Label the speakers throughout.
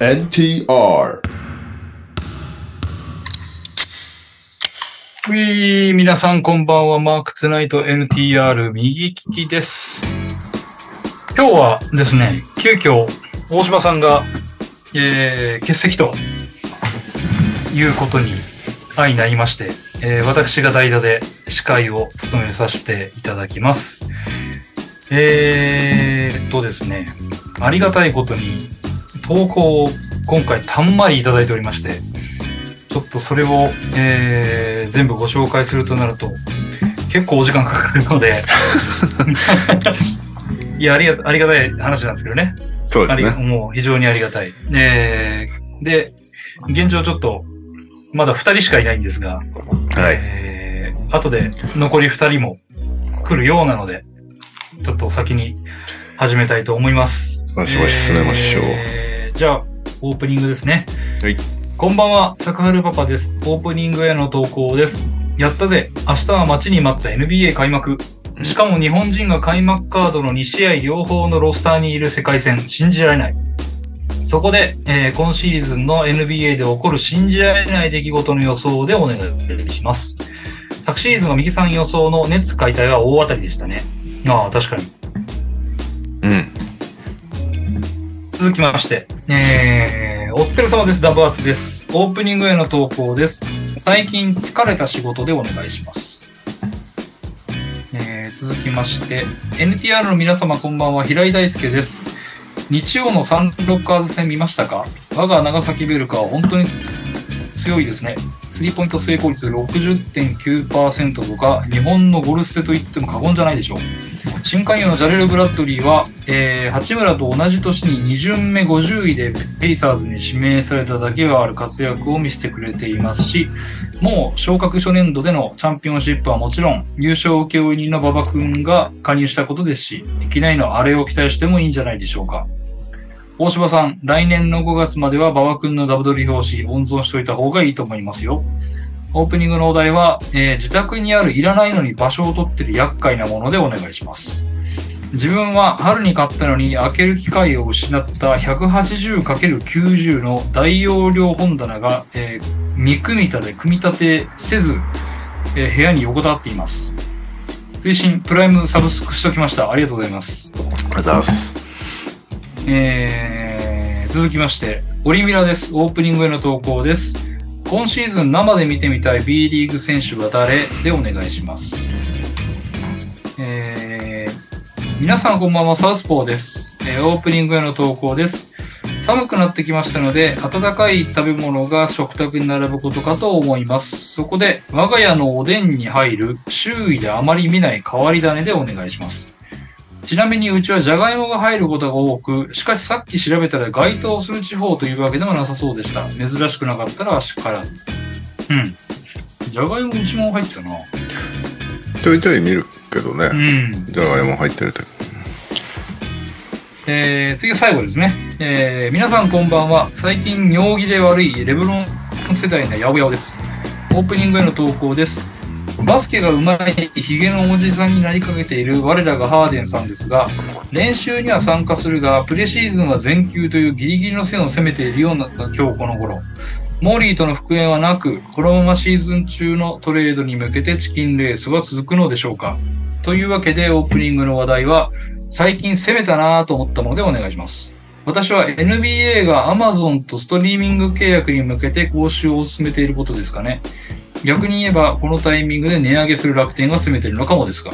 Speaker 1: NTR
Speaker 2: ウィー皆さんこんばんは、マークツナイト NTR 右利きです。今日はですね、急遽大島さんが、えー欠席ということに相なりまして、えー私が代打で司会を務めさせていただきます。えーっとですね、ありがたいことに投稿を今回たんまりいただいておりまして、ちょっとそれを、えー全部ご紹介するとなると、結構お時間かかる ので。いやありが、ありがたい話なんですけどね。
Speaker 1: そうで
Speaker 2: あ
Speaker 1: す
Speaker 2: り
Speaker 1: ね。
Speaker 2: もう非常にありがたい。えーで、現状ちょっと、まだ2人しかいないんですが、
Speaker 1: はい。
Speaker 2: えー後で残り2人も来るようなので、ちょっと先に始めたいと思います。
Speaker 1: よしよし進めましょう
Speaker 2: えーじゃあ、オープニングですね。
Speaker 1: はい
Speaker 2: こんばんは、坂春パパです。オープニングへの投稿です。やったぜ、明日は待ちに待った NBA 開幕。しかも日本人が開幕カードの2試合両方のロスターにいる世界戦、信じられない。そこで、えー今シーズンの NBA で起こる信じられない出来事の予想でお願いします。昨シーズンの右さん予想のネッツ解体は大当たりでしたね。まあ確かに。
Speaker 1: うん。
Speaker 2: 続きまして、えー、お疲れ様です。ダブアツです。オープニングへの投稿です。最近疲れた仕事でお願いします。えー、続きまして、NTR の皆様こんばんは、平井大輔です。日曜のサンロッカーズ戦見ましたか我が長崎ベルカは本当に強いですね。スリーポイント成功率60.9%とか、日本のゴルステと言っても過言じゃないでしょう。新加入のジャレル・ブラッドリーは、えー八村と同じ年に2巡目50位でペイサーズに指名されただけはある活躍を見せてくれていますし、もう昇格初年度でのチャンピオンシップはもちろん、優勝請負人の馬場君が加入したことですし、いきなりのあれを期待してもいいんじゃないでしょうか。大柴さん、来年の5月までは馬場君のダブドリ表紙温存しておいた方がいいと思いますよ。オープニングのお題は、えー自宅にあるいらないのに場所を取ってる厄介なものでお願いします。自分は春に買ったのに開ける機会を失った 180×90 の大容量本棚が、えー見組み立て、組み立てせず、えー部屋に横たわっています。推進、プライムサブスクしときました。ありがとうございます。
Speaker 1: ありがとうございます。
Speaker 2: えー続きまして、オリミラです。オープニングへの投稿です。今シーズン生で見てみたい B リーグ選手は誰でお願いします。えー皆さんこんばんは、サウスポーです、えーオープニングへの投稿です。寒くなってきましたので、温かい食べ物が食卓に並ぶことかと思います。そこで、我が家のおでんに入る、周囲であまり見ない変わり種でお願いします。ちなみにうちはジャガイモが入ることが多く、しかしさっき調べたら該当する地方というわけではなさそうでした。珍しくなかったら足から。うん。ジャガイモうちも入ってたな。
Speaker 1: ちょいちょい見るけど
Speaker 2: う
Speaker 1: ね。
Speaker 2: ん。
Speaker 1: じゃがいも入ってると。
Speaker 2: えー次最後ですね、えー皆さんこんばんは最近尿着で悪いレブロン世代のやおやおですオープニングへの投稿ですバスケがうまいヒゲのおじさんになりかけている我らがハーデンさんですが練習には参加するがプレシーズンは全休というギリギリの線を攻めているような今日この頃モーリーとの復縁はなくこのままシーズン中のトレードに向けてチキンレースは続くのでしょうかというわけでオープニングの話題は最近攻めたなぁと思ったものでお願いします。私は NBA が Amazon とストリーミング契約に向けて講習を進めていることですかね。逆に言えば、このタイミングで値上げする楽天が攻めているのかもですが。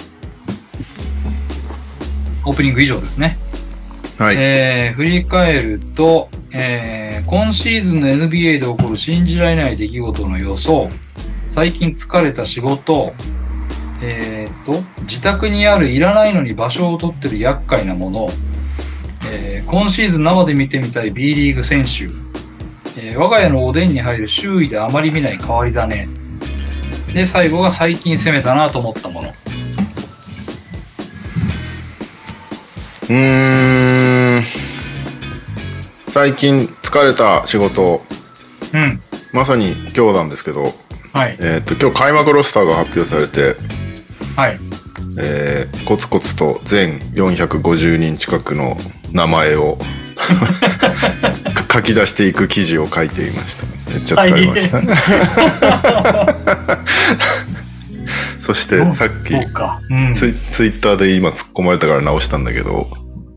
Speaker 2: オープニング以上ですね。
Speaker 1: はい。
Speaker 2: えー振り返ると、えー今シーズンの NBA で起こる信じられない出来事の予想、最近疲れた仕事、えーと、自宅にあるいらないのに場所を取ってる厄介なもの、えー今シーズン生で見てみたい B リーグ選手、えー我が家のおでんに入る周囲であまり見ない変わりだね。で、最後が最近攻めたなと思ったもの。
Speaker 1: うーん。最近疲れた仕事、
Speaker 2: うん。
Speaker 1: まさに今日なんですけど、
Speaker 2: はい。
Speaker 1: えーっと、今日開幕ロスターが発表されて、
Speaker 2: はい。
Speaker 1: えーコツコツと全450人近くの名前を書書き出していく記事を書いていましためっちゃ疲れました、 そしてさっ
Speaker 2: う
Speaker 1: き
Speaker 2: んそうか。うん。
Speaker 1: ツイツイッターで今突っ込まれたから直したんだけど、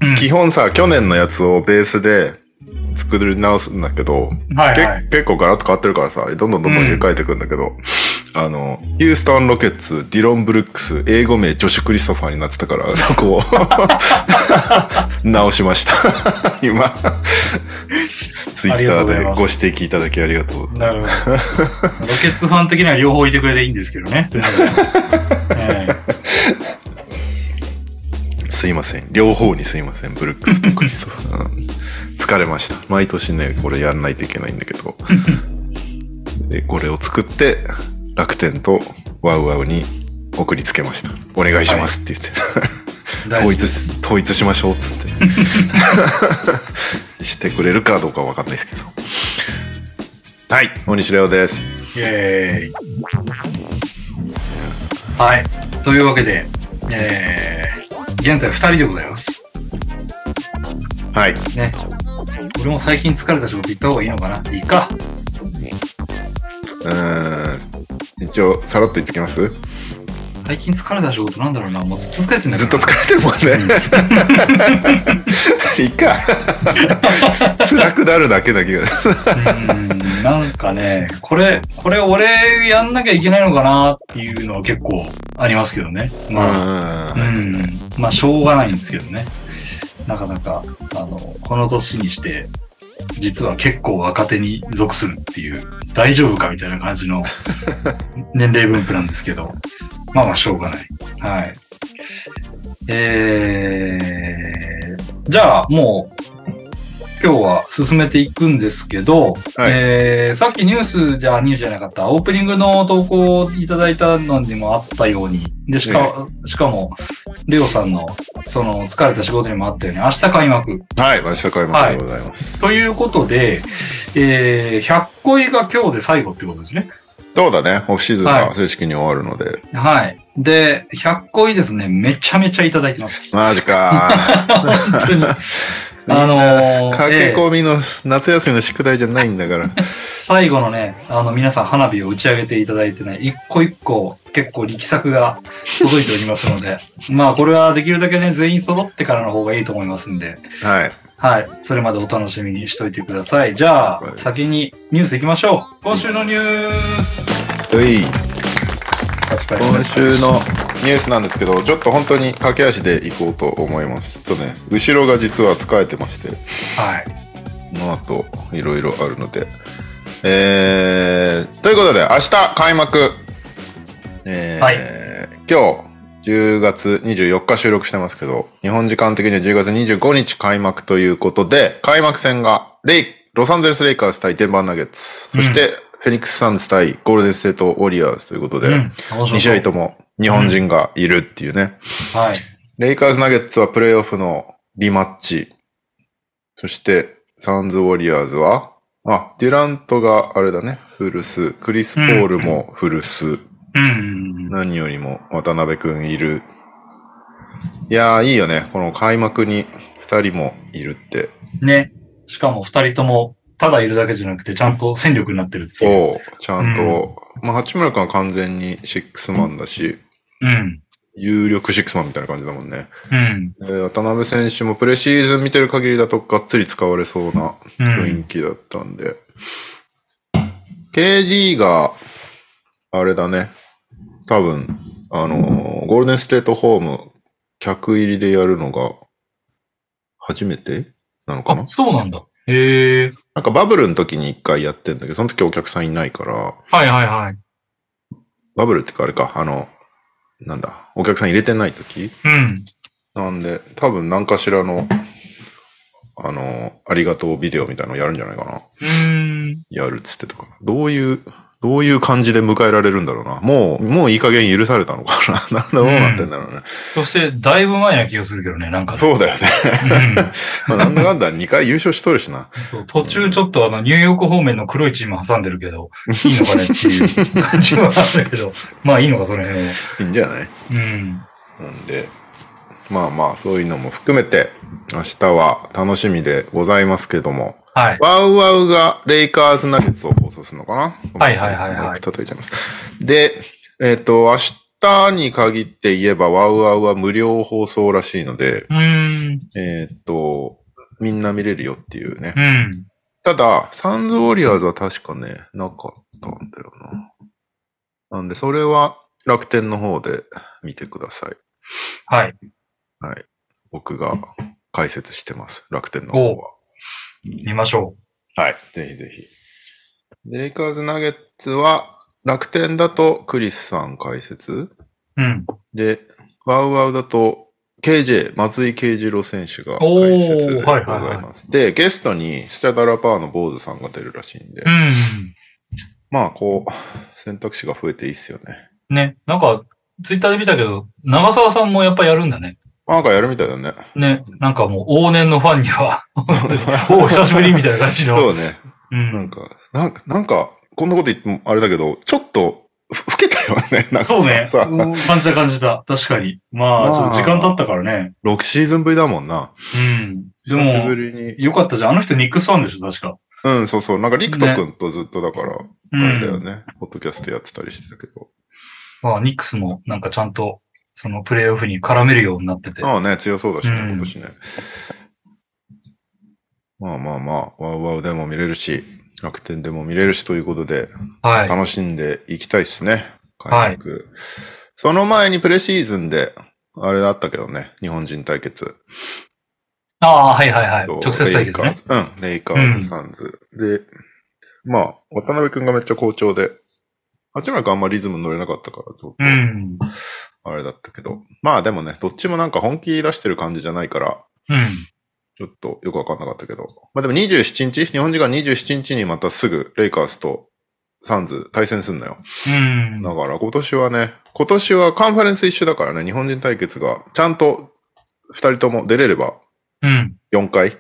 Speaker 2: うん
Speaker 1: 基本さ去年のやつをベースで作り直すんだけど、
Speaker 2: はい
Speaker 1: け
Speaker 2: はい。
Speaker 1: 結構ガラッと変わってるからさどんどんどんどん入れ替えていくんだけど、あのヒューストン・ロケッツディロン・ブルックス英語名ジョシュ・クリストファーになってたからそこを直しました 今ツイ
Speaker 2: あり
Speaker 1: ッ
Speaker 2: がと
Speaker 1: ター
Speaker 2: うござ
Speaker 1: で
Speaker 2: います
Speaker 1: ご指摘いただきありがとうございます
Speaker 2: なるほ ど。ロケッツファン的には両方いてくれていいんですけどね。すいませんえ
Speaker 1: すいません両方にすいませんブルック スとクリストファーうん疲れました毎年ねこれやらないといけないんだけど でこれを作って楽天とワウワウに送りつけましたお願いしますって言って、
Speaker 2: え大
Speaker 1: 統
Speaker 2: 事です
Speaker 1: 一統一しましょうっつって してくれるかどうかは分かんないですけどはい大西レオです
Speaker 2: イエーイ。はい。というわけで、えー、現在2人でございます。
Speaker 1: はい
Speaker 2: ね。俺も最近疲れた仕事行った方がいいのかないいか。
Speaker 1: うーん一応さらっと言ってきます
Speaker 2: 最近疲れた仕事なんだろうな。もうずっと疲れてんだけ
Speaker 1: ずっと
Speaker 2: ど。
Speaker 1: 疲れてるもんね。 いいか。つ辛くなるだけだけど。
Speaker 2: うんなんかね、これ、これ俺やんなきゃいけないのかなっていうのは結構ありますけどね。
Speaker 1: うんうん
Speaker 2: まあ、
Speaker 1: うん
Speaker 2: うん。まあ、しょうがないんですけどね。なかなか、あの、この年にして、実は結構若手に属するっていう、大丈夫かみたいな感 じの年齢分布なんですけど、まあまあ、しょうがない。はい。えー、じゃあ、もう、今日は進めていくんですけど、
Speaker 1: はい
Speaker 2: えーさっきニュースじゃ、ニュースじゃなかった、オープニングの投稿をいただいたのにもあったように、で、しか、しかも、レオさんの、その、疲れた仕事にもあったように、明日開幕。
Speaker 1: はい、明日開幕でございます。
Speaker 2: ということで、えー、100恋が今日で最後ってことですね。
Speaker 1: そうだね。オフシーズン
Speaker 2: は
Speaker 1: が
Speaker 2: い
Speaker 1: 正式に終わるので。
Speaker 2: はい。で、100恋ですね、めちゃめちゃいただいて ます。
Speaker 1: マジか。
Speaker 2: 本当に。 あのー
Speaker 1: 駆
Speaker 2: え
Speaker 1: け
Speaker 2: ー
Speaker 1: 込みの夏休みの宿題じゃないんだから。
Speaker 2: 最後のね、あの、皆さん花火を打ち上げていただいてね、一個一個結構力作が届いておりますので、 まあ、これはできるだけね、全員揃ってからの方がいいと思いますんで、
Speaker 1: はい。
Speaker 2: はい。それまでお楽しみにしといてください。じゃあ
Speaker 1: は、い
Speaker 2: 先にニュース行きましょう。今週のニュース。
Speaker 1: うい
Speaker 2: パチパチパ
Speaker 1: 今
Speaker 2: チ
Speaker 1: 週のニュースなんですけど、ちょっと本当に駆け足でいこうと思います。ちょっとね、後ろが実は疲れてまして。
Speaker 2: はい。
Speaker 1: の後いろいろあるので、えー、ということで明日開幕、えー
Speaker 2: はい
Speaker 1: 今日10月24日収録してますけど日本時間的には10月25日開幕ということで開幕戦がレイロサンゼルス・レイカーズ対デンバー・ナゲッツそして、フェニックス・サンズ対ゴールデン・ステート・ウォリアーズということで、
Speaker 2: うん。面白
Speaker 1: 2試合
Speaker 2: そ
Speaker 1: とも日本人がいるっていうね、
Speaker 2: う。はい。
Speaker 1: レイカーズ・ナゲッツはプレイオフのリマッチ。そして、サンズ・ウォリアーズは、あ、デュラントがあれだね、古巣。クリス・ポールも古巣。
Speaker 2: うん。
Speaker 1: 何よりも渡辺くんいる。いやー、いいよね。この開幕に二人もいるって。
Speaker 2: ね。しかも二人とも、ただいるだけじゃなくて、ちゃんと戦力になってるってい
Speaker 1: そ
Speaker 2: う。
Speaker 1: う、ちゃんと。まあ、八村くんは完全にシックスマンだし、
Speaker 2: うん。
Speaker 1: 有力シックスマンみたいな感じだもんね。
Speaker 2: うん。
Speaker 1: で渡辺選手もプレシーズン見てる限りだとがっつり使われそうな
Speaker 2: う
Speaker 1: 雰囲
Speaker 2: ん。
Speaker 1: 気だったんで。KD が、あれだね。多分、あのーゴールデンステートホーム、客入りでやるのが、初めてなのかな
Speaker 2: あ、そうなんだ。へえ。
Speaker 1: なんかバブルの時に一回やってんだけど、その時お客さんいないから、
Speaker 2: はいはいはい。
Speaker 1: バブルってかあれか、あの、なんだ、お客さん入れてない時
Speaker 2: うん。
Speaker 1: なんで、多分何かしらの、あのーありがとうビデオみたいなのやるんじゃないかな。
Speaker 2: うーん。
Speaker 1: やるっつってとか、どういう、どういう感じで迎えられるんだろうな。もう、もういい加減許されたのかな。 なんだ、どうなってんだろうね。
Speaker 2: そして、だいぶ前な気がするけどね、なんか。
Speaker 1: そうだよね。
Speaker 2: うん
Speaker 1: まあ、なんだかんだ2回優勝しとるしな。
Speaker 2: そう途中ちょっとあの、ニューヨーク方面の黒いチーム挟んでるけど、いいのかねっていう感じはあるけど、まあいいのか、その辺は。
Speaker 1: いいんじゃない
Speaker 2: うん。
Speaker 1: なんで、まあまあ、そういうのも含めて、明日は楽しみでございますけども。
Speaker 3: はい。
Speaker 1: ワウワウがレイカーズナゲッツを放送するのかな
Speaker 3: はいはいはいはい
Speaker 1: マイク叩いちゃいます。で、えっ、と、明日に限って言えばワウワウは無料放送らしいので、
Speaker 3: うーん。
Speaker 1: えっ、と、みんな見れるよっていうね。
Speaker 3: うん。
Speaker 1: ただ、サンズウォリアーズは確かね、なかったんだよな。なんで、それは楽天の方で見てください。
Speaker 3: はい。
Speaker 1: はい。僕が解説してます。楽天の方は。
Speaker 3: 見ましょ
Speaker 1: はい。ぜひぜひ。でレイカーズナゲッツは、楽天だとクリスさん解説。
Speaker 3: う。うん。
Speaker 1: で、ワウワウだと、KJ、松井慶次郎選手が
Speaker 3: おー
Speaker 1: 解説でございます。
Speaker 3: はいはいは
Speaker 1: で、ゲストにスチャダラパーの坊主さんが出るらしいんで、
Speaker 3: う
Speaker 1: まあ、こう、選択肢が増えていいっすよね。
Speaker 3: ん。ね。なんか、ツイッターで見たけど、長澤さんもやっぱやるんだね。
Speaker 1: なんかやるみたいだね。
Speaker 3: ね。なんかもう往年のファンには、おう久しぶりみたいな感じの
Speaker 1: そうね。
Speaker 3: う。
Speaker 1: なんんか、なんか、なんかこんなこと言ってもあれだけど、ちょっと、ふ老けたよね。なんか
Speaker 2: そうね。
Speaker 1: さ、
Speaker 2: うん感じた感じた。確かに。まあ、
Speaker 1: まあ
Speaker 2: ちょっと時間経ったからね。
Speaker 1: 6シーズンぶりだもんな。
Speaker 2: うん。で
Speaker 1: 久しぶ
Speaker 2: も、
Speaker 1: りに
Speaker 2: よかったじゃん。あの人ニックスファンでしょ、確か。
Speaker 1: うん、そうそう。なんか、リクト君とずっとだから、
Speaker 2: う
Speaker 1: あれだよ
Speaker 2: ん。
Speaker 1: ね。ポッドキャストやってたりしてたけど。
Speaker 3: まあ、ニックスもなんかちゃんと、そのプレイオフに絡めるようになってて。
Speaker 1: まあね、強そうだしね、
Speaker 3: うん
Speaker 1: 今年ね。まあまあまあ、ワウワウでも見れるし、楽天でも見れるしということで、
Speaker 3: はい。
Speaker 1: 楽しんでいきたいっすね。
Speaker 3: はい
Speaker 1: 開幕。その前にプレシーズンで、あれだったけどね、日本人対決。
Speaker 3: ああ、はいはいはい。
Speaker 1: と
Speaker 3: 直接対決
Speaker 1: レイ
Speaker 3: ね。
Speaker 1: カーズうん、レイカーズ、サンズ。で、まあ、渡辺くんがめっちゃ好調で、八村くんあんまリズム乗れなかったから、ちょっと、
Speaker 3: うん。
Speaker 1: あれだったけど。まあでもね、どっちもなんか本気出してる感じじゃないから、
Speaker 3: うん。
Speaker 1: ちょっとよくわかんなかったけど。まあでも27日、日本時間27日にまたすぐレイカーズとサンズ対戦すんのよ。
Speaker 3: うん。
Speaker 1: だから今年はね、今年はカンファレンス一緒だからね、日本人対決がちゃんと2人とも出れれば
Speaker 3: うん。
Speaker 1: 4回起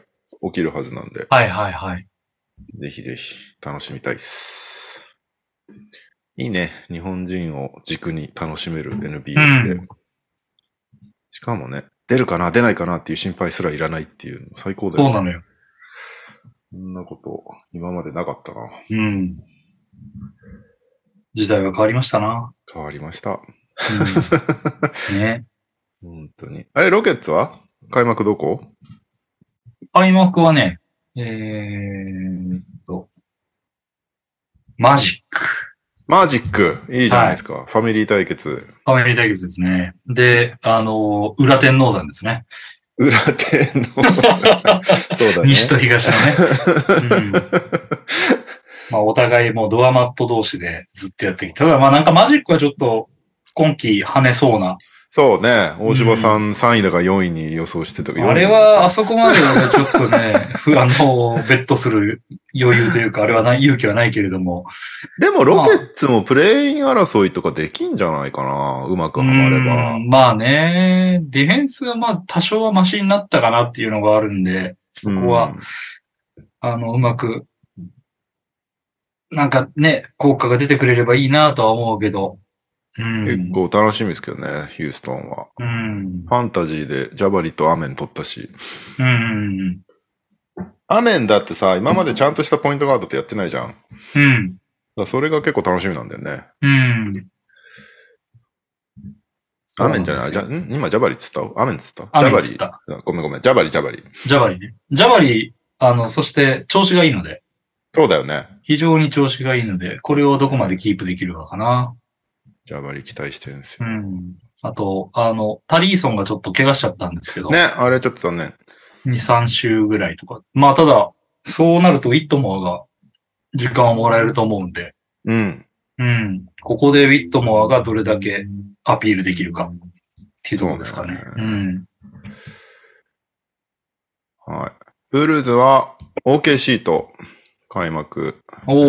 Speaker 1: きるはずなんで、
Speaker 3: はいはいはい。
Speaker 1: ぜひぜひ楽しみたいっす。いいね。日本人を軸に楽しめる NBA で。
Speaker 3: う
Speaker 1: しかもね、出るかな出ないかなっていう心配すらいらないっていうの最高だよね
Speaker 2: そうなのよ。
Speaker 1: そんなこと今までなかったな。
Speaker 2: うん。時代が変わりましたな。
Speaker 1: 変わりました。
Speaker 2: うん、ね。
Speaker 1: 本当に。あれ、ロケッツは開幕どこ
Speaker 3: 開幕はね、
Speaker 2: えーっと。マジック。
Speaker 1: マジックいいじゃないですか。ファミリー対決。
Speaker 2: ファミリー対決ですね。で、あのー、裏天王山ですね。
Speaker 1: 裏手 の。そうだね。
Speaker 2: 西と東の ね。うんまあ、お互いもうドアマット同士でずっとやってきて。ただ、まあなんかマジックはちょっと今季跳ねそうな。
Speaker 1: そうね。大柴さん3位だか4位に予想してたか
Speaker 2: あれは、あそこまではねちょっとね、 ふあの、ベットする余裕というか、あれはな勇気はないけれども。
Speaker 1: でもロケッツもプレイン争いとかできんじゃないかな。うまくはまれば
Speaker 2: う。んまあね、ディフェンスがまあ多少はマシになったかなっていうのがあるんで、そこは、
Speaker 1: うん
Speaker 2: あの、うまく、なんかね、効果が出てくれればいいなとは思うけど。うん。
Speaker 1: 結構楽しみですけどね、ヒューストンは。
Speaker 2: うん。
Speaker 1: ファンタジーでジャバリとアメン取ったし。
Speaker 2: うん。
Speaker 1: アメンだってさ、今までちゃんとしたポイントガードってやってないじゃん。だか
Speaker 2: うん。
Speaker 1: らそれが結構楽しみなんだよね。
Speaker 2: うん。
Speaker 1: アメンじゃない
Speaker 2: そう
Speaker 1: じゃ
Speaker 2: んですよ
Speaker 1: ん今ジャバリっつったアメンっつった
Speaker 2: ア
Speaker 1: ジ
Speaker 2: メ
Speaker 1: ャ
Speaker 2: ン
Speaker 1: バ
Speaker 2: っ
Speaker 1: リ
Speaker 2: つった。
Speaker 1: ごめんごめん。ジャバリジャバリ。
Speaker 2: ジャバリね。ジャバリ、あの、そして調子がいいので、
Speaker 1: そうだよね。
Speaker 2: 非常に調子がいいので、これをどこまでキープできるかかな。
Speaker 1: ジャバリ期待してるんです
Speaker 2: う
Speaker 1: よ。
Speaker 2: ん。あと、あの、タリーソンがちょっと怪我しちゃったんですけど、
Speaker 1: ね、あれちょっと残念。
Speaker 2: 2、3週ぐらいとか。まあ、ただ、そうなると、イットモアが時間をもらえると思うんで、
Speaker 1: うん。
Speaker 2: うん。ここでウィットモアがどれだけアピールできるかっていうところですかね
Speaker 1: そう。
Speaker 2: う
Speaker 1: だ
Speaker 2: ん。
Speaker 1: はい。ブルーズは OKC と開幕。
Speaker 2: お
Speaker 1: な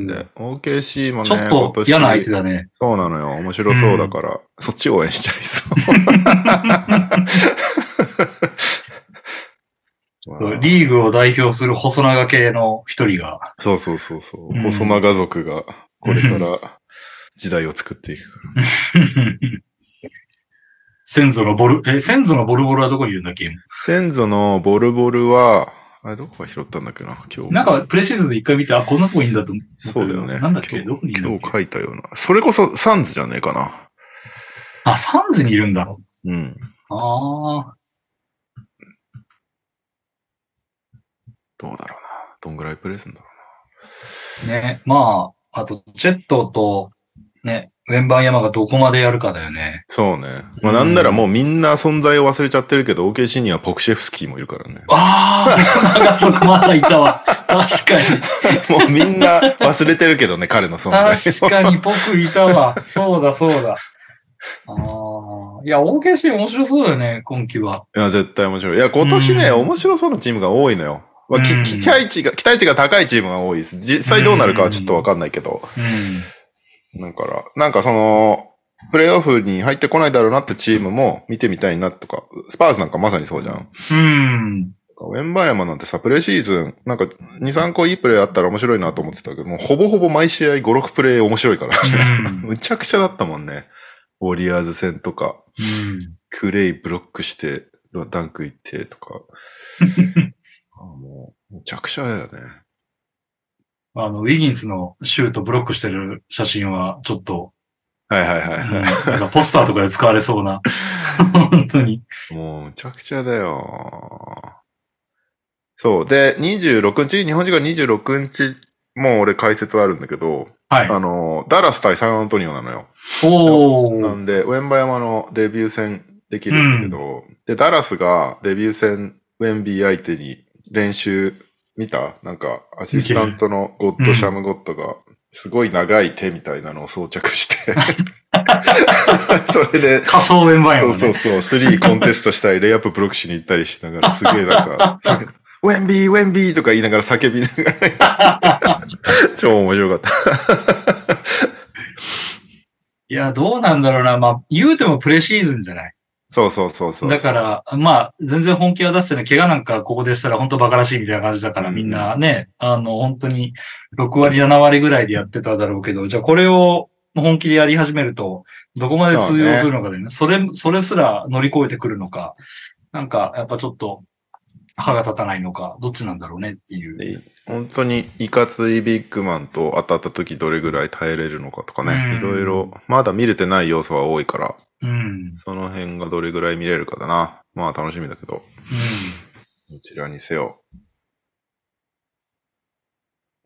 Speaker 1: ん
Speaker 2: ー。
Speaker 1: で、OKC もね、
Speaker 2: ちょっと嫌な相手だね。
Speaker 1: そうなのよ。面白そうだから、そっち応援しちゃいそう。ま あ
Speaker 2: リーグを代表する細長系の一人が、
Speaker 1: そうそうそうそうう。
Speaker 2: ん
Speaker 1: 細長族が、これから時代を作っていくから。
Speaker 2: 先祖のボル、え、先祖のボルボルはどこにいるんだっけ
Speaker 1: 先祖のボルボルは、あれ、どこが拾ったんだっけな今日。
Speaker 2: なんか、プレシーズンで一回見て、あ、こんなとこいいんだと思ったけ
Speaker 1: そ
Speaker 2: ど
Speaker 1: うだよね。
Speaker 2: なんだっけど
Speaker 1: 今
Speaker 2: こにい
Speaker 1: 日
Speaker 2: るんだっ
Speaker 1: 今
Speaker 2: け
Speaker 1: 日書いたような。それこそサンズじゃねえかな。
Speaker 2: あ、サンズにいるんだろ
Speaker 1: うん。
Speaker 2: う。ああ。
Speaker 1: どうだろうな。どんぐらいプレイするんだろ
Speaker 2: ね、まあ、あと、チェットと、ね、ウェンバン山がどこまでやるかだよね。
Speaker 1: う。そうね。まあ、なんならもうみんな存在を忘れちゃってるけど、OKC にはポクシェフスキーもいるからね。
Speaker 2: ああ、砂がそこ まだいたわ。確か
Speaker 1: も
Speaker 2: に。
Speaker 1: うみんな忘れてるけどね、彼の存在。
Speaker 2: 確かに、僕いた わ。そうだ、そうだ。ああ。いや、OKC 面白そうだよね、今季は。
Speaker 1: いや、絶対面白い。いや、今年ね、
Speaker 2: うん
Speaker 1: 面白そうなチームが多いのよ。まあ、
Speaker 2: うん
Speaker 1: き期待値が、期待値が高いチームが多いです。実際どうなるかはちょっとわかんないけど。
Speaker 2: う
Speaker 1: だから、なんかその、プレイオフに入ってこないだろうなってチームも見てみたいなとか、スパーズなんかまさにそうじゃん。
Speaker 2: ん。うん。
Speaker 1: ウェンバヤマなんてさ、プレシーズン、なんか2、3個いいプレイあったら面白いなと思ってたけど、もうほぼほぼ毎試合5、6プレイ面白いから。 むちゃくちゃだったもんね。ウォリアーズ戦とか。
Speaker 2: うん。
Speaker 1: クレイブロックして、ダダンク行ってとか。あもう、むちゃくちゃだよね。
Speaker 2: あの、ウィギンスのシュートブロックしてる写真は、ちょっと、
Speaker 1: はいはいは
Speaker 2: うん
Speaker 1: いは
Speaker 2: なんかポスターとかで使われそうな。本当に。
Speaker 1: い。もう、むちゃくちゃだよ。そう。で、26日、日本時間26日、もう俺解説あるんだけど、
Speaker 2: はい。
Speaker 1: あの、ダラス対サンアントニオなのよ。
Speaker 2: お
Speaker 1: な
Speaker 2: ー。
Speaker 1: んで、ウェンバ山のデビュー戦できるんだけど、で、ダラスがデビュー戦、ウェンビー相手に練習見たなんか、アシスタントのゴッド、
Speaker 2: うん
Speaker 1: シャムゴッドが、すごい長い手みたいなのを装着して、それで、
Speaker 2: 仮想ウェンバイ
Speaker 1: そ
Speaker 2: も
Speaker 1: う
Speaker 2: ね。
Speaker 1: そうそう、スリーコンテストしたり、レイアップブロックしに行ったりしながら、すげえなんか、さウェンビー、ウェンビーとか言いながら叫びながら、超面白かった。
Speaker 2: いや、どうなんだろうな。まあ、言うてもプレシーズンじゃない。
Speaker 1: そうそうそうそう。
Speaker 2: だから、まあ、全然本気は出してない。怪我なんかここでしたら本当馬鹿らしいみたいな感じだから、
Speaker 1: うん
Speaker 2: みんなね、あの、本当に6割、7割ぐらいでやってただろうけど、じゃあこれを本気でやり始めると、どこまで通用するのかでね、それ、それすら乗り越えてくるのか、なんか、やっぱちょっと、歯が立たないのか、どっちなんだろうねっていう。
Speaker 1: で本当にいかついビッグマンと当たった時どれぐらい耐えれるのかとかね、
Speaker 2: うん
Speaker 1: いろいろ、まだ見れてない要素は多いから、
Speaker 2: うん。
Speaker 1: その辺がどれぐらい見れるかだな。まあ楽しみだけど、
Speaker 2: うん。
Speaker 1: どちらにせよ。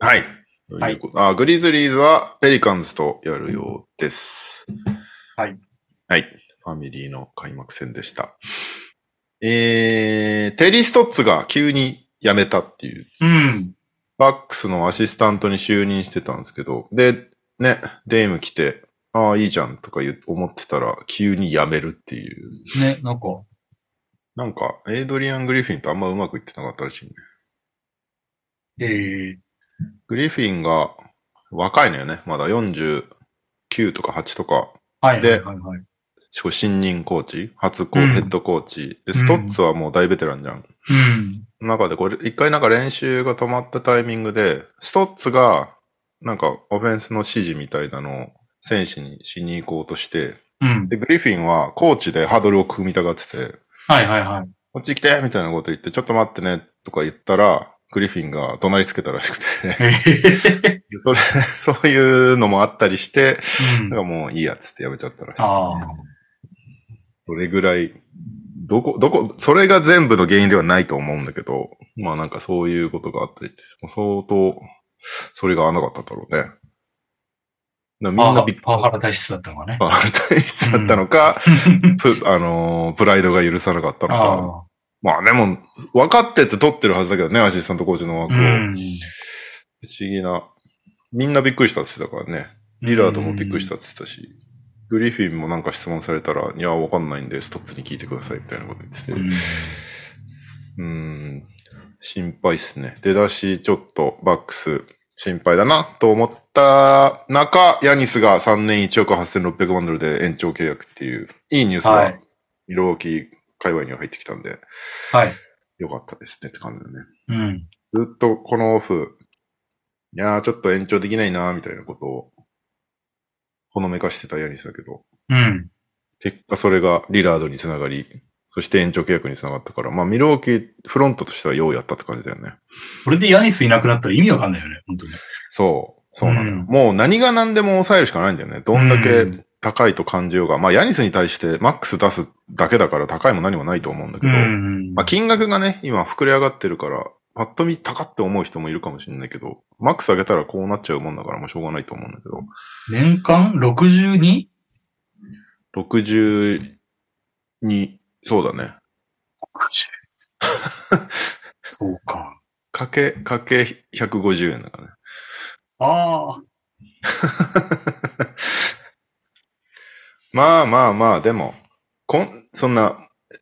Speaker 1: はい。ということあグリズリーズはペリカンズとやるようです。
Speaker 2: はい。
Speaker 1: はい。ファミリーの開幕戦でした。えー、テリー・ストッツが急に辞めたっていう
Speaker 2: うん。
Speaker 1: バックスのアシスタントに就任してたんですけど、で、ね、デイム来て、ああ、いいじゃんとか言う思ってたら、急に辞めるっていう。
Speaker 2: ね、なんか、
Speaker 1: なんか、エイドリアン・グリフィンとあんまうまくいってなかったらしいね。
Speaker 2: えー、
Speaker 1: グリフィンが若いのよね。まだ49とか8とか、
Speaker 2: はい、は
Speaker 1: で
Speaker 2: い、はいはい。
Speaker 1: 初新任コーチ、初コ、
Speaker 2: うん
Speaker 1: ヘッドコーチ。で、ストッツはもう大ベテランじゃん。
Speaker 2: うん。
Speaker 1: 中でこれ、一回なんか練習が止まったタイミングで、ストッツが、なんかオフェンスの指示みたいなのを選手にしに行こうとして、
Speaker 2: うん。
Speaker 1: で、グリフィンはコーチでハードルを組みたがってて、
Speaker 2: はい、はい、はい。
Speaker 1: こっち来てみたいなこと言って、ちょっと待ってねとか言ったら、グリフィンが怒鳴りつけたらしくて、
Speaker 2: えー
Speaker 1: それ、そういうのもあったりして、
Speaker 2: う ん
Speaker 1: なんかもういいやっつってやめちゃったらしい。
Speaker 2: ああ。
Speaker 1: それぐらい、どこ、どこ、それが全部の原因ではないと思うんだけど、まあなんかそういうことがあったりって、もう相当、それが合わなかったんだろうね。だからみん
Speaker 2: パワ
Speaker 1: な
Speaker 2: ハ
Speaker 1: びっくり
Speaker 2: パワハラ体質だったのかね。
Speaker 1: パワハラ体質だったのか、 プあのープライドが許さなかったの
Speaker 2: あ
Speaker 1: か。
Speaker 2: あ。
Speaker 1: まあでも、分かってて取ってるはずだけどね、アシスタントコーチの枠
Speaker 2: う
Speaker 1: を。
Speaker 2: ん。
Speaker 1: 不思議な。みんなびっくりしたって言ってたからね。リラードもびっくりしたって言ってたし、グリフィンもなんか質問されたら、いや、わかんないんで、ストッツに聞いてくださいみたいなこと言ってて。
Speaker 2: う。
Speaker 1: うんーん、心配っすね。出だし、ちょっとバックス心配だなと思った中、ヤニスが3年1億8600万ドルで延長契約っていう、いいニュース
Speaker 2: は
Speaker 1: が
Speaker 2: い、
Speaker 1: 色置き界隈には入ってきたんで、
Speaker 2: はい。
Speaker 1: よかったですねって感じだね。
Speaker 2: うん。
Speaker 1: ずっとこのオフ、いやーちょっと延長できないなーみたいなことを、ほのめかしてたヤニスだけど、
Speaker 2: うん。
Speaker 1: 結果それがリラードにつながり、そして延長契約につながったから、まあ、ミルウォーキーフロントとしてはようやったって感じだよね。
Speaker 2: これでヤニスいなくなったら意味わかんないよね、本当に。
Speaker 1: そう、そうなのよ。
Speaker 2: うん
Speaker 1: もう何が何でも抑えるしかないんだよね。どんだけ
Speaker 2: うん
Speaker 1: 高いと感じようが、まあ、ヤニスに対してマックス出すだけだから高いも何もないと思うんだけど、
Speaker 2: ん
Speaker 1: まあ、金額がね、今膨れ上がってるから、パッと見高って思う人もいるかもしれないけど、マックス上げたらこうなっちゃうもんだからもうしょうがないと思うんだけど、
Speaker 2: 年間 62?
Speaker 1: 62、そうだね。
Speaker 2: そうか。
Speaker 1: かけ、かけ150円だからね。
Speaker 2: ああ。
Speaker 1: まあまあまあ、でも、こん、そんな、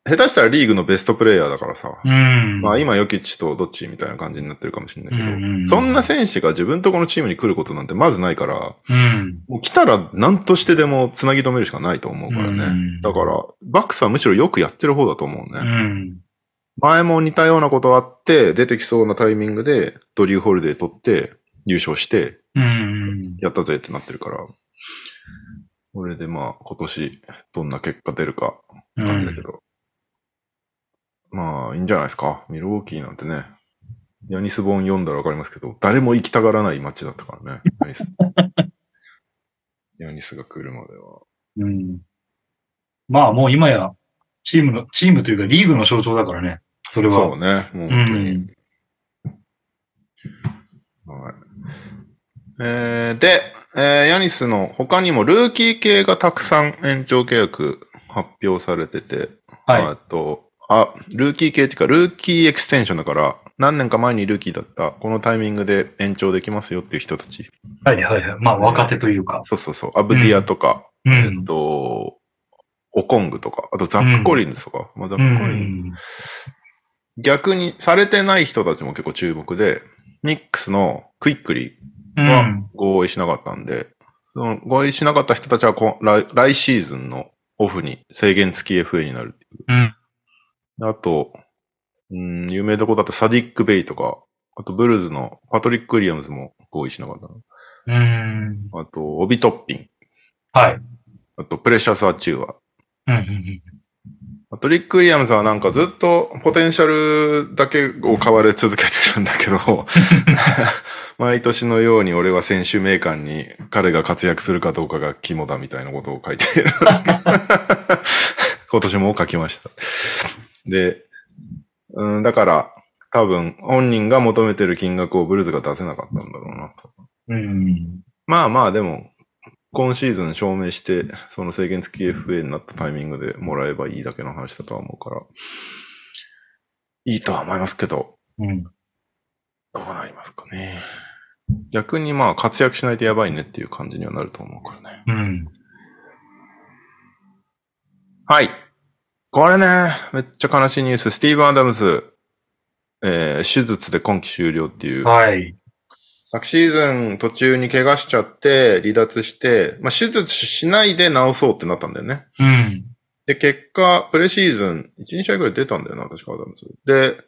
Speaker 1: 下手したらリーグのベストプレイヤーだからさ、
Speaker 2: うん。
Speaker 1: まあ今、ヨキッチとどっちみたいな感じになってるかもしれないけど、
Speaker 2: うんうんうん
Speaker 1: そんな選手が自分とこのチームに来ることなんてまずないから、
Speaker 2: うん。
Speaker 1: もう来たら何としてでも繋ぎ止めるしかないと思うからね。
Speaker 2: うん
Speaker 1: だから、バックスはむしろよくやってる方だと思うね。
Speaker 2: うん。
Speaker 1: 前も似たようなことあって、出てきそうなタイミングでドリューホルデー取って、優勝して、
Speaker 2: うん。
Speaker 1: やったぜってなってるから。これでまあ今年どんな結果出るかって感じだけど。まあいいんじゃないですか。ミルウォーキーなんてね。ヤニス本読んだらわかりますけど、誰も行きたがらない街だったからね。 ヤニスヤニスが来るまでは。
Speaker 2: うん。まあもう今や、チームの、チームというかリーグの象徴だからね。それは。
Speaker 1: そうね。もう本当に。
Speaker 2: うん
Speaker 1: はい。えーで、えーヤニスの他にもルーキー系がたくさん延長契約発表されてて、
Speaker 2: はい
Speaker 1: あと、あ、ルーキー系っていうか、ルーキーエクステンションだから、何年か前にルーキーだった、このタイミングで延長できますよっていう人たち。
Speaker 2: はいはいはい。まあ若手というか。
Speaker 1: そうそうそう、アブディアとか、
Speaker 2: う
Speaker 1: えっ。と、オコングとか、あとザック・コリンズとか、まあザ
Speaker 2: う
Speaker 1: ック・コリンズ
Speaker 2: ん。
Speaker 1: 逆にされてない人たちも結構注目で、ニックスのクイックリー、
Speaker 2: う
Speaker 1: は
Speaker 2: ん。
Speaker 1: 合意しなかったんで、その合意しなかった人たちはこ来来シーズンのオフに制限付き FA になるっていう
Speaker 2: うん。
Speaker 1: あと、うん、有名どこだとサディック・ベイとか、あとブルーズのパトリック・ウィリアムズも合意しなかったの。
Speaker 2: うん。
Speaker 1: あと、オビトッピン。
Speaker 2: はい。
Speaker 1: あと、プレシャス・アチューア。
Speaker 2: うんうん
Speaker 1: パトリック・ウィリアムズはなんかずっとポテンシャルだけを買われ続けてるんだけど、毎年のように俺は選手名鑑に彼が活躍するかどうかが肝だみたいなことを書いてる。今年も書きました。で、うん、だから多分本人が求めてる金額をブルーズが出せなかったんだろうなと。
Speaker 2: うん。うん。
Speaker 1: まあまあでも、今シーズン証明して、その制限付き FA になったタイミングでもらえばいいだけの話だとは思うから、いいとは思いますけど、
Speaker 2: うん。
Speaker 1: どうなりますかね。逆にまあ活躍しないとやばいねっていう感じにはなると思うからね。
Speaker 2: うん。
Speaker 1: はい。これね、めっちゃ悲しいニュース。スティーブン・アダムス、えー手術で今季終了っていう。
Speaker 2: はい。
Speaker 1: 昨シーズン途中に怪我しちゃって、離脱して、まあ手術しないで治そうってなったんだよね。
Speaker 2: うん。
Speaker 1: で、結果、プレシーズン、1、2試合ぐらい出たんだよな、確かアダムズ。で、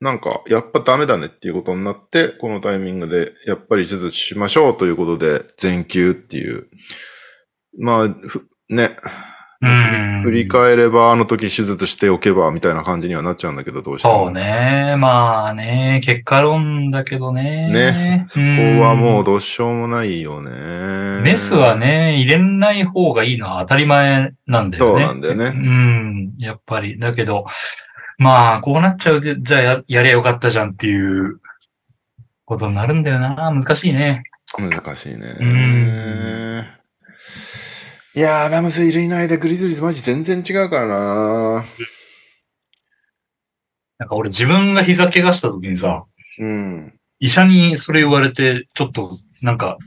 Speaker 1: なんか、やっぱダメだねっていうことになって、このタイミングで、やっぱり手術しましょうということで、全休っていう。まあ、ふね、
Speaker 2: うん。
Speaker 1: 振り返れば、あの時手術しておけば、みたいな感じにはなっちゃうんだけど、どうしても
Speaker 2: そう。ね。まあね。結果論だけどね。
Speaker 1: ねそこはもう
Speaker 2: う
Speaker 1: どうしようもないよね。
Speaker 2: ん。メスはね、入れない方がいいのは当たり前なんだよね。
Speaker 1: そうなんだよね
Speaker 2: うん。やっぱり。だけど、まあ、こうなっちゃうで、じゃあややりゃよかったじゃんっていうことになるんだよな。難しいね。
Speaker 1: 難しいね。
Speaker 2: うん
Speaker 1: いやー、アダムス入れないでグリズリーズマジ全然違うからな
Speaker 2: なんか俺自分が膝怪我した時にさ、
Speaker 1: うん。
Speaker 2: 医者にそれ言われて、ちょっと、なんか、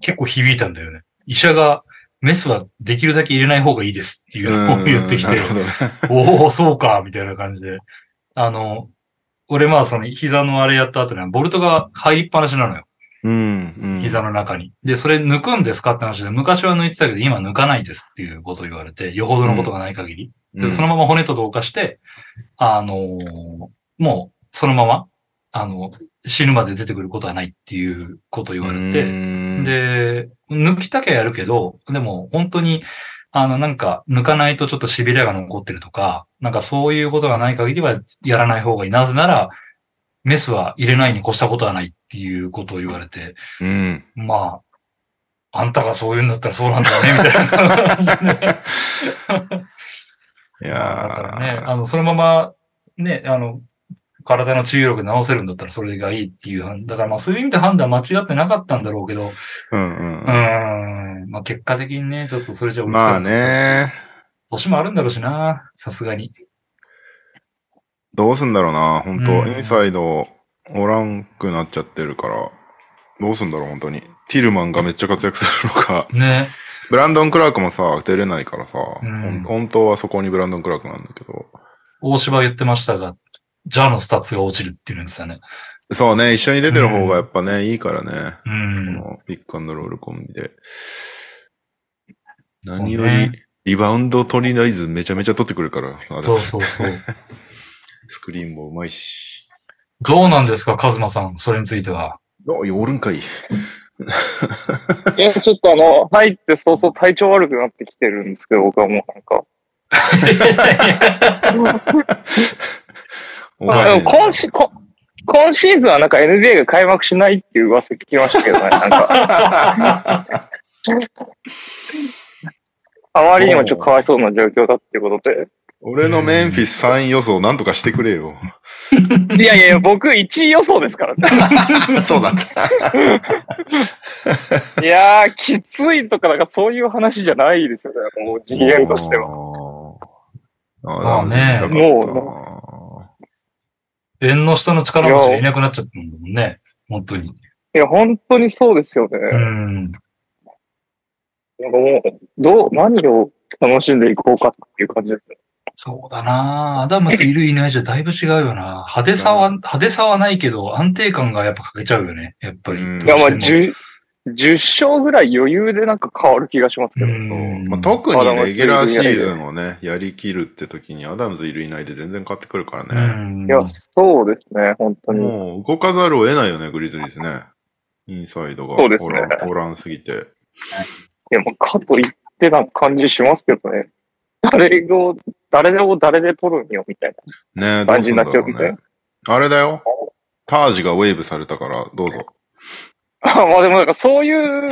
Speaker 2: 結構響いたんだよね。医者が、メスはできるだけ入れない方がいいですっていうのを言ってき
Speaker 1: な
Speaker 2: て
Speaker 1: る、ほどね
Speaker 2: おお、そうか、みたいな感じで。あの、俺まあその膝のあれやった後には、ボルトが入りっぱなしなのよ。
Speaker 1: うん。うん
Speaker 2: 膝の中に。で、それ抜くんですかって話で、昔は抜いてたけど、今抜かないですっていうことを言われて、よほどのことがない限り。
Speaker 1: う
Speaker 2: で
Speaker 1: ん
Speaker 2: そのまま骨と同化して、あのーもう、そのまま、あの、死ぬまで出てくることはないっていうことを言われて、
Speaker 1: うん、
Speaker 2: で、抜きたきゃやるけど、でも本当にあの、なんか、抜かないとちょっと痺れが残ってるとか、なんかそういうことがない限りはやらない方がいい。なぜなら、メスは入れないに越したことはないっていうことを言われて、
Speaker 1: うん。
Speaker 2: まあ、あんたがそう言うんだったらそうなんだよね、みたいな。
Speaker 1: い
Speaker 2: だからね
Speaker 1: や、
Speaker 2: あの、そのまま、ね、あの、体の治癒力治せるんだったらそれがいいっていう、だからまあそういう意味で判断間違ってなかったんだろうけど、う
Speaker 1: ーうんうん。
Speaker 2: ーん、まあ結果的にね、ちょっとそれじゃ追いつかない
Speaker 1: まあ。ね、
Speaker 2: 年もあるんだろうしな、さすがに。
Speaker 1: どうすんだろうな、本当、
Speaker 2: うん
Speaker 1: インサイドおらんくなっちゃってるから、どうすんだろう、本当に。ティルマンがめっちゃ活躍するのか、
Speaker 2: ね。
Speaker 1: ブランドン・クラークもさ、出れないからさ、
Speaker 2: うん
Speaker 1: ほん本当はそこにブランドン・クラークなんだけど。
Speaker 2: 大芝言ってましたが、ジャーのスタッツが落ちるっていうんですよね。
Speaker 1: そうね、一緒に出てる方がやっぱね、いいからね。
Speaker 2: う
Speaker 1: そ
Speaker 2: ん。
Speaker 1: のピックアンドロールコンビで。何よ
Speaker 2: そう
Speaker 1: り
Speaker 2: ね、
Speaker 1: リバウンドとりあえずめちゃめちゃ取ってくるから。あで
Speaker 2: そ
Speaker 1: も
Speaker 2: うそうそう。
Speaker 1: スクリーンもうまいし。
Speaker 2: どうなんですか、カズマさん、それについ ては。
Speaker 1: おい、おるんかい。
Speaker 4: いや、ちょっとあの、入って早々体調悪くなってきてるんですけど、僕はもうなんか。
Speaker 1: お
Speaker 4: まあ、で
Speaker 1: 前
Speaker 4: も、今シこ今シーズンはなんか NBA が開幕しないっていう噂聞きましたけどね、なんか。 あまりにもちょっとかわいそうな状況だっていうことで。
Speaker 1: 俺のメンフィス3位予想なんとかしてくれよ。
Speaker 4: いやいやいや、僕1位予想ですからね。
Speaker 1: そうだった。
Speaker 4: いやー、きついとか、なんかそういう話じゃないですよね、もう GM としては。
Speaker 1: は。
Speaker 2: ま
Speaker 1: あ
Speaker 2: あ
Speaker 1: あ、
Speaker 2: ね
Speaker 1: ね。も
Speaker 2: 縁の下の力持ちがいなくなっちゃったんだもんね。本当に。
Speaker 4: いや、本当にそうですよね。
Speaker 2: うん。
Speaker 4: なんかもう、どう、何を楽しんでいこうかっていう感じですね。
Speaker 2: そうだなアダムスいるいないじゃだいぶ違うよな派手さは、派手さはないけど、安定感がやっぱ欠けちゃうよね。やっぱり。
Speaker 1: うん
Speaker 4: いや、まあ、
Speaker 2: どうしても
Speaker 4: 10、10勝ぐらい余裕でなんか変わる気がしますけど。
Speaker 2: う
Speaker 4: い
Speaker 1: うんんまあ、特にレギュラーシーズンをね、やりきるって時にアダムズいるいないで全然変わってくるからね。
Speaker 2: うん
Speaker 4: や、そうですね、本当に。
Speaker 1: もう動かざるを得ないよね、グリズリーズね。インサイドが。
Speaker 4: そうですね
Speaker 1: おらんおらんすぎて。
Speaker 4: いや、もうかといってな感じしますけどね。誰を、誰を誰で取るんよ、みたい
Speaker 1: ねどうすんだろう
Speaker 4: 感じになっちゃう
Speaker 1: ね。あれだよ。タージがウェーブされたから、どうぞ。
Speaker 4: な。 まあでもなんかそういう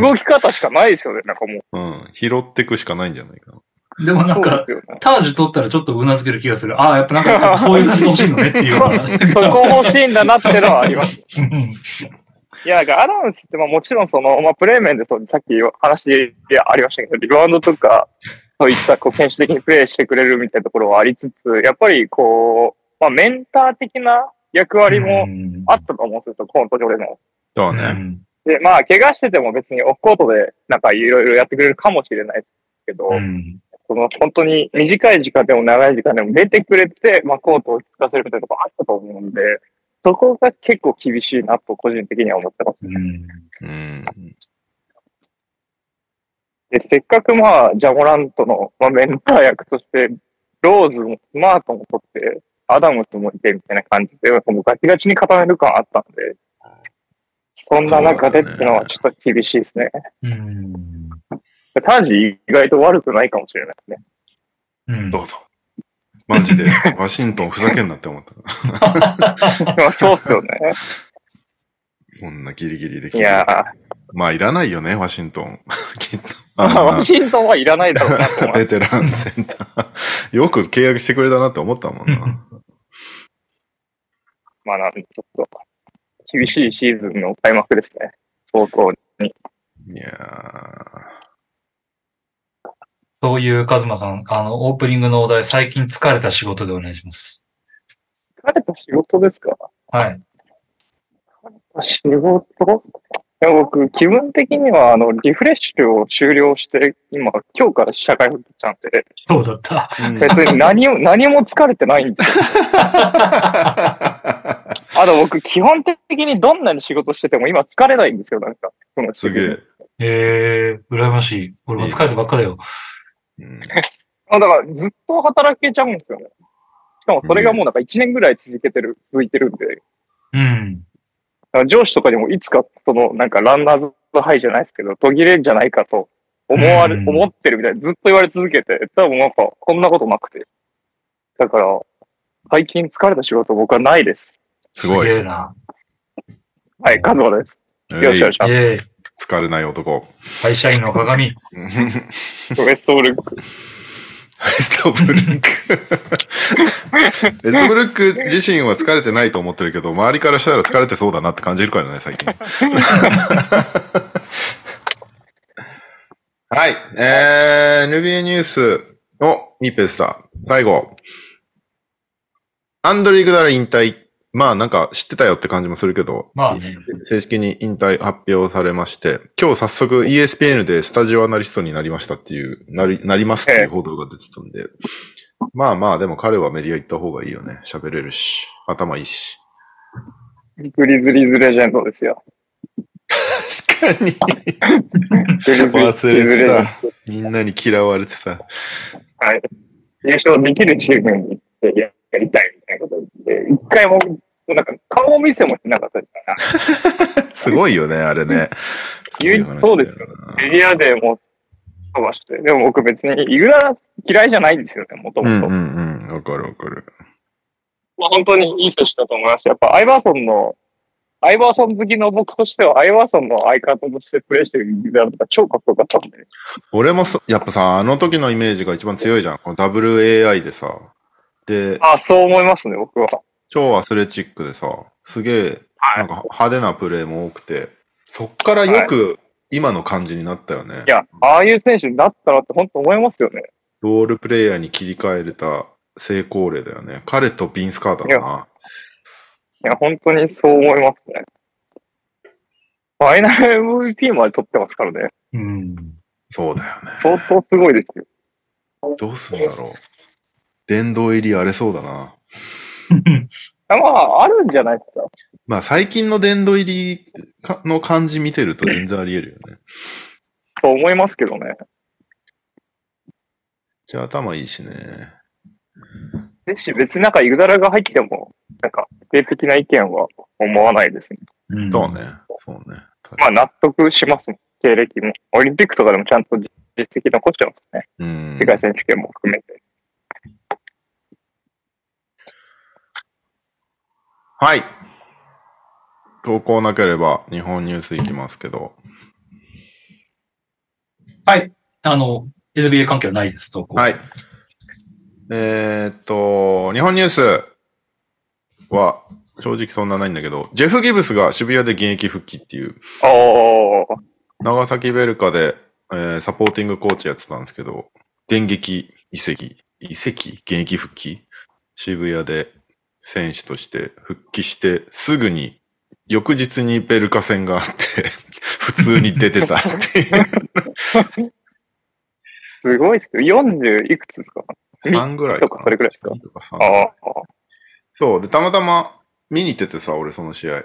Speaker 4: 動き方しかないですよね、なんかもう。
Speaker 1: うん。拾ってくしかないんじゃないかな。
Speaker 2: で もな
Speaker 4: そ
Speaker 2: ん
Speaker 4: うで
Speaker 2: か、
Speaker 4: すよね。
Speaker 2: タージ取ったらちょっとうなずける気がする。ああ、やっぱなんかやっぱそういう感じ欲しいのねっていうのが。
Speaker 4: そこ欲しいんだなってのはあります。
Speaker 2: うん
Speaker 4: いや、なんかアダムスって、まあもちろんその、まあプレー面でそう、さっき話でありましたけど、リバウンドとか、そういった、こう、検視的にプレーしてくれるみたいなところはありつつ、やっぱりこう、まあメンター的な役割も
Speaker 2: うん
Speaker 4: あったと思うんですよ、コント上でも。
Speaker 1: そう
Speaker 2: う
Speaker 1: ね。
Speaker 2: ん
Speaker 4: で、まあ、怪我してても別にオフコートで、なんかいろいろやってくれるかもしれないですけど、
Speaker 2: うん
Speaker 4: その本当に短い時間でも長い時間でも出てくれて、まあ、コートを落ち着かせるみたいなとこあったと思うんで、そこが結構厳しいなと個人的には思ってます。
Speaker 2: うん
Speaker 1: うん。
Speaker 4: で、せっかくまあ、ジャモラントの、まあ、メンター役として、ローズもスマートも取って、アダムスもいてみたいな感じで、もうガチガチに固める感あったんで、そんな中でってのはちょっと厳しいですね。
Speaker 2: うん
Speaker 4: タージ意外と悪くないかもしれないです
Speaker 2: う
Speaker 4: ね。
Speaker 2: ん
Speaker 1: どうぞ。マジで、ワシントンふざけんなって思った。
Speaker 4: まあ、そうっすよね。
Speaker 1: こんなギリギリでき
Speaker 4: い
Speaker 1: る
Speaker 4: やー、
Speaker 1: まあ、いらないよね、ワシントン。 きっと。
Speaker 4: まあ
Speaker 1: あ
Speaker 4: ワシントンはいらないだろうなと
Speaker 1: の
Speaker 4: 思い
Speaker 1: ベテランセンター。 よく契約してくれたなって思った もんな。
Speaker 4: まあ、なんでちょっと、厳しいシーズンの開幕ですね。相当に。
Speaker 1: いや
Speaker 2: そういうカズマさん、あの、オープニングのお題、最近疲れた仕事でお願いします。
Speaker 4: 疲れた仕事ですか
Speaker 2: はい。
Speaker 4: 仕事いや僕、気分的には、あの、リフレッシュを終了して、今、今日から社会復帰したんで、
Speaker 2: そうだった。
Speaker 1: ー。うん
Speaker 4: 別に 何も、何も疲れてないんですよ。あと僕、基本的にどんなに仕事してても今疲れないんですよ、なんか。その
Speaker 1: すげえ。
Speaker 2: ええー、羨ましい。俺も疲れてばっかだよ。
Speaker 1: うん
Speaker 4: あだからずっと働けちゃうんですよね。しかもそれがもうなんか1年ぐらい続けてる、続いてるんで、だ
Speaker 2: うん。
Speaker 4: から上司とかにもいつかそのなんかランナーズハイじゃないですけど、途切れんじゃないかと思われ、
Speaker 5: うん
Speaker 4: 思ってるみたいな、ずっと言われ続けて、多分なんか、こんなことなくて。だから、最近疲れた仕事僕はないです。
Speaker 1: すごい
Speaker 5: すげえな。
Speaker 4: はい、カズマです。よろしくお願いします。
Speaker 5: ええ
Speaker 1: 疲れない男。
Speaker 5: 会社員の鏡。
Speaker 4: ウエストブルック。
Speaker 1: レストブルック。レストブルック自身は疲れてないと思ってるけど、周りからしたら疲れてそうだなって感じるからね、最 近。はい。えー、NBA ニュースのニッペスタ。最後。アンドリー・グダル引退。まあなんか知ってたよって感じもするけど、
Speaker 5: まあね。
Speaker 1: 正式に引退発表されまして、今日早速 ESPN でスタジオアナリストになりましたっていう、なり、なりますっていう報道が出てたんで、まあまあ、でも彼はメディア行った方がいいよね。喋れるし、頭いいし。
Speaker 4: グリズリーズレジェンドですよ。
Speaker 1: 確かに。
Speaker 4: グリズリーズ
Speaker 1: 忘
Speaker 4: レ
Speaker 1: れ
Speaker 4: ジ
Speaker 1: て
Speaker 4: ェン
Speaker 1: た。みんなに嫌われてた。
Speaker 4: ド。はい。優勝できるチームに行ってややりたいみたいなこと言って、一回も、なんか顔見せもしなかったですから、
Speaker 1: すごいよね、あれね。
Speaker 4: 唯一そうですよメディアでも飛ばして。でも僕別に、イグラ嫌いじゃないんですよね、もと
Speaker 1: う
Speaker 4: も
Speaker 1: ん
Speaker 4: と。
Speaker 1: うんうん。わかるわかる。
Speaker 4: まあ本当にいい選手だと思いますしやっぱアイバーソンの、アイバーソン好きの僕としては、アイバーソンの相方としてプレイしてるイグラとか超かっこよかったんで。
Speaker 1: 俺もそやっぱさ、あの時のイメージが一番強いじゃん。この WAI でさ。で、
Speaker 4: あそう思いますね、僕は。
Speaker 1: 超アスレチックでさ、すげえ、
Speaker 4: はい
Speaker 1: なんか派手なプレーも多くて、そっからよく今の感じになったよね。
Speaker 4: いや、ああいう選手になったなって本当思いますよね。
Speaker 1: ロールプレイヤーに切り替えれた成功例だよね。彼とビンスカーターだな。
Speaker 4: いや、本当にそう思いますね。ファイナル MVP まで取ってますからね。
Speaker 5: うん。
Speaker 1: そうだよね。
Speaker 4: 相当すごいですよ。
Speaker 1: どうすんだろう。殿堂入り荒れそうだな。
Speaker 4: まあ、あるんじゃないですか。
Speaker 1: まあ最近の殿堂入りかの感じ見てると全然あり得るよね。
Speaker 4: と思いますけどね。
Speaker 1: じゃあ頭いいしね。
Speaker 4: ですし、別になんかイグダラが入っても、なんか、否定的な意見は思わないですね。
Speaker 5: うん
Speaker 1: そうね。そうね。
Speaker 4: まあ、納得しますもん経歴も。オリンピックとかでもちゃんと実績残してますね。
Speaker 1: うん
Speaker 4: 世界選手権も含めて。
Speaker 1: はい。投稿なければ日本ニュースいきますけど。
Speaker 5: あの、NBA 関係はないです、と。 い。
Speaker 1: はい。えーっと、日本ニュースは正直そんなないんだけど、ジェフ・ギブスが渋谷で現役復帰っていう、
Speaker 4: おー、
Speaker 1: 長崎ベルカで、えーサポーティングコーチやってたんですけど、電撃移籍、移籍現役復帰渋谷で選手として復帰して、すぐに、翌日にベルカ戦があって、 普通に出てたってい う。
Speaker 4: すごいっすよ。40いくつですか
Speaker 1: 3ぐらいか
Speaker 4: そっ
Speaker 1: な。
Speaker 4: かそれぐらいですか
Speaker 1: 2とか3
Speaker 4: ああ、
Speaker 1: そう。で、たまたま見に行っててさ、俺その試合。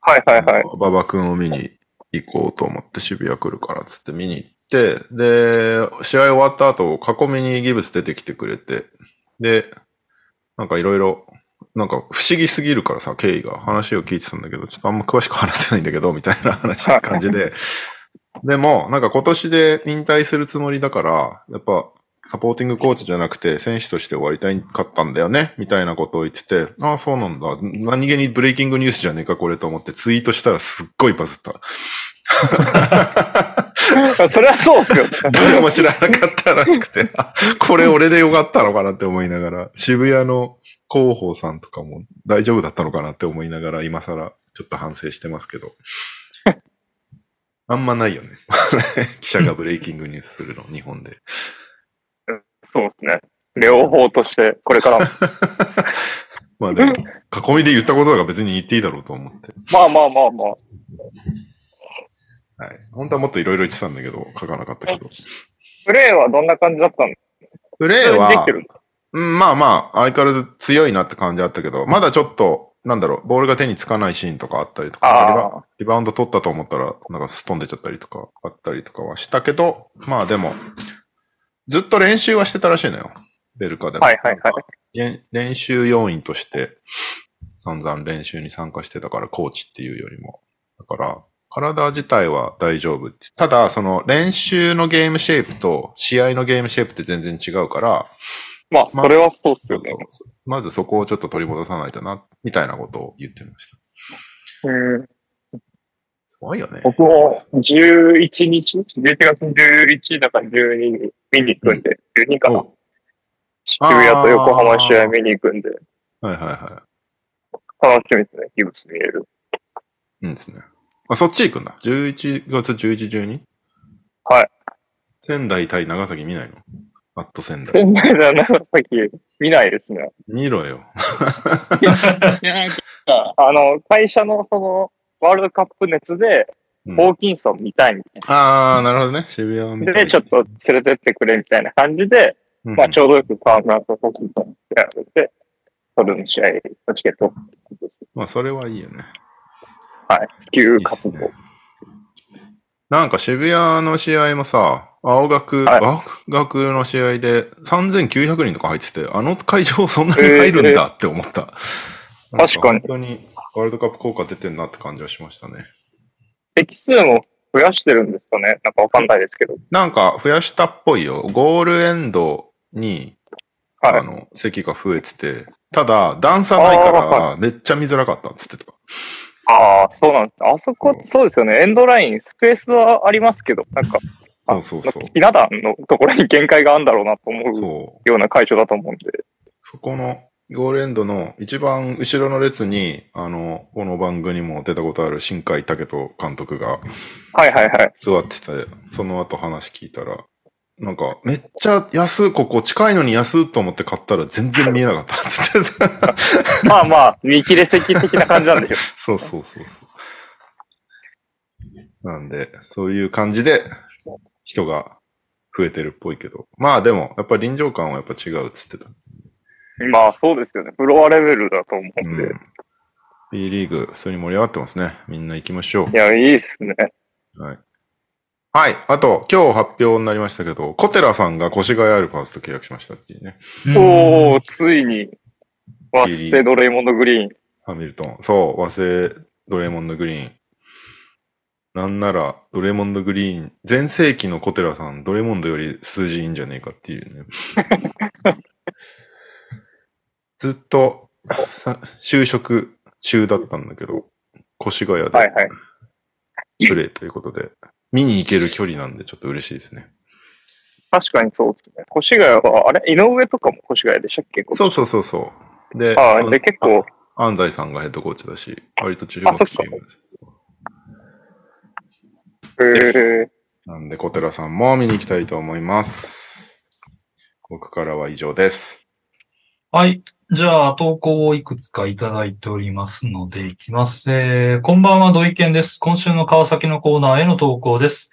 Speaker 4: はいはいはい。
Speaker 1: 馬場君を見に行こうと思って渋谷来るからっつって見に行って、で、試合終わった後、囲みにギブス出てきてくれて、で、なんかいろいろ、なんか不思議すぎるからさ、経緯が話を聞いてたんだけど、ちょっとあんま詳しく話せないんだけど、みたいな話って感じで。でも、なんか今年で引退するつもりだから、やっぱサポーティングコーチじゃなくて選手として終わりたいかったんだよね、みたいなことを言ってて、ああ、そうなんだ。何気にブレイキングニュースじゃねえか、これと思ってツイートしたらすっごいバズった。
Speaker 4: それはそうっすよ。
Speaker 1: 誰も知らなかったらしくて、 あこれ俺でよかったのかなって思いながら、渋谷の広報さんとかも大丈夫だったのかなって思いながら、今更ちょっと反省してますけど。あんまないよね。 記者がブレイキングニュースするの、日本で。
Speaker 4: そうですね。両方として、これから も。
Speaker 1: まあでも、囲みで言ったことだから別に言っていいだろうと思って。
Speaker 4: まあまあまあまあ。
Speaker 1: はい。本当はもっといろいろ言ってたんだけど、書かなかったけど。
Speaker 4: プレーはどんな感じだったんで
Speaker 1: プレー
Speaker 4: すかでき
Speaker 1: は
Speaker 4: て、るんですか
Speaker 1: うんまあまあ、相変わらず強いなって感じあったけど、まだちょっと、なんだろう、ボールが手につかないシーンとかあったりとか、リ
Speaker 4: あ
Speaker 1: バリバウンド取ったと思ったら、なんかすっ飛んでっちゃったりとか、あったりとかはしたけど、まあでも、ずっと練習はしてたらしいのよ。ベルカで
Speaker 4: あ。
Speaker 1: も。
Speaker 4: はいはいはい。
Speaker 1: 練練習要員として散々練習に参加してたからコーチっていうよりも。だから体自体は大丈夫。ただ、その練習のゲームシェイプと試合のゲームシェイプって全然違うから、
Speaker 4: まあ、それはそうっすよね
Speaker 1: そう。そうまずそこをちょっと取り戻さないとな、みたいなことを言ってました。
Speaker 4: うん
Speaker 1: すごいよね。
Speaker 4: 僕も11日 ?11 月11だから12に見に行くんで、12かな
Speaker 1: お
Speaker 4: 渋谷と横浜試合見に行くんで、
Speaker 1: はいはいは
Speaker 4: 楽しみですね、ギブス見える。
Speaker 1: い。うんですね。あ、そっち行くんだ。11月11、12?
Speaker 4: はい。
Speaker 1: 仙台対長崎見ないのアット仙台。
Speaker 4: 仙台だな、さっき見ないですね。
Speaker 1: 見ろよ。
Speaker 4: いや、あの、会社のその、ワールドカップ熱で、
Speaker 1: うん
Speaker 4: ホーキンソン見たいみたい
Speaker 1: あー、なるほどね。渋谷を見
Speaker 4: な。
Speaker 1: たい
Speaker 4: で、ちょっと連れてってくれみたいな感じで、
Speaker 1: うん
Speaker 4: まあ、ちょうどよく河村とホーキンソンやられて、それの試合のチケットを買ったんです。
Speaker 1: まあ、それはいいよね。いいっ
Speaker 4: 急
Speaker 1: す
Speaker 4: 活
Speaker 1: ね
Speaker 4: 動。
Speaker 1: なんか渋谷の試合もさ、青学、
Speaker 4: はい
Speaker 1: 青学の試合で3900人とか入ってて、あの会場そんなに入るんだって思った。なん
Speaker 4: 確か
Speaker 1: 本
Speaker 4: に
Speaker 1: 当にワールドカップ効果出てんなって感じはしましたね。
Speaker 4: 席数も増やしてるんですかねなんかわかんないですけど。
Speaker 1: なんか増やしたっぽいよ。ゴールエンドに、
Speaker 4: はい
Speaker 1: あの、席が増えてて、ただ段差ないか
Speaker 4: あー
Speaker 1: らめっちゃ見づらかったっつってた。
Speaker 4: ああ、そうなんです。あそこ、そうですよね。エンドライン、スペースはありますけど、なんか、あ
Speaker 1: そうそうそう。
Speaker 4: ひな壇のところに限界があるんだろうなと思う
Speaker 1: そう。
Speaker 4: ような会場だと思うんで。
Speaker 1: そこのゴールエンドの一番後ろの列に、あの、この番組にも出たことある新海武人監督が
Speaker 4: はいはいはい。
Speaker 1: 座ってて、その後話聞いたら、なんか、めっちゃ安、ここ近いのに安と思って買ったら全然見えなかったっつって た
Speaker 4: まあまあ、見切れ席的な感じなんでしょ
Speaker 1: そうそうそうそう。なんで、そういう感じで人が増えてるっぽいけど。まあでも、やっぱ臨場感はやっぱ違うっつってた。
Speaker 4: う。まあそうですよね。フロアレベルだと思うんで。
Speaker 1: うん B リーグ、普通に盛り上がってますね。みんな行きましょう
Speaker 4: い。や、いいっすね。
Speaker 1: はい。はい。あと、今日発表になりましたけど、小寺さんが越谷アルファーズと契約しましたっていうね。
Speaker 4: おー、ついに、ワッセドレイモンド・グリーン。
Speaker 1: ハミルトン。そう、和製ドレーモンド・グリーン。なんなら、ドレーモンド・グリーン、全盛期の小寺さん、ドレーモンドより数字いいんじゃねえかっていうね。 ずっとさ就職中だったんだけど、越谷で
Speaker 4: はいはい。
Speaker 1: プレイということで、見に行ける距離なんでちょっと嬉しいですね。
Speaker 4: 確かにそうですね。越谷は、あれ井上とかも越谷でしたっけ
Speaker 1: そうそうそうそう。で、
Speaker 4: あ
Speaker 1: の
Speaker 4: あ、で、結構、
Speaker 1: 安西さんがヘッドコーチだし、割と注目チームです。
Speaker 4: えー、
Speaker 1: なんで、小寺さんも見に行きたいと思います。僕からは以上です。
Speaker 2: はい。じゃあ、投稿をいくつかいただいておりますので、いきます。えーこんばんは、土井健です。今週の川崎のコーナーへの投稿です。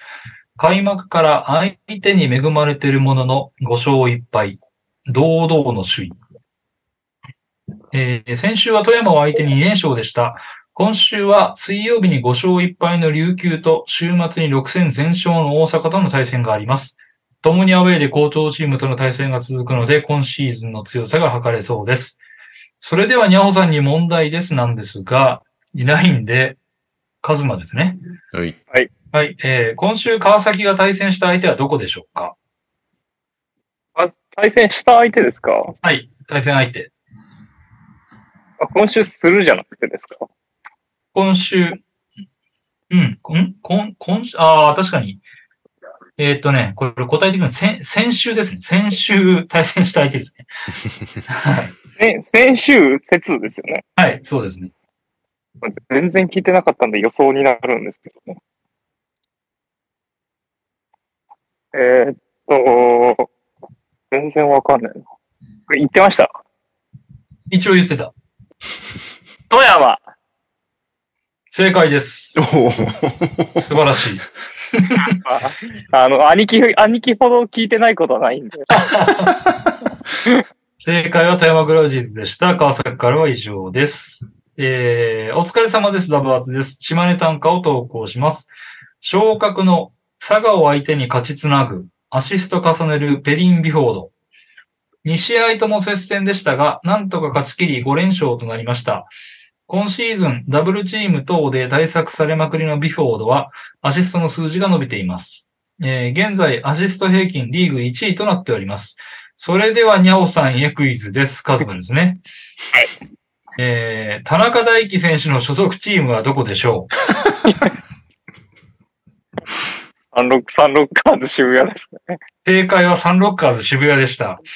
Speaker 2: 開幕から相手に恵まれているものの5勝1敗、堂々の首位。えー先週は富山を相手に2連勝でした。今週は水曜日に5勝1敗の琉球と週末に6戦全勝の大阪との対戦があります。共にアウェイで好調チームとの対戦が続くので、今シーズンの強さが測れそうです。それでは、にゃほさんに問題ですなんですが、いないんで、カズマですね。
Speaker 1: はい。
Speaker 2: はい、えー、今週川崎が対戦した相手はどこでしょうか
Speaker 4: 対戦した相手ですか
Speaker 2: はい、対戦相手。
Speaker 4: あ今週するじゃなくてですか
Speaker 2: 今週、うん、こん、こん、今週、ああ、確かに。えーっとね、これ答え的には先、先週ですね。先週対戦した相手ですね。はい、
Speaker 4: え、先週、節ですよね。
Speaker 2: はい、そうですね。
Speaker 4: まあ全然聞いてなかったんで予想になるんですけどね。えーっと、全然わかんないな。言ってました。
Speaker 2: 一応言ってた。
Speaker 4: 富山。
Speaker 2: 正解です。
Speaker 1: おー
Speaker 2: 素晴らしい。
Speaker 4: ああの、兄貴、兄貴ほど聞いてないことはないんで。
Speaker 2: 正解は富山グラウジーズでした。川崎からは以上です。えー、お疲れ様です。ダブアツです。島根短歌を投稿します。昇格の佐賀を相手に勝ちつなぐ、アシスト重ねるペリン・ビフォード。2試合とも接戦でしたが、なんとか勝ち切り5連勝となりました。今シーズン、ダブルチーム等で対策されまくりのビフォードは、アシストの数字が伸びています。えー現在、アシスト平均リーグ1位となっております。それでは、にゃおさんへクイズです。カズマですね。えー、田中大輝選手の所属チームはどこでしょう
Speaker 4: サンロック、サンロッカーズ渋谷ですね。
Speaker 2: 正解はサンロッカーズ渋谷でした。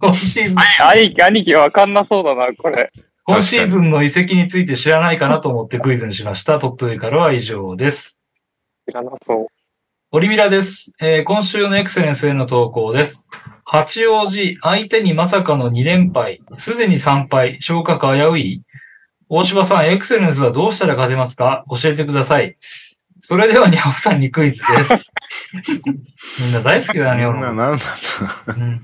Speaker 2: 今シーズン、
Speaker 4: 兄貴、兄貴わかんなそうだな、これ。
Speaker 2: 今シーズンの移籍について知らないかなと思ってクイズにしました。鳥取からは以上です。
Speaker 4: 知らなそう。
Speaker 2: オリミラです、えー今週のエクセレンスへの投稿です。八王子、相手にまさかの2連敗、すでに3敗、昇格危うい大柴さん、エクセレンスはどうしたら勝てますか教えてください。それでは、にゃおさんにクイズ です。みんな大好きだね、
Speaker 1: み
Speaker 2: 俺
Speaker 1: んな、なんなんだ。
Speaker 2: うん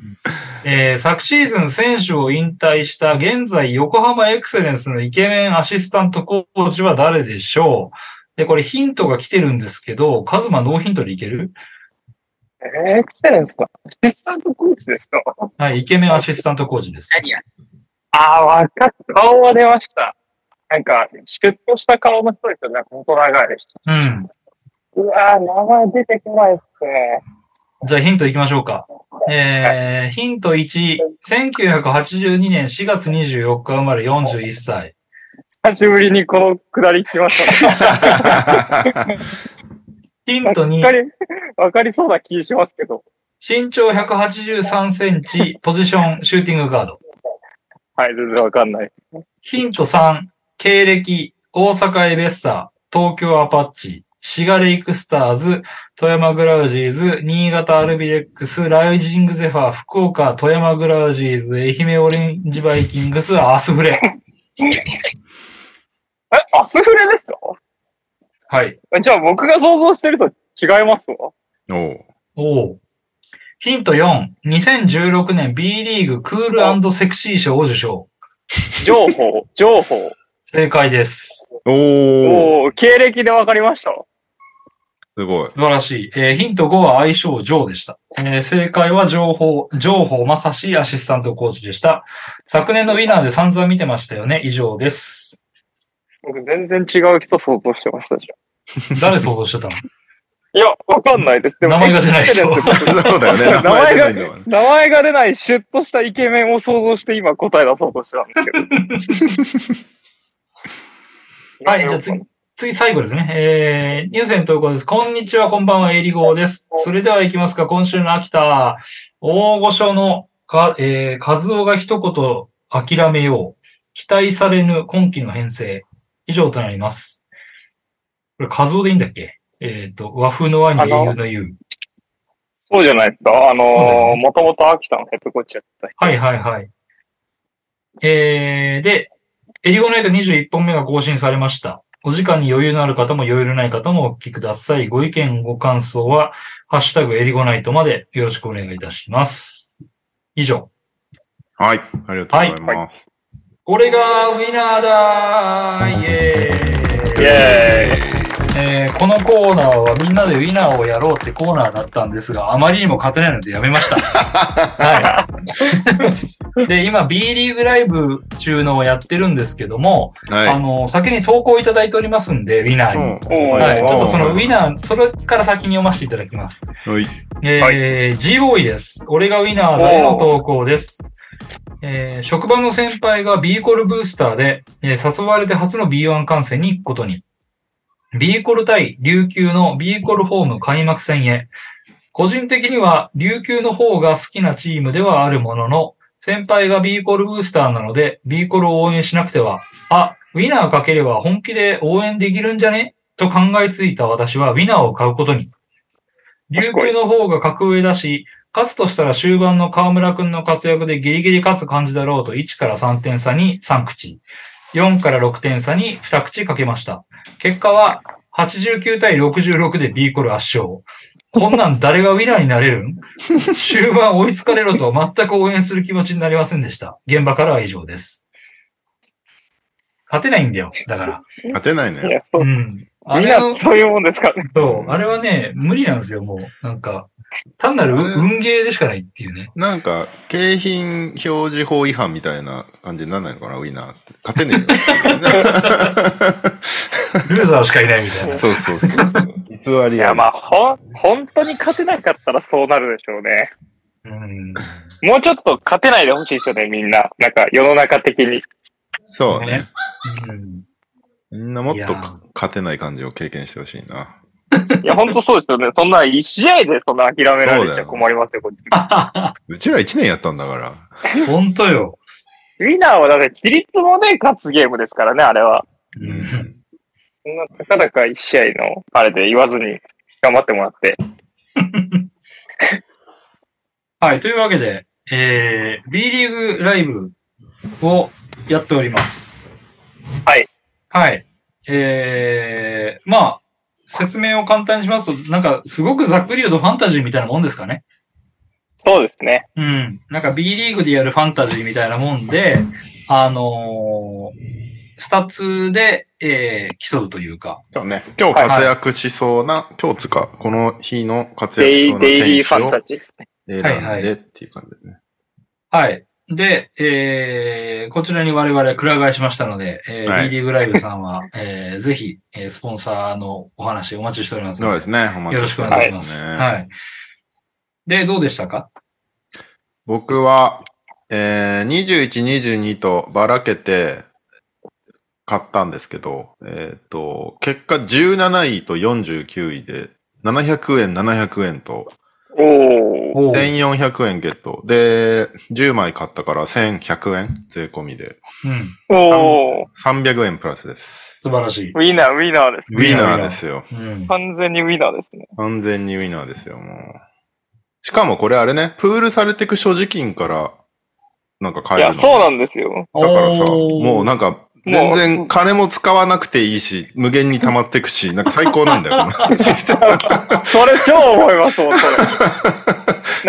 Speaker 2: えー昨シーズン選手を引退した現在横浜エクセレンスのイケメンアシスタントコーチは誰でしょうで、これヒントが来てるんですけど、カズマノーヒントでいける
Speaker 4: えー、エクセレンスのアシスタントコーチですか
Speaker 2: はい、イケメンアシスタントコーチです。
Speaker 4: 何やああ、わかった。顔は出ました。なんか、シュッとした顔の人ですよね。本当長い。
Speaker 2: うん。
Speaker 4: うわー名前出てこないっすね。
Speaker 2: じゃあヒントいきましょうか。えー、ヒント1、1982年4月24日生まれ41歳。
Speaker 4: 久しぶりにこの下り来ましたね。
Speaker 2: ヒント
Speaker 4: わ
Speaker 2: 2
Speaker 4: か、り、わかりそうな気しますけど。
Speaker 2: 身長183センチ、ポジション、シューティングガード。
Speaker 4: はい、全然わかんない。
Speaker 2: ヒント3、経歴、大阪エベッサー、東京アパッチ、シガレイクスターズ、富山グラウジーズ、新潟アルビレックス、ライジングゼファー、福岡、富山グラウジーズ、愛媛オレンジバイキングス、アースフレ。
Speaker 4: え、アスフレですか
Speaker 2: はい。
Speaker 4: じゃあ僕が想像してると違いますわ。
Speaker 1: おう
Speaker 2: おうヒント4、2016年 B リーグクールセクシー賞を受賞。
Speaker 4: 情報、情報。
Speaker 2: 正解です。
Speaker 1: おお
Speaker 4: おお経歴でわかりました。
Speaker 1: すごい。
Speaker 2: 素晴らしい。えーヒント5は相性上でした。えー正解は情報、情報まさしアシスタントコーチでした。昨年のウィナーで散々見てましたよね。以上です。
Speaker 4: 僕全然違う人想像してましたじ
Speaker 2: 誰想像してたの
Speaker 4: ゃん。いや、わかんないです。で
Speaker 2: 名前が出ないでしょ
Speaker 4: エクセレンス
Speaker 1: そうだよね。名
Speaker 4: 名
Speaker 1: 前
Speaker 4: 前
Speaker 1: 出
Speaker 4: が
Speaker 1: ないんだもんね。
Speaker 4: 名前が出ないシュッとしたイケメンを想像して今答え出そうとしてたんですけど。
Speaker 2: はい、じゃあ次、次最後ですね。えー、ニューセン投稿です。こんにちは、こんばんは、エリゴーです。それでは行きますか。今週の秋田、大御所のか、えー、カズオが一言諦めよう。期待されぬ今期の編成。以上となります。これ、カズオでいいんだっけえっ、と、和風の和に英雄の優。
Speaker 4: そうじゃないですか。あ
Speaker 2: そうだ
Speaker 4: の
Speaker 2: よ
Speaker 4: ー、もともと秋田のヘッドコーチやってた人。
Speaker 2: はいはいはい。えー、で、エリゴナイト21本目が更新されました。お時間に余裕のある方も余裕のない方もお聞きください。ご意見、ご感想は、ハッシュタグエリゴナイトまでよろしくお願いいたします。以上。
Speaker 1: はい。ありがとうございます。
Speaker 2: これがウィナーだーイエーイ
Speaker 4: イエーイ。
Speaker 2: えーこのコーナーはみんなでウィナーをやろうってコーナーだったんですが、あまりにも勝てないのでやめま した。はい。で、今 B リーグライブ中のをやってるんですけども、あ
Speaker 1: は
Speaker 2: の、先に投稿いただいておりますんで、ウィナ
Speaker 1: い。
Speaker 2: ーに。
Speaker 1: うん
Speaker 4: おー
Speaker 2: はい。ちょっとそのウ
Speaker 1: は
Speaker 2: ィ
Speaker 1: い
Speaker 2: ナー、それから先に読ませていただきます。
Speaker 1: はい。
Speaker 2: えー
Speaker 4: は
Speaker 2: G ボーイです。俺がウィナーだよの投稿です。えー職場の先輩が B コルブースターで、えー誘われて初の B1 観戦に行くことに。B コル対琉球の B コルホーム開幕戦へ。個人的には琉球の方が好きなチームではあるものの、先輩が B コルブースターなので B コルを応援しなくては、あ、ウィナーかければ本気で応援できるんじゃねと考えついた私はウィナーを買うことに。琉球の方が格上だし、勝つとしたら終盤の河村くんの活躍でギリギリ勝つ感じだろうと1から3点差に3口、4から6点差に2口かけました。結果は89対66で B コル圧勝。こんなん誰がウィナーになれるん終盤追いつかれろと全く応援する気持ちになりませんでした。現場からは以上です。勝てないんだよ。だから。
Speaker 1: 当てない
Speaker 4: い
Speaker 1: ね。
Speaker 4: や、そうう。
Speaker 2: ん。あ
Speaker 4: みん
Speaker 2: れは
Speaker 4: なそういうもんですからね。
Speaker 2: そう、あれはね、無理なんですよ、もう。なんか、単なる
Speaker 1: あれ
Speaker 2: 運ゲーでしかないっていうね。
Speaker 1: なんか、景品表示法違反みたいな感じにならないのかな、ウィナーって。勝てね
Speaker 2: ルーザーしかいないみた
Speaker 1: え
Speaker 2: いな
Speaker 1: よ。。そうそうそうそう。偽
Speaker 4: い
Speaker 1: りあ
Speaker 4: や、
Speaker 1: り
Speaker 4: まあ、ほん、本当に勝てなかったらそうなるでしょうね。
Speaker 2: うん。
Speaker 4: もうちょっと勝てないでほしいですよね、みんな。なんか、世の中的に。
Speaker 1: そうね。
Speaker 2: うん
Speaker 1: みんなもっ
Speaker 2: いや
Speaker 1: とか勝てない感じを経験してほしいな。
Speaker 4: いや、本当そうですよね。そんな、一試合でそんな諦められちゃ困りますよ、こっち。
Speaker 1: うちら1年やったんだから。
Speaker 2: 本当よ。
Speaker 4: ウィナーはだって、規律もね、勝つゲームですからね、あれは。
Speaker 2: うん
Speaker 4: そんな、たかだか一試合の、あれで言わずに、頑張ってもらって。
Speaker 2: はい、というわけで、えー、B リーグライブをやっております。
Speaker 4: はい。
Speaker 2: はい。えー、まあ、説明を簡単にしますと、なんか、すごくざっくり言うとファンタジーみたいなもんですかね。
Speaker 4: そうですね。
Speaker 2: うん。なんか B リーグでやるファンタジーみたいなもんで、あのースタッツで、えー競うというか。
Speaker 1: そうね。今日活躍しそうな、今日つか、この日の活躍
Speaker 4: デ
Speaker 1: し
Speaker 4: イ
Speaker 1: そう
Speaker 4: デイリーフ
Speaker 1: な
Speaker 4: ァンタ
Speaker 1: 選
Speaker 4: ジーですね。
Speaker 1: 手を
Speaker 2: は
Speaker 1: 選ん
Speaker 2: いは
Speaker 1: で
Speaker 2: い
Speaker 1: っていう感じでね。
Speaker 2: はい。で、えー、こちらに我々くら替えしましたので、えー
Speaker 1: はい
Speaker 2: B リーグライブさんは、 えー、ぜひ、えースポンサーのお話お待ちしておりますの
Speaker 1: そう
Speaker 2: で。
Speaker 1: ですね。お待
Speaker 2: よろ
Speaker 1: ち
Speaker 2: し
Speaker 1: して
Speaker 2: くお
Speaker 1: ま
Speaker 2: 願い
Speaker 1: す
Speaker 2: します。
Speaker 1: ね。
Speaker 2: はい。で、どうでしたか
Speaker 1: 僕は、えー、21、22とばらけて買ったんですけど、えっ、と、結果17位と49位で、700円、700円と、
Speaker 4: おー。
Speaker 2: おー
Speaker 1: 1400円ゲット。で、10枚買ったから1100円税込みで。
Speaker 2: うん。
Speaker 4: おー。
Speaker 1: 300円プラスです。
Speaker 2: 素晴らしい。
Speaker 4: ウィナー、ウィナーです。
Speaker 1: ウィナーですよ。
Speaker 2: うん。
Speaker 4: 完全にウィナーですね。
Speaker 1: 完全にウィナーですよ、もう。しかもこれあれね、プールされてく所持金から、なんか買
Speaker 4: い
Speaker 1: えるの。
Speaker 4: や、そうなんですよ。
Speaker 1: だからさ、
Speaker 2: おー
Speaker 1: もうなんか、全然金も使わなくていいし、無限に溜まってくし、なんか最高なんだよ、こ のシステム。
Speaker 4: それ超思いますもん、そ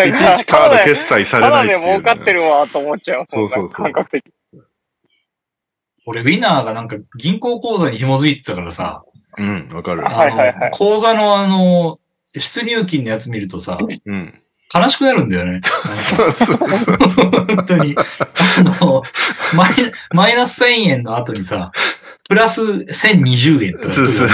Speaker 4: れ。
Speaker 1: いちいちカード決済され
Speaker 4: た
Speaker 1: な
Speaker 4: だ
Speaker 1: いってい
Speaker 4: で
Speaker 1: う、
Speaker 4: 儲かってるわと思っちゃう。
Speaker 1: そうそうそう
Speaker 4: なんか感覚的。
Speaker 2: 俺、ウィナーがなんか銀行口座に紐づいてたからさ、
Speaker 1: うん、わかる。
Speaker 2: あの、
Speaker 4: はいはいはい
Speaker 2: 口座のあの、出入金のやつ見るとさ、
Speaker 1: うん。
Speaker 2: 悲しくなるんだ よね。
Speaker 1: そうそうそう。
Speaker 2: 本当に。あの、マイマイナス1000円の後にさ、プラス1020円とか
Speaker 1: そうそ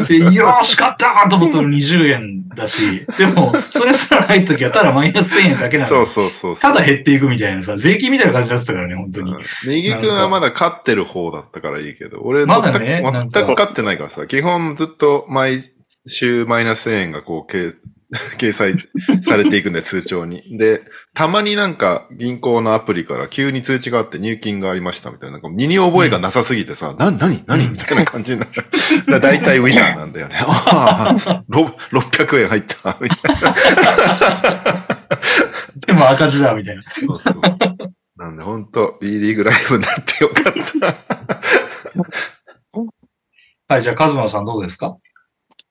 Speaker 1: う
Speaker 2: で、よーし、買ったーと思ったら20円だし、でも、それすらない時はただマイナス1000円だけな
Speaker 1: そ
Speaker 2: の
Speaker 1: う。そう そうそ
Speaker 2: た
Speaker 1: う。
Speaker 2: だ減っていくみたいなさ、税金みたいな感じになってたからね、本当に。
Speaker 1: 右くんはまだ勝ってる方だったからいいけど、俺
Speaker 2: まだね
Speaker 1: 全く
Speaker 2: な
Speaker 1: 全
Speaker 2: ん
Speaker 1: く
Speaker 2: か
Speaker 1: 勝ってないからさ、基本ずっと毎週マイナス1000円がこう、け 掲載されていくんだよ、通帳に。で、たまになんか銀行のアプリから急に通知があって入金がありましたみたいな、なんか身に覚えがなさすぎてさ、な、なに、なにみたいな感じになる。だ大体ウィナーなんだよね。ああ、ろ600円入った、みたいな。
Speaker 2: でも赤字だ、みたいな。
Speaker 1: そうそうそうなんで、ほんと、B リーグライブになってよかった。
Speaker 2: はい、じゃあ、カズマさんどうですか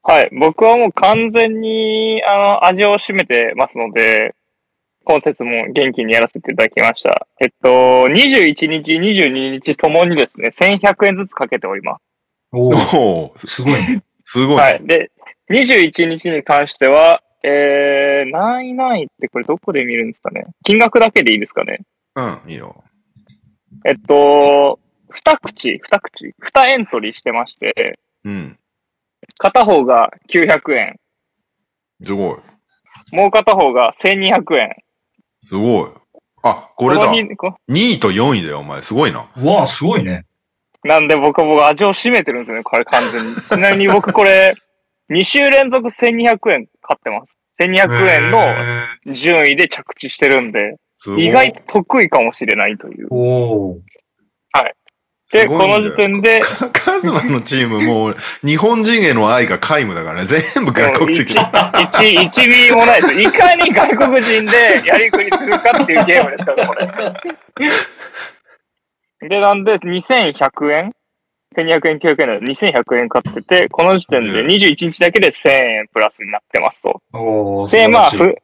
Speaker 4: はい。僕はもう完全に、あの、味を占めてますので、今節も元気にやらせていただきました。えっと、21日、22日ともにですね、1100円ずつかけております。
Speaker 2: おー
Speaker 1: おー
Speaker 2: すごいね。
Speaker 1: すごい。
Speaker 4: はい。で、21日に関しては、えー、何位何位ってこれどこで見るんですかね金額だけでいいですかね
Speaker 1: うん、いいよ。
Speaker 4: えっと、二口、二口、二エントリーしてまして、
Speaker 1: うん。
Speaker 4: 片方が900円、
Speaker 1: すごい。
Speaker 4: もう片方が1200円。
Speaker 1: すごい。あ、これだ。
Speaker 4: こ
Speaker 1: 2
Speaker 4: にこ
Speaker 1: 位と4位だよ、お前。すごいな。
Speaker 2: うわあ、すごいね。
Speaker 4: なんで僕は僕味を占めてるんですよね、これ完全に。ちなみに僕 これ、2週連続1200円買ってます。1200円の
Speaker 2: へ
Speaker 4: 順位で着地してるんで、
Speaker 1: すごい。
Speaker 4: 意外と得意かもしれないという
Speaker 2: ー。おー
Speaker 4: で、
Speaker 1: す
Speaker 4: こ
Speaker 1: ごいんだよ
Speaker 4: の時点で、
Speaker 1: カカズマのチーム、もう、日本人への愛が皆無だからね。全部外国籍だ。
Speaker 4: 1、一ミリもないです。いかに外国人でやりくりするかっていうゲームですか ら、これ。で、なんで、2100円 ?1200 円、900円なので2100円買ってて、この時点で21日だけで1000円プラスになってますと。
Speaker 2: おー素
Speaker 4: で、
Speaker 2: 晴
Speaker 4: ま
Speaker 2: ら
Speaker 4: あ、
Speaker 2: しい
Speaker 4: ふ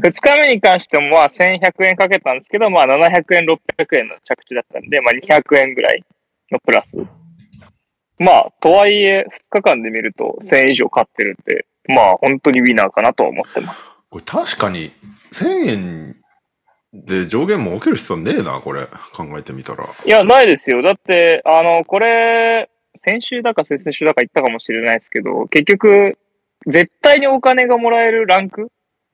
Speaker 4: 2日目に関しても、まあ、1100円かけたんですけど、まあ、700円、600円の着地だったんで、まあ、200円ぐらいのプラス。まあ、とはいえ、2日間で見ると1000円以上買ってるんで、まあ、本当にウィナーかなとは思ってます。
Speaker 1: これ確かに1000円で上限設ける必要ねえな、これ。考えてみたら。
Speaker 4: いや、ないですよ。だって、あの、これ、先週だか先々週だか言ったかもしれないですけど、結局、絶対にお金がもらえるランク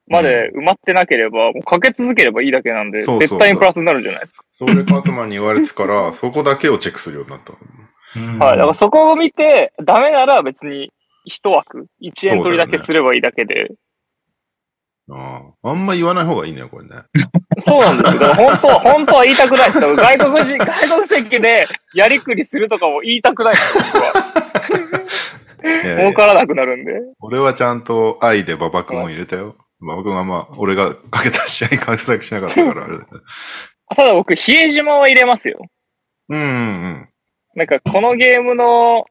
Speaker 4: まで埋まってなければ、もうかけ続ければいいだけなんで、
Speaker 1: そうそう
Speaker 4: 絶対にプラスになるじゃないですか。
Speaker 1: それカートマンに言われてから、そこだけをチェックするようになった。
Speaker 2: うん
Speaker 4: はい。だからそこを見て、ダメなら別に一枠、一円取りだけすればいいだけで。
Speaker 1: あああんま言わない方がいいね、これね。
Speaker 4: そうなんですよ。だから本当は、本当は言いたくないです。だから外国人、 外国籍でやりくりするとかも言いたくないです。僕は儲からなくなるんで。
Speaker 1: 俺はちゃんと愛で馬場君を入れたよ。馬場君はまあ、俺がかけた試合観察しなかったから、あれだけど
Speaker 4: ただ僕、比江島は入れますよ。
Speaker 1: うんうんうん。
Speaker 4: なんかこのゲームの、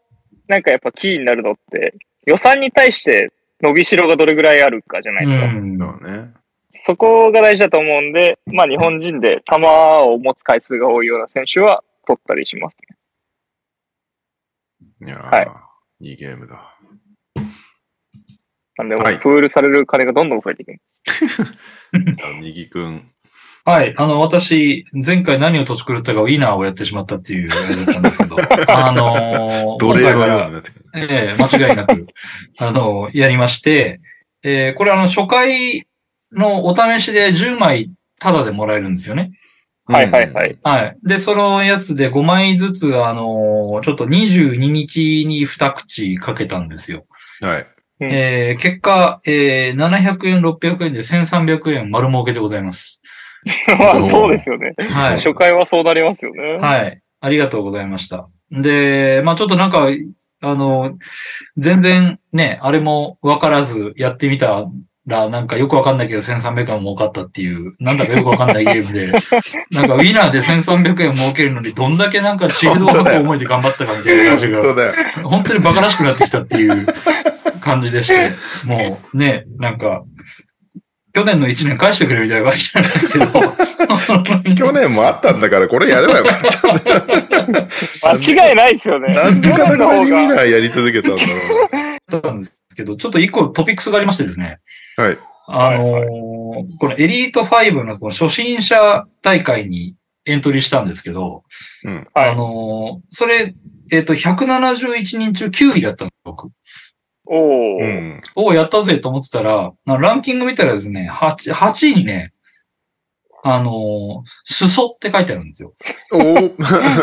Speaker 4: なんかやっぱキーになるのって、予算に対して伸びしろがどれぐらいあるかじゃないですか。
Speaker 2: うん
Speaker 1: だからね。
Speaker 4: そこが大事だと思うんで、まあ日本人で球を持つ回数が多いような選手は取ったりします。
Speaker 1: いやー、
Speaker 4: はい
Speaker 1: い、いゲームだ。
Speaker 4: なんで、もう
Speaker 1: はい
Speaker 4: プールされる金がどんどん増えていく。
Speaker 1: じゃあ右君。
Speaker 2: はい。あの、私、前回何をとち狂ったか、ウィナーをやってしまったっていうあれだったんですけど、あのー
Speaker 1: 奴
Speaker 2: 今
Speaker 1: 隷
Speaker 2: 回
Speaker 1: のよう
Speaker 2: は
Speaker 1: に、なってくる。
Speaker 2: ええ間違いなく、あのやりまして、えーこれあの、初回のお試しで10枚タダでもらえるんですよね。
Speaker 4: はいはいはい。
Speaker 2: はい。で、そのやつで5枚ずつ、あのーちょっと22日に2口かけたんですよ。
Speaker 1: うん。はい。
Speaker 4: うん
Speaker 2: えー結果、えー700円、600円で1300円丸儲けでございます。
Speaker 4: まあそうですよね。
Speaker 2: はい。
Speaker 4: 初回はそうなりますよね。
Speaker 2: はい。ありがとうございました。で、まあちょっとなんか、あの、全然ね、あれもわからずやってみたら、なんかよくわかんないけど1300円儲かったっていう、なんだかよくわかんないゲーム で、なんかウィナーで1300円儲けるのにどんだけなんか血の
Speaker 1: 本当だ
Speaker 2: く
Speaker 1: よ
Speaker 2: 思いで頑張ったかみたいな感じ
Speaker 1: 本当
Speaker 2: が、
Speaker 1: だよ。
Speaker 2: 本当に馬鹿らしくなってきたっていう感じでして、もうね、なんか、去年の1年返してくれみたいな感じなんですけど、
Speaker 1: 去年もあったんだから、これやればよかった。
Speaker 4: 間違いないですよね。
Speaker 1: なんでかだ
Speaker 4: 去年の
Speaker 1: か
Speaker 4: 方
Speaker 1: に
Speaker 4: が
Speaker 1: 未来やり続けたんだろう
Speaker 2: だったんですけど、ちょっと一個トピックスがありましてですね。
Speaker 1: はい。
Speaker 2: あのーこのエリート5のこの初心者大会にエントリーしたんですけど、
Speaker 1: うん
Speaker 4: はい
Speaker 2: あのーそれ、えっ、と、171人中9位だったの、僕。
Speaker 4: お
Speaker 1: な。う
Speaker 4: ー
Speaker 1: ん。
Speaker 2: おーやったぜと思ってたら、なランキング見たらですね、8, 8位にね、あのー、裾って書いてあるんですよ。
Speaker 1: お お。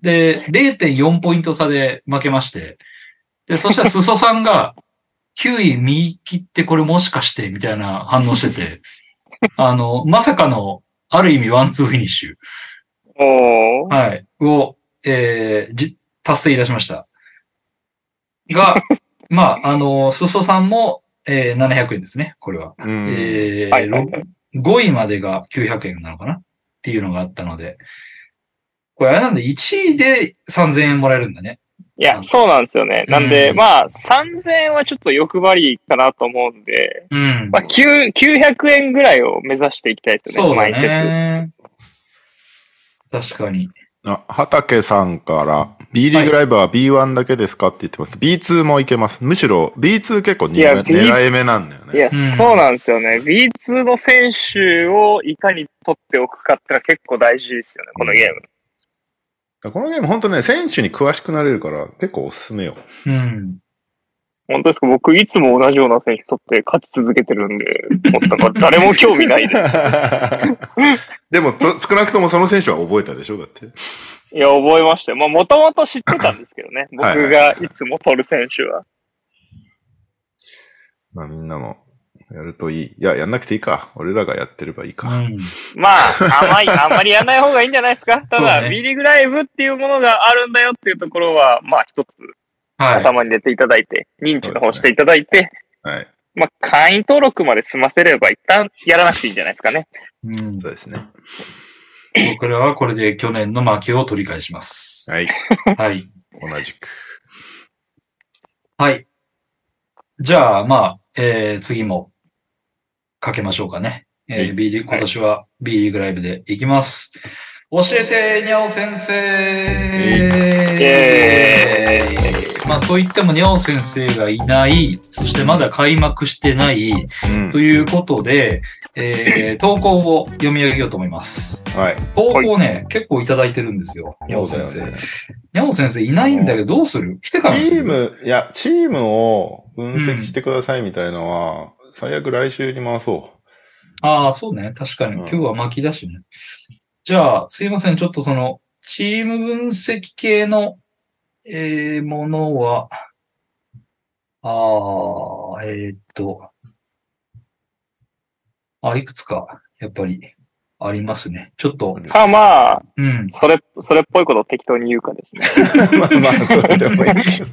Speaker 2: で、0.4ポイント差で負けまして、で、そしたら裾さんが、9位右利きってこれもしかして、みたいな反応してて、あの、まさかの、ある意味ワンツーフィニッシュ、
Speaker 4: おー
Speaker 2: はい、を、えーじ、達成いたしました。が、まあ、あの、裾さんも、えー700円ですね、これは。
Speaker 1: うん。
Speaker 2: えー
Speaker 4: はいはい
Speaker 2: 5位までが900円なのかなっていうのがあったので。これあれなんで、1位で3000円もらえるんだね。
Speaker 4: いや、そうなんですよね。なんで、
Speaker 2: うん
Speaker 4: まあ、3000円はちょっと欲張りかなと思うんで、
Speaker 2: うん
Speaker 4: ま。あ、9 900円ぐらいを目指していきたいですよ
Speaker 2: そうだ
Speaker 4: ね、毎節。
Speaker 2: ね。確かに。
Speaker 1: あ、畑さんから、B リーグライブは B1 だけですかって言ってます。B2 もいけます。むしろ B2 結構に
Speaker 4: いや B
Speaker 1: 狙い目なんだよ
Speaker 4: い
Speaker 1: ね。
Speaker 4: や、
Speaker 2: ん
Speaker 4: そうなんですよね。B2 の選手をいかに取っておくかってのは結構大事ですよね、このゲーム。
Speaker 1: このゲーム本当ね、選手に詳しくなれるから結構おすすめよ。
Speaker 2: うん。
Speaker 4: 本当ですか僕、いつも同じような選手取って勝ち続けてるんで、もうなんか誰も興 味ないです。
Speaker 1: でも、と少なくともその選手は覚えたでしょだって。
Speaker 4: いや、覚えましたよ。まあ、もともと知ってたんですけどね。
Speaker 1: はい
Speaker 4: 僕がいつも取る選手は。
Speaker 1: まあみんなもやるといい。いや、やんなくていいか。俺らがやってればいいか。
Speaker 2: うん。
Speaker 4: まあ、甘い、あんまりやらない方がいいんじゃないですか。た
Speaker 2: そう
Speaker 4: だ、
Speaker 2: ね
Speaker 4: B リーグライブっていうものがあるんだよっていうところは、まあ、一つ
Speaker 2: は
Speaker 4: 頭に入れていただいて、認知の方していただいて、
Speaker 1: はい。
Speaker 4: まあ、会員登録まで済ませれば一旦やらなくていいんじゃないですかね。
Speaker 2: い。うん。
Speaker 1: そうですね。
Speaker 2: 僕らはこれで去年の負けを取り返し ます。
Speaker 1: はい。
Speaker 2: はい。
Speaker 1: 同じく。
Speaker 2: はい。じゃあ、まあ、えー、次もかけましょうかね。え
Speaker 1: は
Speaker 2: ー、B リーグ、今年は B リーグライブでいきます。教えて、にゃお先生
Speaker 1: イ
Speaker 4: イエーイ
Speaker 2: まあ、といっても、にゃお先生がいない、そしてまだ開幕してない、
Speaker 1: うん
Speaker 2: ということで、 えー、投稿を読み上げようと思います。
Speaker 1: はい。
Speaker 2: 投稿ね、結構いただいてるんですよ。にゃお先
Speaker 1: そうだ
Speaker 2: 生
Speaker 1: よ。ね
Speaker 2: にゃお先生いないんだけど、どうする来てからにす
Speaker 1: チー
Speaker 2: る
Speaker 1: ム、いや、チームを分析してくださいみたいのは、最悪来週に回そ
Speaker 2: ああ、そうね。確かに。
Speaker 1: うん
Speaker 2: 今日は巻きだしね。じゃあ、すいません。ちょっとその、チーム分析系の、えー、ものは、ああ、えーっと、あ、いくつか、やっぱり、ありますね。ちょっと、
Speaker 4: か、まあ、
Speaker 2: うん。
Speaker 4: それ、それっぽいことを適当に言うかですね。
Speaker 1: う。 まあまあ、それでもいいけど。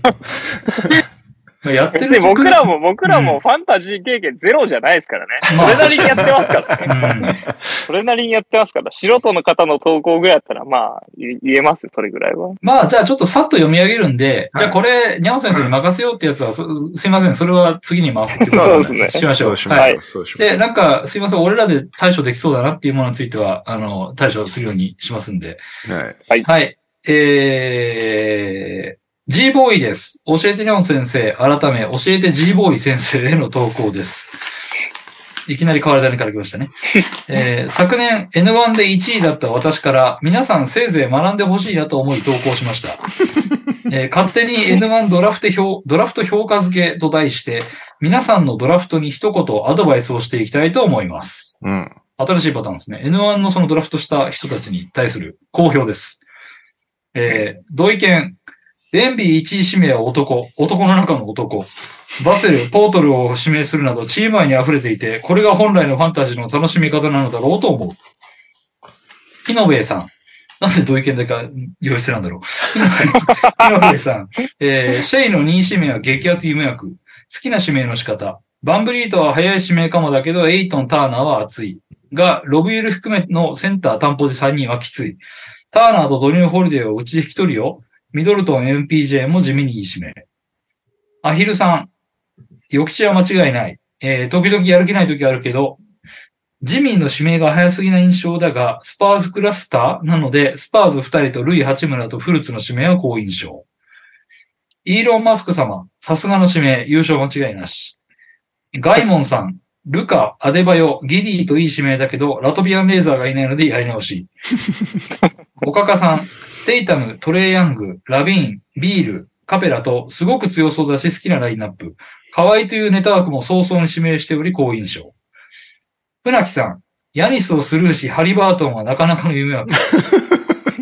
Speaker 2: やって
Speaker 4: 別
Speaker 2: る
Speaker 4: に僕ら
Speaker 2: も、
Speaker 4: も、僕らもファンタジー経験ゼロじゃないですからね。それなりにやってますから
Speaker 2: う
Speaker 4: ね。
Speaker 2: ん、
Speaker 4: それなりにやってますから、素人の方の投稿ぐらいだったら、まあ、言言えますよ、それぐらいは。
Speaker 2: まあ、じゃあちょっとさっと読み上げるんで、
Speaker 1: はい
Speaker 2: じゃあこれ、にゃお先生に任せようってやつは、そすいません。それは次に回すっていこと
Speaker 1: そう
Speaker 4: ですね
Speaker 2: しましょ。
Speaker 1: そううし
Speaker 2: はい
Speaker 1: ましょう。そうしましょ
Speaker 2: で、なんか、すいません、俺らで対処できそうだなっていうものについては、あの、対処するようにしますんで。
Speaker 1: う。はい。
Speaker 2: はい。えー、G ボーイです。教えてニョン先生、改め、教えて G ボーイ先生への投稿です。いきなり変わり種から来ました ね。えー昨年 N1 で1位だった私から、皆さんせいぜい学んでほしいなと思い投稿しました。えー勝手に N1 ドラフト評ドラフト評価付けと題して、皆さんのドラフトに一言アドバイスをしていきたいと思います。
Speaker 1: うん。
Speaker 2: 新しいパターンですね。N1 のそのドラフトした人たちに対する公表です。えー、同意見。エンビー1位指名は男。男の中の男。バセル、ポートルを指名するなどチーム愛に溢れていて、これが本来のファンタジーの楽しみ方なのだろうと思う。木のべさん。なんで同意見だけ用意してたんだろう。木のべさん。えー、シェイの2位指名は激アツ夢枠。好きな指名の仕方。バンブリートは早い指名かもだけど、エイトン・ターナーは熱い。が、ロビエル含めのセンター担保で3人はきつい。ターナーとドニュー・ホリデーをうちで引き取るよ。ミドルトン、MPJ も地味にいい指名。アヒルさん。与吉は間違いない。えー時々やる気ない時あるけど、ジミーの指名が早すぎな印象だが、スパーズクラスターなので、スパーズ2人とルイ・八村とフルツの指名は好印象。イーロン・マスク様、さすがの指名、優勝間違いなし。ガイモンさん、ルカ、アデバヨ、ギディといい指名だけど、ラトビアンレーザーがいないのでやり直し。おかかさん、テイタム、トレイヤング、ラビーン、ビール、カペラと、すごく強そうだし好きなラインナップ。河合というネタ枠も早々に指名しており好印象。船木さん、ヤニスをスルーし、ハリバートンはなかなかの夢枠。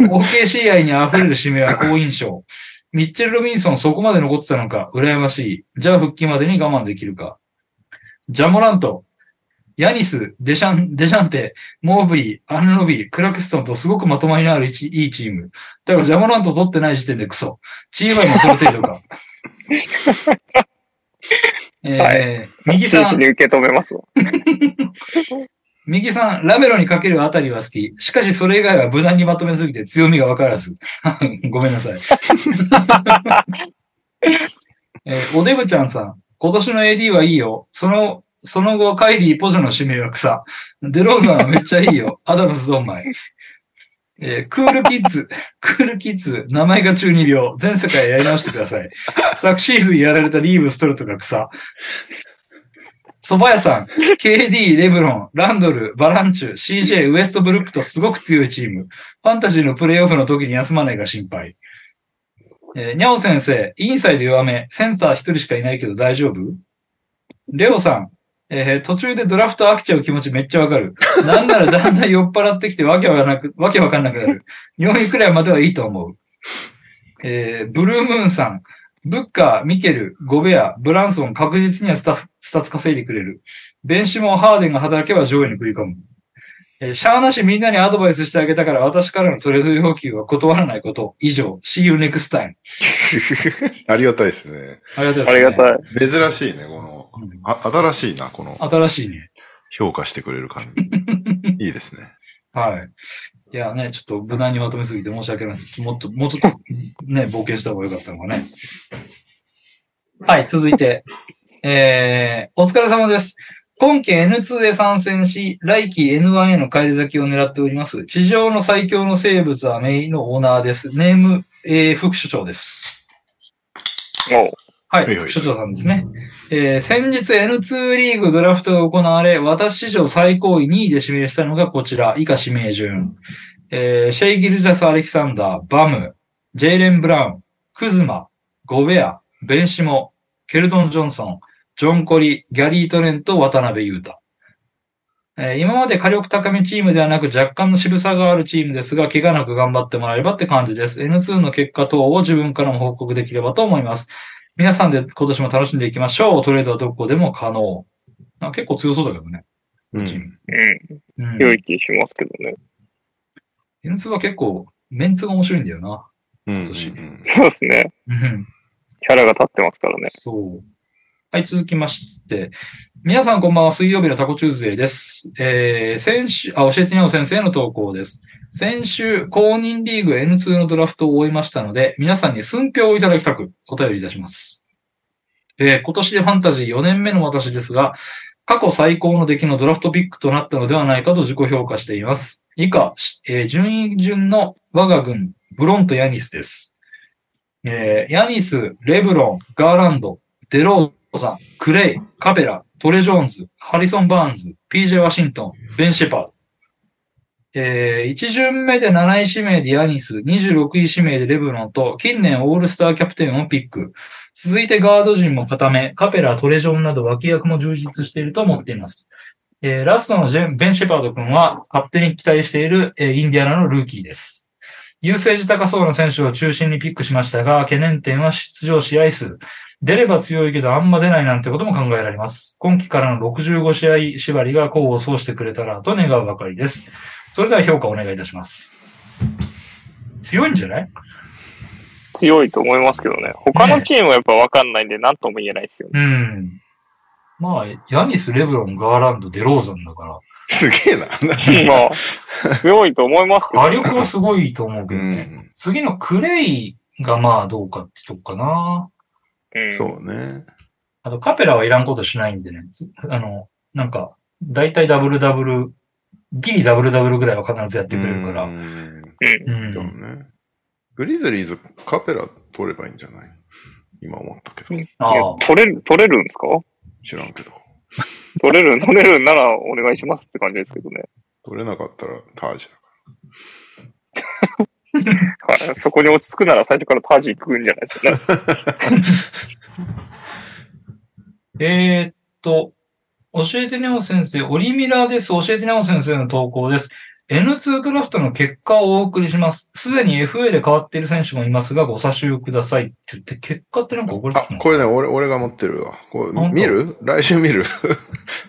Speaker 2: OKC 愛に溢れる指名は好印象。ミッチェル・ロビンソンそこまで残ってたのか、羨ましい。じゃあ復帰までに我慢できるか。ジャモラント、ヤニス、デシャン、デシャンテ、モーブリー、アヌノビー、クラクストンとすごくまとまりのあるいちいいチーム。だからジャモラント取ってない時点でクソ。チームはその程度 か。えー
Speaker 4: は
Speaker 2: 右
Speaker 4: 真
Speaker 2: さん
Speaker 4: 摯、に受け止めますわ。
Speaker 2: 右さん、ラメロにかけるあたりは好き。しかしそれ以外は無難にまとめすぎて強みがわからず。 ごめんなさい。 えーおデブちゃんさん、今年の AD はいいよ。その、その後、カイリー、ポジョの指名は草。デローザンはめっちゃいいよ。アダムスドンマイ。えークールキッズ、 クールキッズ、名前が中二病。全世界やり直してください。昨シーズンやられたリーブ、ストレートが草。蕎麦屋さん、KD、レブロン、ランドル、バランチュ、CJ、ウエストブルックとすごく強いチーム。ファンタジーのプレイオフの時に休まないが心配。えー、にゃお先生、インサイド弱め、センター一人しかいないけど大丈夫レオさん、えー途中でドラフト飽きちゃう気持ちめっちゃわかる。なんならだんだん酔っ払ってきてわけわかんなく、わけわかんなくなる。4位くらいまではいいと思う。えーブルームーンさん、ブッカー、ミケル、ゴベア、ブランソン確実にはスタッフ、スタッツ稼いでくれる。ベンシモン、ハーデンが働けば上位に食い込む。えーシャーなしみんなにアドバイスしてあげたから私からのトレード要求は断らないこと。以上。See you next time.
Speaker 1: ありがたいですね。
Speaker 2: ありがとう
Speaker 4: あ
Speaker 2: ござ
Speaker 4: り
Speaker 2: いま
Speaker 4: が
Speaker 2: す、ね。
Speaker 4: たい。
Speaker 1: 珍しいね、この、
Speaker 2: うん
Speaker 1: あ新しいな、この、
Speaker 2: 新しいね。
Speaker 1: 評価してくれる感 じ。いいですね。
Speaker 2: はい。いやね、ちょっと無難にまとめすぎて申し訳ないです。もっと、もうちょっとね、冒険した方が良かったのかね。はい、続いて。えー、お疲れ様です。今季 N2 へ参戦し、来季 N1 への返り咲きを狙っております。地上の最強の生物はメイのオーナーです。ネーム、えー、副所長です。
Speaker 4: おう
Speaker 2: は
Speaker 1: はいはい
Speaker 2: い、所長さんですね。えー先日 N2 リーグドラフトが行われ、私史上最高位2位で指名したのがこちら、以下指名順。えーシェイ・ギルジャス・アレキサンダー、バム、ジェイレン・ブラウン、クズマ、ゴベア、ベンシモ、ケルトン・ジョンソン、ジョン・コリ、ギャリー・トレント、渡辺裕太。えー今まで火力高めチームではなく若干の渋さがあるチームですが、怪我なく頑張ってもらえればって感じです。N2 の結果等を自分からも報告できればと思います。皆さんで今年も楽しんでいきましょう。トレードはどこでも可能。あ結構強そうだけどね。
Speaker 1: う
Speaker 2: チー
Speaker 1: ん、
Speaker 2: ム。
Speaker 4: うん。
Speaker 2: う
Speaker 4: 良
Speaker 2: ん。
Speaker 4: い気しますけどね。
Speaker 2: N2 は結構メンツが面白いんだよな。
Speaker 1: うんうん
Speaker 2: 年
Speaker 1: うん
Speaker 4: そうですね。
Speaker 2: うん。
Speaker 4: キャラが立ってますからね。
Speaker 2: そう。はい、続きまして。皆さんこんばんは。水曜日のタコチューズデーです。えー、先週、あ、教えてにゃお先生の投稿です。先週、公認リーグ N2 のドラフトを終えましたので、皆さんに寸評をいただきたくお便りいたします。えー、今年でファンタジー4年目の私ですが、過去最高の出来のドラフトピックとなったのではないかと自己評価しています。以下、しえー順位順の我が軍、ブロンとヤニスです。えーヤニス、レブロン、ガーランド、デローザン、クレイ、カペラ、トレ・ジョーンズ、ハリソン・バーンズ、PJ ・ワシントン、ベン・シェパード。え1巡目で7位指名でヤニス、26位指名でレブロンと、近年オールスターキャプテンをピック。続いてガード陣も固め、カペラ、トレジョンなど脇役も充実していると思っています。えーラストのジェンベン・シェパード君は、勝手に期待している、えーインディアナのルーキーです。優勢時高そうな選手を中心にピックしましたが、懸念点は出場試合数。出れば強いけどあんま出ないなんてことも考えられます。今季からの65試合縛りが功を奏してくれたらと願うばかりです。それでは評価お願いいたします。強いんじゃない
Speaker 4: 強いと思いますけどね。他のチームはやっぱ分かんないんで、なんとも言えないですよ ね。
Speaker 2: うん。まあ、ヤニス、レブロン、ガーランド、デローザンだから、
Speaker 1: すげえな。
Speaker 4: まあ、強いと思いますけど
Speaker 2: 火力はすごいと思 う
Speaker 1: う
Speaker 2: けどね。
Speaker 1: ん、
Speaker 2: 次のクレイがまあどうかってとこかな。
Speaker 4: うん
Speaker 1: そうね。
Speaker 2: あと、カペラはいらんことしないんでね。つあの、なんか、だいたいダブルダブル、ギリダブルダブルぐらいは必ずやってくれるから。
Speaker 1: うん
Speaker 4: うん。
Speaker 2: うん。
Speaker 1: そうね。グリズリーズ、カペラ取ればいいんじゃない今思ったけど。
Speaker 2: ああ、
Speaker 4: 取れる、取れるんですか
Speaker 1: 知らんけど。
Speaker 4: 取れる、取れるんならお願いしますって感じですけどね。
Speaker 1: 取れなかったらタージ
Speaker 4: はい。そこに落ち着くなら最初からタージ行くんじゃないですかね。
Speaker 2: えーっと、教えてねお先生、オリミラです。教えてねお先生の投稿です。N2 ドラフトの結果をお送りします。すでに FA で変わっている選手もいますが、ご差しくださいって言って、結果ってなんか送れて
Speaker 1: だ。
Speaker 2: た
Speaker 1: あ、
Speaker 2: の
Speaker 1: これね、俺、俺が持ってるわ。これ
Speaker 2: 本当
Speaker 1: 見る来週見る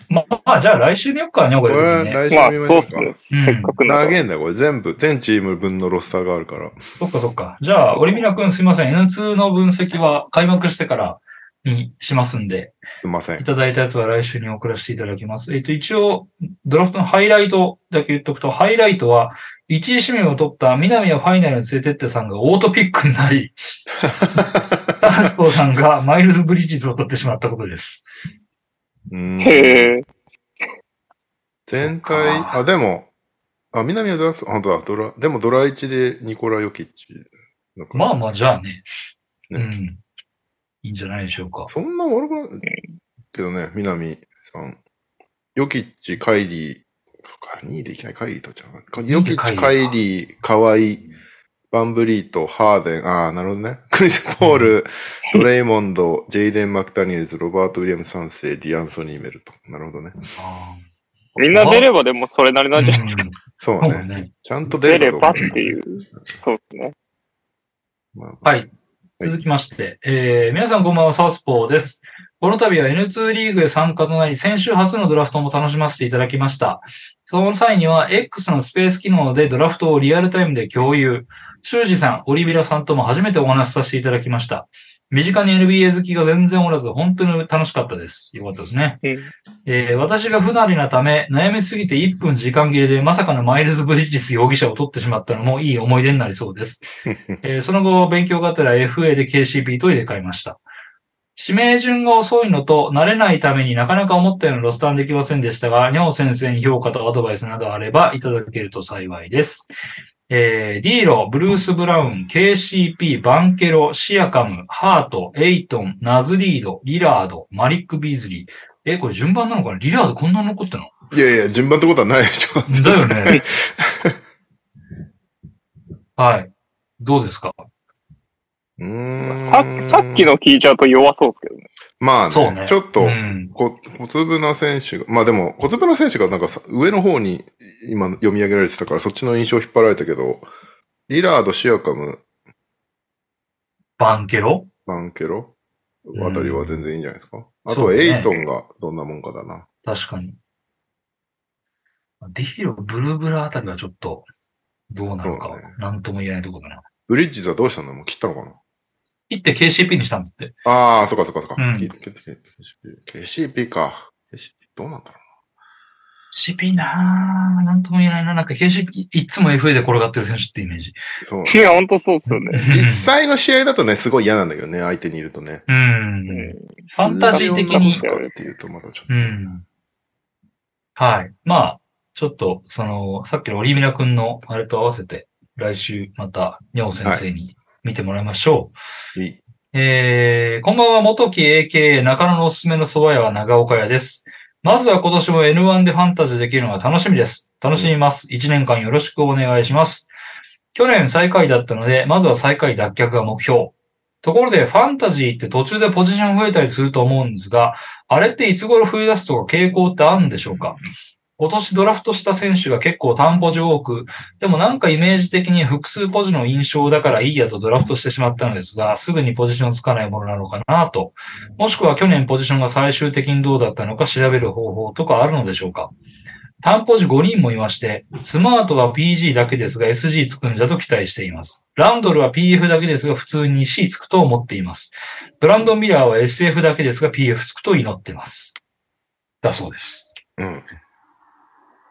Speaker 2: まあ、まあ、じゃあ来週見よっか ね、こ
Speaker 1: こ
Speaker 2: れ、
Speaker 1: れ
Speaker 2: ね。
Speaker 1: 来週
Speaker 4: まあ、
Speaker 1: 見
Speaker 4: そう
Speaker 1: ま
Speaker 4: っ
Speaker 1: し
Speaker 4: す
Speaker 1: ょう
Speaker 4: ね
Speaker 1: か。。
Speaker 2: う
Speaker 4: せっ
Speaker 2: ん
Speaker 4: か。くな
Speaker 1: 投
Speaker 4: ら。
Speaker 1: げんだよ、これ。全部、全チーム分のロスターがあるから。
Speaker 2: そっかそっか。じゃあ、オリミラ君すいません。N2 の分析は開幕してからにしますんで、
Speaker 1: すいませ
Speaker 2: い
Speaker 1: ん。
Speaker 2: ただいたやつは来週に送らせていただきます。えっと、一応、ドラフトのハイライトだけ言っとくと、ハイライトは、1位指名を取った南をファイナルに連れてってさんがオートピックにな り、サースポーさんがマイルズ・ブリッジズを取ってしまったことです。
Speaker 1: うん
Speaker 4: へえ。
Speaker 1: 全体、
Speaker 2: そっか
Speaker 1: あ、でも、あ、南はドラフト、本当だ、ドラ、でもドラ1でニコラ・ヨキッチだから。
Speaker 2: まあまあ、じゃあね。
Speaker 1: ね
Speaker 2: うん。いいんじゃないでしょうか。
Speaker 1: そんな悪くないけどね、南さん。ヨキッチ、カイリー、そっか、2位でいきないカイリーとちゃうか。
Speaker 2: 位
Speaker 1: ヨキッ
Speaker 2: でカ
Speaker 1: チ、
Speaker 2: イリー
Speaker 1: カイリー、カワイ、バンブリート、ハーデン、ああ、なるほどね。クリス・ポール、ドレイモンド、ジェイデン・マクタニエルズ、ロバート・ウィリアム3世、ディアンソニー・メルト。なるほどね。
Speaker 2: あ
Speaker 4: みんな出ればでもそれなり
Speaker 2: ー
Speaker 4: なんじゃない
Speaker 2: うん
Speaker 1: そう
Speaker 2: そう
Speaker 1: ね。
Speaker 2: ね。
Speaker 1: ちゃんと出
Speaker 4: 出
Speaker 1: れ
Speaker 4: れ
Speaker 1: ば
Speaker 4: ばっていう。そうですね。
Speaker 1: まあ
Speaker 2: はい。続きまして、えー皆さんこんばんは、サウスポーです。この度は N2 リーグへ参加となり、先週初のドラフトも楽しませていただきました。その際には、X のスペース機能でドラフトをリアルタイムで共有。修二さん、オリビラさんとも初めてお話しさせていただきました。身近に NBA 好きが全然おらず、本当に楽しかったです。よかったですね。
Speaker 4: うん
Speaker 2: えー私が不慣れなため、悩みすぎて1分時間切れでまさかのマイルズ・ブリッジス容疑者を取ってしまったのもいい思い出になりそうです。えーその後、勉強がてら FA で KCP と入れ替えました。指名順が遅いのと、慣れないためになかなか思ったようなロスターできませんでしたが、にゃお先生に評価とアドバイスなどあればいただけると幸いです。えー、ディーロ、ブルース・ブラウン、KCP、バンケロ、シアカム、ハート、エイトン、ナズリード、リラード、マリック・ビーズリー。え、これ順番なのかなリラードこんなに残ってんの
Speaker 1: いやいや、順番ってことはないでしょ。
Speaker 2: だよね。はい。どうですか
Speaker 1: うーん
Speaker 4: ささっき。の聞いちゃうと弱そうですけどね。
Speaker 1: まあ
Speaker 2: そう
Speaker 1: ね
Speaker 2: ね、
Speaker 1: ちょっと
Speaker 2: う、ん。
Speaker 1: こ小粒な選手が、まあでも、小粒な選手がなんかさ上の方に今読み上げられてたから、そっちの印象引っ張られたけど、リラード、シアカム、
Speaker 2: バンケロ
Speaker 1: バンケロあたりは全然いいんじゃないですか。あと
Speaker 2: そ
Speaker 1: は
Speaker 2: うね
Speaker 1: エイトンがどんなもんかだな。
Speaker 2: 確かに。ディーロ、ブルブラあたりはちょっと、どうなるか
Speaker 1: そうね、
Speaker 2: なんとも言えないところだな。
Speaker 1: ブリッジズはどうしたんだもう切ったのかな
Speaker 2: 切って KCP にしたんだって。
Speaker 1: ああ、そっかそっかそっか。
Speaker 2: うん
Speaker 1: 切って切って切って KCP, KCP か。KCP どうなんだろ
Speaker 2: CP なぁ、なんとも言えないな。なんか KCP、いいつも FA で転がってる選手ってイメージ。
Speaker 1: う。そう。
Speaker 4: いや、ほんとそうっすよね。
Speaker 1: 実際の試合だとね、すごい嫌なんだけどね、相手にいるとね。
Speaker 2: うん。
Speaker 4: うん
Speaker 2: ファンタジー的に
Speaker 1: 数字をどうすかっていうとまだちょっと。
Speaker 2: うん。はい。まあ、ちょっと、その、さっきのオリミラ君のあれと合わせて、来週また、にょう先生に見てもらいましょう。
Speaker 1: いい
Speaker 2: えー、こんばんは、元木 AK 中野のおすすめの蕎麦屋は長岡屋です。まずは今年も N1 でファンタジーできるのが楽しみです。楽しみます。1年間よろしくお願いします。去年最下位だったので、まずは最下位脱却が目標。ところで、ファンタジーって途中でポジション増えたりすると思うんですが、あれっていつ頃増え出すとか傾向ってあるんでしょうか今年ドラフトした選手が結構単ポジ多く、でもなんかイメージ的に複数ポジの印象だからいいやとドラフトしてしまったのですが、すぐにポジションつかないものなのかなと。もしくは去年ポジションが最終的にどうだったのか調べる方法とかあるのでしょうか単ポジ5人もいまして、スマートは PG だけですが SG つくんじゃと期待しています。ランドルは PF だけですが普通に C つくと思っています。ブランドンミラーは SF だけですが PF つくと祈ってます。だそうです。
Speaker 1: うん。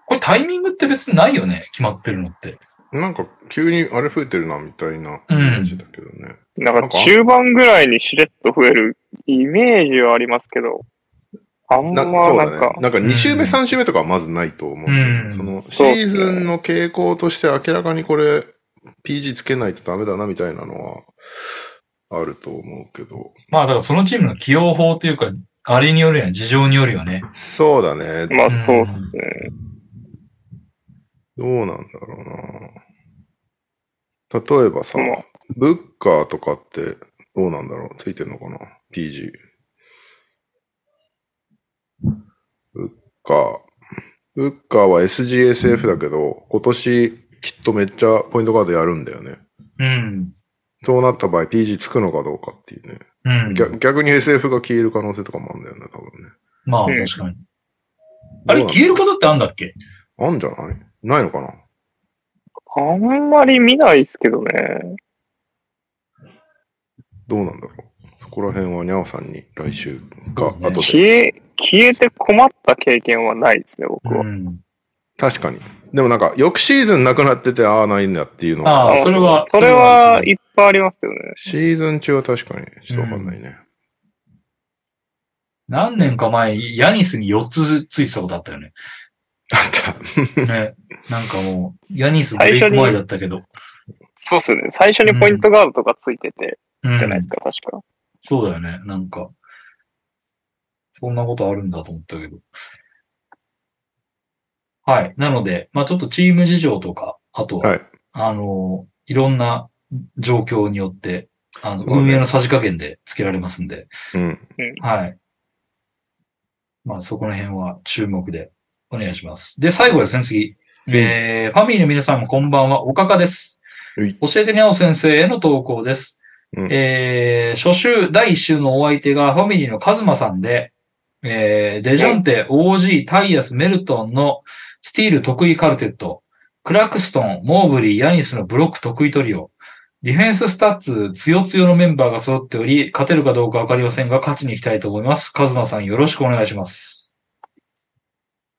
Speaker 2: これタイミングって別にないよね決まってるのって。
Speaker 1: なんか急にあれ増えてるなみたいなイメージだけどね。
Speaker 4: なんか中盤ぐらいにしれっと増えるイメージはありますけど、あん
Speaker 1: な
Speaker 4: まなん
Speaker 1: そうだ
Speaker 4: か
Speaker 1: ね。、なんか2週目、
Speaker 2: うん
Speaker 1: 3週目とかはまずないと思うね、
Speaker 2: うん
Speaker 1: そのシ
Speaker 4: そう
Speaker 1: ーズンの傾向として明らかにこれ PG つけないとダメだなみたいなのはあると思うけど。
Speaker 2: まあだからそのチームの起用法というか、あれによるよね、事情によるよね。
Speaker 1: そうだね。
Speaker 4: まあそうっすね。
Speaker 1: どうなんだろうな。例えばさ、
Speaker 4: まあ
Speaker 1: ブッカーとかってどうなんだろうついてんのかな ?PG。ブッカー。ブッカーは SGSF だけど、今年きっとめっちゃポイントガードやるんだよね。
Speaker 2: うん。
Speaker 1: そうなった場合 PG つくのかどうかっていうね。
Speaker 2: うん。
Speaker 1: 逆逆に SF が消える可能性とかもあるんだよね、多分ね。
Speaker 2: まあ
Speaker 4: う
Speaker 2: 確
Speaker 4: ん
Speaker 2: かに。あれ消えることってあんだっけ
Speaker 1: あんじゃないないのかな
Speaker 4: あんまり見ないっすけどね。
Speaker 1: どうなんだろうそこら辺はにゃおさんに来週か、後で。
Speaker 4: 消え、消えて困った経験はないですね、僕は。
Speaker 2: ん。
Speaker 1: 確かに。でもなんか、翌シーズンなくなってて、ああ、ないんだっていうの
Speaker 2: あ
Speaker 1: は
Speaker 2: ー、それは
Speaker 4: そ
Speaker 2: そ
Speaker 4: れ
Speaker 2: れは
Speaker 4: はそれはいっぱいありますよね。
Speaker 1: シーズン中は確かに、ちょっとわかんないね。
Speaker 2: 何年か前、ヤニスに4つついてたことあったよね。
Speaker 1: あった。
Speaker 2: ね。なんかもう、ヤニスブレイク前だったけど。
Speaker 4: そうっすよね。最初にポイントガードとかついてて、
Speaker 2: う
Speaker 4: じゃないで
Speaker 2: ん
Speaker 4: す。か、確か。
Speaker 2: そうだよね。なんか、そんなことあるんだと思ったけど。はい。なので、まあちょっとチーム事情とか、あとは、
Speaker 1: はい
Speaker 2: あの、いろんな状況によって、あの、
Speaker 1: そうね
Speaker 2: 運営のさじ加減でつけられますんで、
Speaker 1: うん。
Speaker 2: はい。まあ、そこら辺は注目でお願いします。で、最後ですね、次。えー、ファミリーの皆さんもこんばんは、おかかです。
Speaker 1: はい
Speaker 2: 教えてにゃお先生への投稿です。
Speaker 1: うん
Speaker 2: えー、初週、第1週のお相手がファミリーのカズマさんで、えー、デジョンテ、OG、タイヤス、メルトンのスティール得意カルテット、クラクストン、モーブリー、ヤニスのブロック得意トリオ、ディフェンススタッツ、強強のメンバーが揃っており、勝てるかどうかわかりませんが、勝ちに行きたいと思います。カズマさんよろしくお願いします。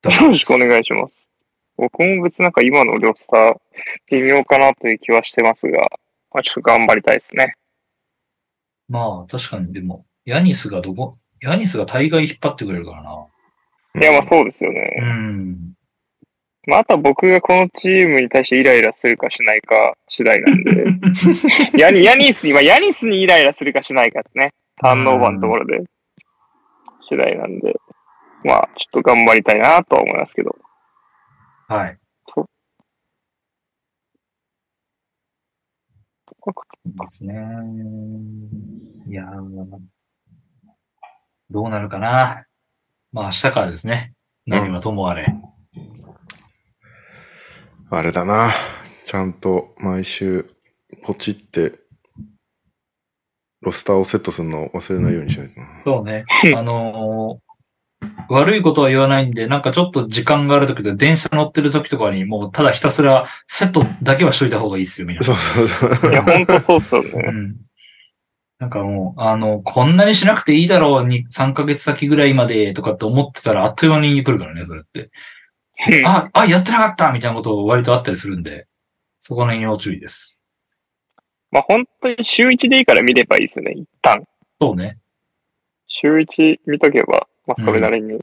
Speaker 4: よろしくお願いします。僕も別になんか今の良さ、微妙かなという気はしてますが、まあ、ちょっと頑張りたいですね。
Speaker 2: まあ、確かに、でも、ヤニスがどこ、ヤニスが大概引っ張ってくれるからな。
Speaker 4: いや、まあそうですよね。
Speaker 2: うん。
Speaker 4: まあ、あとは僕がこのチームに対してイライラするかしないか次第なんで。 ヤニヤニスに、まあ、ヤニスにイライラするかしないかですね。ターンオーバーのところで。次第なんで。まあ、ちょっと頑張りたいなとは思いますけど。
Speaker 2: はい。ですね。いやーどうなるかな。まあ明日からですね。何はともあれ。
Speaker 1: あれだな。ちゃんと毎週、ポチって、ロスターをセットするのを忘れないようにしないとな。
Speaker 2: そう ね。あのー悪いことは言わないんで、なんかちょっと時間があるときで、電車乗ってるときとかに、もうただひたすらセットだけはしといた方がいいですよ、みんな。
Speaker 1: そうそうそう。
Speaker 4: いや、ほんとそうっすよね
Speaker 2: う。ん。なんかもう、あの、こんなにしなくていいだろう、に3ヶ月先ぐらいまでとかって思ってたら、あっという間に来るからね、それって。
Speaker 4: うん
Speaker 2: あ、あ、やってなかったみたいなこと割とあったりするんで、そこの要注意です。
Speaker 4: まあ、本当に週1でいいから見ればいいですね、一旦。
Speaker 2: そうね。
Speaker 4: 週1見とけば、まあ、それなりに、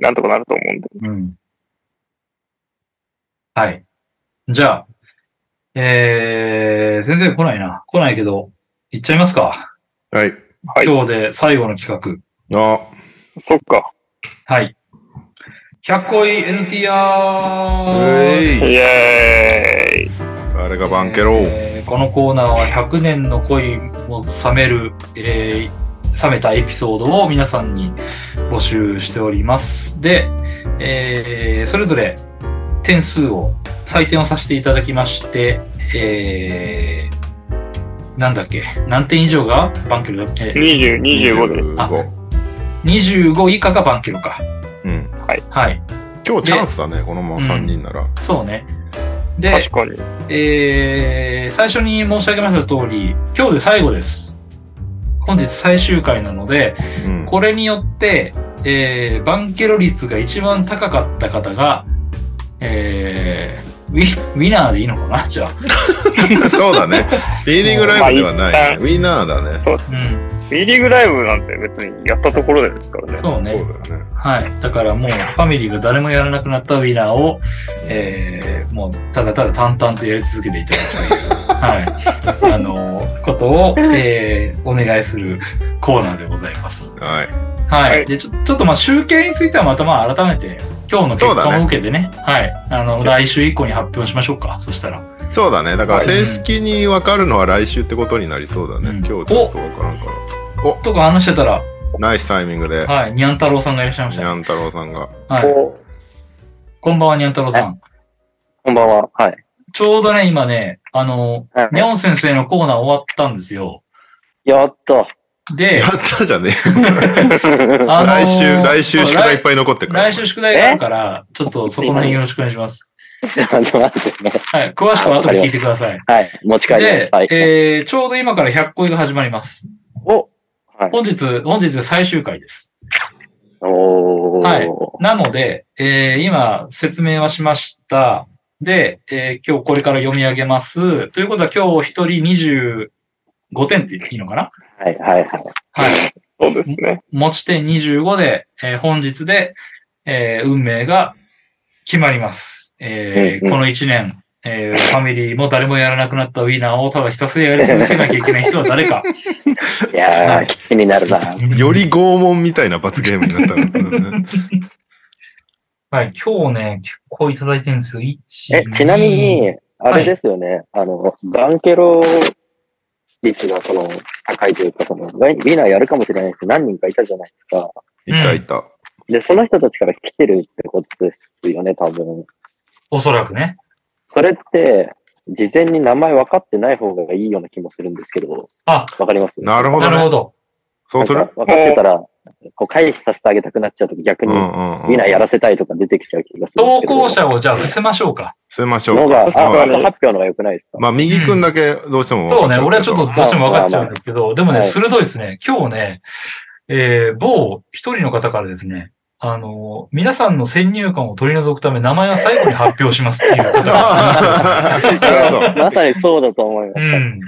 Speaker 4: なんとかなると思うんで。
Speaker 2: うん。はい。じゃあ、えー、先生来ないな。来ないけど、行っちゃいますか。
Speaker 1: はい。
Speaker 4: はい
Speaker 2: 今日で最後の企
Speaker 1: あ、
Speaker 4: そっか。
Speaker 2: 画。はい。100恋 NTR!
Speaker 1: う
Speaker 4: イ
Speaker 1: えい。
Speaker 4: エーイ。
Speaker 1: あれがバンケロー。
Speaker 2: えーこのコーナーは100年の恋も冷める、えー冷めたエピソードを皆さんに募集しております。で、えーそれぞれ点数を、採点をさせていただきまして、えーなんだっけ、何点以上がバンケルだっけ
Speaker 4: 20、25です。
Speaker 1: 25。
Speaker 2: ?25 以下がバンケルか。
Speaker 1: うん。
Speaker 2: はい。
Speaker 1: 今日チャンスだね、このまま3人なら。
Speaker 2: そうね。で、
Speaker 4: 確かに。
Speaker 2: えー最初に申し上げました通り、今日で最後です。本日最終回なので、
Speaker 1: うん。
Speaker 2: これによって、えーバンケロ率が一番高かった方が、えーウィ、ウィナーでいいのかなじゃあ。
Speaker 1: そうだね。フィーリングライブではない、ね。
Speaker 4: ま
Speaker 1: ウィナーだね。
Speaker 4: そうです。
Speaker 2: うん。
Speaker 4: B リーグライブなんて別にやったところですからね。
Speaker 2: そう
Speaker 1: そう
Speaker 2: ね。
Speaker 1: だよね。
Speaker 2: はい。だからもう、ファミリーが誰もやらなくなったウィナーを、えーもう、ただただ淡々とやり続けていただくと いう、はい。あのーことを、えーお願いするコーナーでございます。
Speaker 1: はい。
Speaker 2: はい。
Speaker 4: はい
Speaker 2: でちょ、ちょっとまあ集計についてはまたまあ改めて今日の結
Speaker 1: そうだ
Speaker 2: 果
Speaker 1: ね
Speaker 2: を受けてね、はい。あの、来週以降に発表しましょうか。そしたら。
Speaker 1: そうだね。だから
Speaker 2: はい
Speaker 1: 正式に分かるのは来週ってことになりそうだね。
Speaker 2: うん
Speaker 1: 今日ちょっと分からんから。
Speaker 2: とか話してたら、
Speaker 1: ナイスタイミングで、
Speaker 2: はい、にゃんたろうさんがいらっしゃいまし
Speaker 1: に
Speaker 2: た
Speaker 1: ゃ
Speaker 2: ね。
Speaker 1: ん太郎さんが。
Speaker 2: はい。
Speaker 4: こ
Speaker 2: こんばんは、にゃんたろうさん。
Speaker 6: こんばんは。はい。
Speaker 2: ちょうどね、今ね、あの、
Speaker 6: はい
Speaker 2: にゃん先生のコーナー終わったんですよ。
Speaker 6: やっと。
Speaker 2: で
Speaker 1: や、ったじゃねえ。
Speaker 2: あの
Speaker 1: 来週、来週宿題いっ
Speaker 2: い
Speaker 1: ぱい残ってるから。
Speaker 2: 来週宿題があるから、ちょっとそこら辺よろしくお願いします。
Speaker 6: ちょっと待ってね。
Speaker 2: はい。詳しくは後で聞いてください。
Speaker 6: はい。持ち帰ります
Speaker 2: で。、
Speaker 6: はい。
Speaker 2: えー、ちょうど今から100恋が始まります。
Speaker 6: おはい。
Speaker 2: 本日、本日で最終回です。
Speaker 6: おー。
Speaker 2: はいなので、えー今説明はしました。で、えー今日これから読み上げます。ということは今日一人25点っていいのかな
Speaker 6: はい。はい。はい。
Speaker 2: はい。
Speaker 4: う そうですね。
Speaker 2: 持ち点25で、えー本日で、えー運命が決まります。えー
Speaker 6: うんうん
Speaker 2: この1年、えーファミリーも誰もやらなくなったウィーナーをただひたすらやり続けなきゃいけない人は誰 か。
Speaker 6: いやー、気になるな。
Speaker 1: より拷問みたいな罰ゲームにな ったの。
Speaker 2: はい、今日ね、結構いただいてるんですよ。1
Speaker 6: え、ちなみ、に、あれですよね。あの、バンケロ率がその、高いというか、その、ウィウィナーやるかもしれない人何人かいたじゃないですか。
Speaker 1: いたいた。
Speaker 6: で、その人たちから来てるってことですよね、多分。
Speaker 2: おそらくね。
Speaker 6: それって、事前に名前分かってない方がいいような気もするんですけど。
Speaker 2: あ、
Speaker 6: わかります
Speaker 1: なるほど
Speaker 2: なる
Speaker 1: ね
Speaker 2: ほ。ど。
Speaker 1: そうす
Speaker 6: なん
Speaker 1: る
Speaker 6: か分かってたら、こう回避させてあげたくなっちゃうと逆
Speaker 1: う
Speaker 6: に、
Speaker 1: んうんう。
Speaker 6: みんなんやらせたいとか出てきちゃう気がするん
Speaker 2: 投
Speaker 6: ですけど。
Speaker 2: 稿者をじゃあ伏せましょうか。
Speaker 1: 捨てましょ
Speaker 6: の
Speaker 1: う
Speaker 6: が、
Speaker 1: か。
Speaker 6: あ、
Speaker 1: うん
Speaker 6: そうなんか発表の方が良くないですか、
Speaker 1: まあ、右くんだけどうしても分
Speaker 2: そ
Speaker 1: か
Speaker 2: う
Speaker 1: っち
Speaker 2: ね、
Speaker 1: ゃけど。
Speaker 2: 俺は ちょっとどうしても分かっちゃうんですけど、でもね、
Speaker 6: はい
Speaker 2: 鋭いですね。今日ね、えー、某一人の方からですね、あの、皆さんの先入観を取り除くため名前は最後に発表し ますっていう方がいます。
Speaker 1: なるほど。
Speaker 6: まさにそうだと思います。
Speaker 2: うん。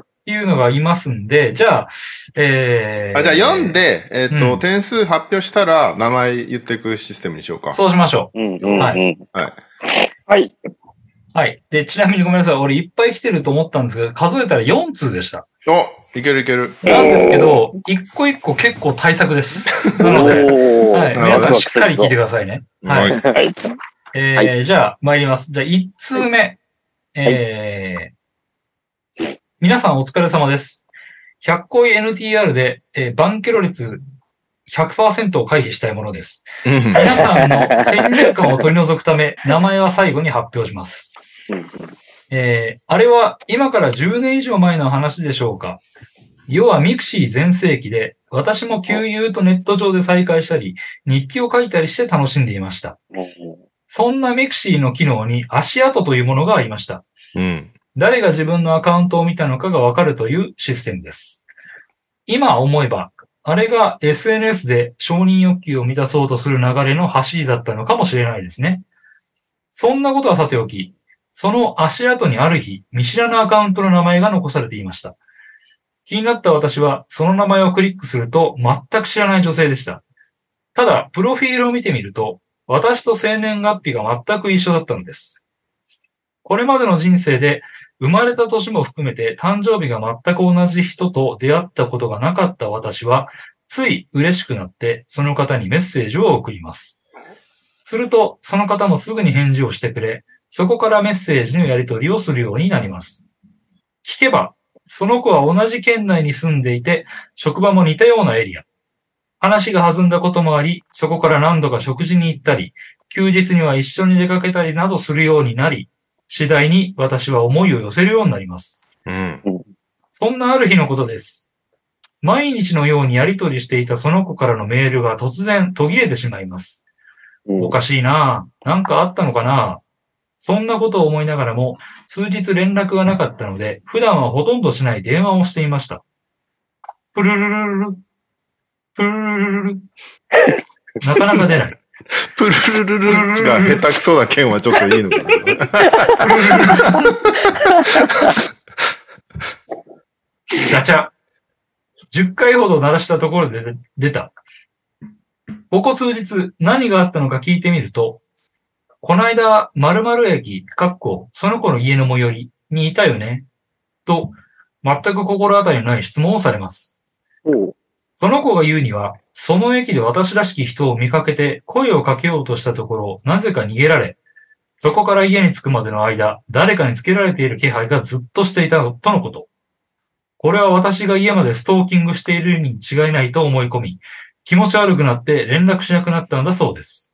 Speaker 2: っていうのがいますんで、じゃあ、えー、
Speaker 1: あじゃあ読んで、えっ、と、
Speaker 2: うん
Speaker 1: 点数発表したら名前言っていくシステムにしようか。
Speaker 2: そうしましょ
Speaker 6: うんうんうん。
Speaker 2: は
Speaker 1: はい。
Speaker 4: はい。
Speaker 2: う。はい。で、ちなみにごめんなさい。俺いっぱい来てると思ったんですが、数えたら4通でした。
Speaker 1: おいけるいける。
Speaker 2: なんですけど、一個一個結構対策です。なので、
Speaker 6: おー
Speaker 2: はい。
Speaker 1: なる
Speaker 2: 皆
Speaker 1: ほど。
Speaker 2: さんしっかり聞いてくださいね。はい
Speaker 4: はい。
Speaker 2: えー
Speaker 6: は
Speaker 2: じゃあ、参ります。じゃあ、1通目。えー皆さんお疲れ様です。100個い NTR で、えーバンケロ率100%を回避したいものです。
Speaker 1: うん
Speaker 2: 皆さんの先入観を取り除くため、名前は最後に発表します。
Speaker 6: うん
Speaker 2: えーあれは今から10年以上前の話でしょうか要はミクシー全盛期で、私も旧友とネット上で再会したり、日記を書いたりして楽しんでいました。そんなミクシーの機能に足跡というものがありました。
Speaker 1: うん。
Speaker 2: 誰が自分のアカウントを見たのかがわかるというシステムです。今思えば、あれが SNS で承認欲求を満たそうとする流れの走りだったのかもしれないですね。そんなことはさておき、その足跡にある日、見知らぬアカウントの名前が残されていました。気になった私は、その名前をクリックすると、全く知らない女性でした。ただ、プロフィールを見てみると、私と生年月日が全く一緒だったのです。これまでの人生で生まれた年も含めて誕生日が全く同じ人と出会ったことがなかった私は、つい嬉しくなってその方にメッセージを送ります。すると、その方もすぐに返事をしてくれ、そこからメッセージのやり取りをするようになります。聞けば、その子は同じ県内に住んでいて、職場も似たようなエリア。話が弾んだこともあり、そこから何度か食事に行ったり、休日には一緒に出かけたりなどするようになり、次第に私は思いを寄せるようになります。
Speaker 1: うん。
Speaker 2: そんなある日のことです。毎日のようにやり取りしていたその子からのメールが突然途切れてしまいます。
Speaker 6: うん
Speaker 2: おかしいなぁ。なんかあったのかなぁ。そんなことを思いながらも、数日連絡がなかったので、普段はほとんどしない電話をしていました。プルルルルル。プルルルルル。なかなか出ない。
Speaker 1: プルルルルルが下手くそな件はちょっといいのかな。
Speaker 2: ガチャ。10回ほど鳴らしたところで出た。ここ数日何があったのか聞いてみると、こないだ〇〇駅、かっこ、その子の家の最寄りにいたよね。と、全く心当たりのない質問をされます。
Speaker 6: おう
Speaker 2: その子が言うには、その駅で私らしき人を見かけて声をかけようとしたところ、なぜか逃げられ、そこから家に着くまでの間、誰かにつけられている気配がずっとしていたとのこと。これは私が家までストーキングしているに違いないと思い込み、気持ち悪くなって連絡しなくなったんだそうです。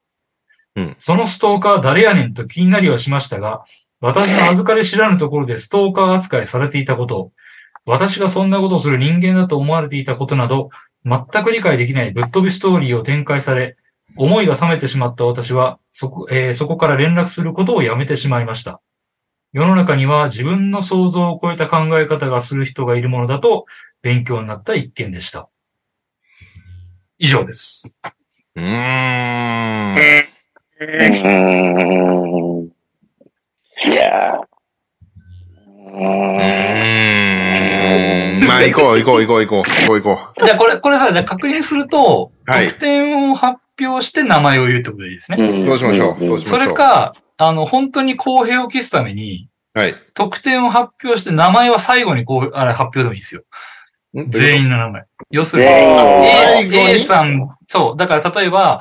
Speaker 1: うん
Speaker 2: そのストーカー誰やねんと気になりはしましたが、私の預かり知らぬところでストーカー扱いされていたこと、私がそんなことをする人間だと思われていたことなど、全く理解できないぶっ飛びストーリーを展開され、思いが冷めてしまった私は、そこ、えーそこから連絡することをやめてしまいました。世の中には自分の想像を超えた考え方がする人がいるものだと勉強になった一件でした。以上です。
Speaker 1: うーん。
Speaker 4: うん
Speaker 6: うん
Speaker 4: いや
Speaker 1: う
Speaker 4: ー。
Speaker 1: ーんまあ、行こう、行こう、行こう、行こう、行こう、行こ
Speaker 2: じゃあこれ、これさ、じゃあ確認すると、
Speaker 1: う。はい。
Speaker 2: 得点を発表して名前を言うってことでいいですね。
Speaker 6: ん
Speaker 1: そうしましょう、そうし
Speaker 2: そ
Speaker 1: まし
Speaker 2: れ
Speaker 1: ょう。
Speaker 2: か、あの、本当に公平を期すために、
Speaker 1: はい。
Speaker 2: 得点を発表して名前は最後にこう、あれ発表でもいいですよ。
Speaker 1: ん
Speaker 2: 全員の名前。要するに、
Speaker 6: 全員
Speaker 4: あ
Speaker 2: A,
Speaker 1: 最後に
Speaker 2: A さん、そう。だから例えば、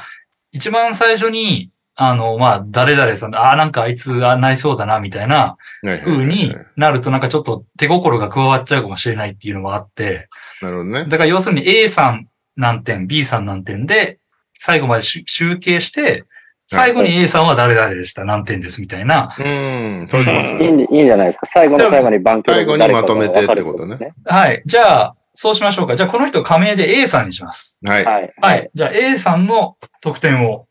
Speaker 2: 一番最初に、あの、まあ、誰々さん、ああ、なんかあいつがなりそうだな、みたい
Speaker 1: は
Speaker 2: な
Speaker 1: いはいはい
Speaker 2: 風になると、なんかちょっと手心が加わっちゃうかもしれないっていうのもあって、
Speaker 1: なるほどね
Speaker 2: だ。から要するに A さん何点、B さん何点で、最後まで集集計して、最後に A さんは誰々でした、何点です、みたいな、
Speaker 1: うーん、そうします。
Speaker 6: いいんいいんじゃないですか。最後の最後にバンキロ
Speaker 1: 最後にまとめてってことね。
Speaker 2: はい。じゃあ、そうしましょうか。じゃあ、この人仮名で A さんにします。
Speaker 1: はい。
Speaker 6: はい。
Speaker 2: はい。じゃあ、A さんの得点を。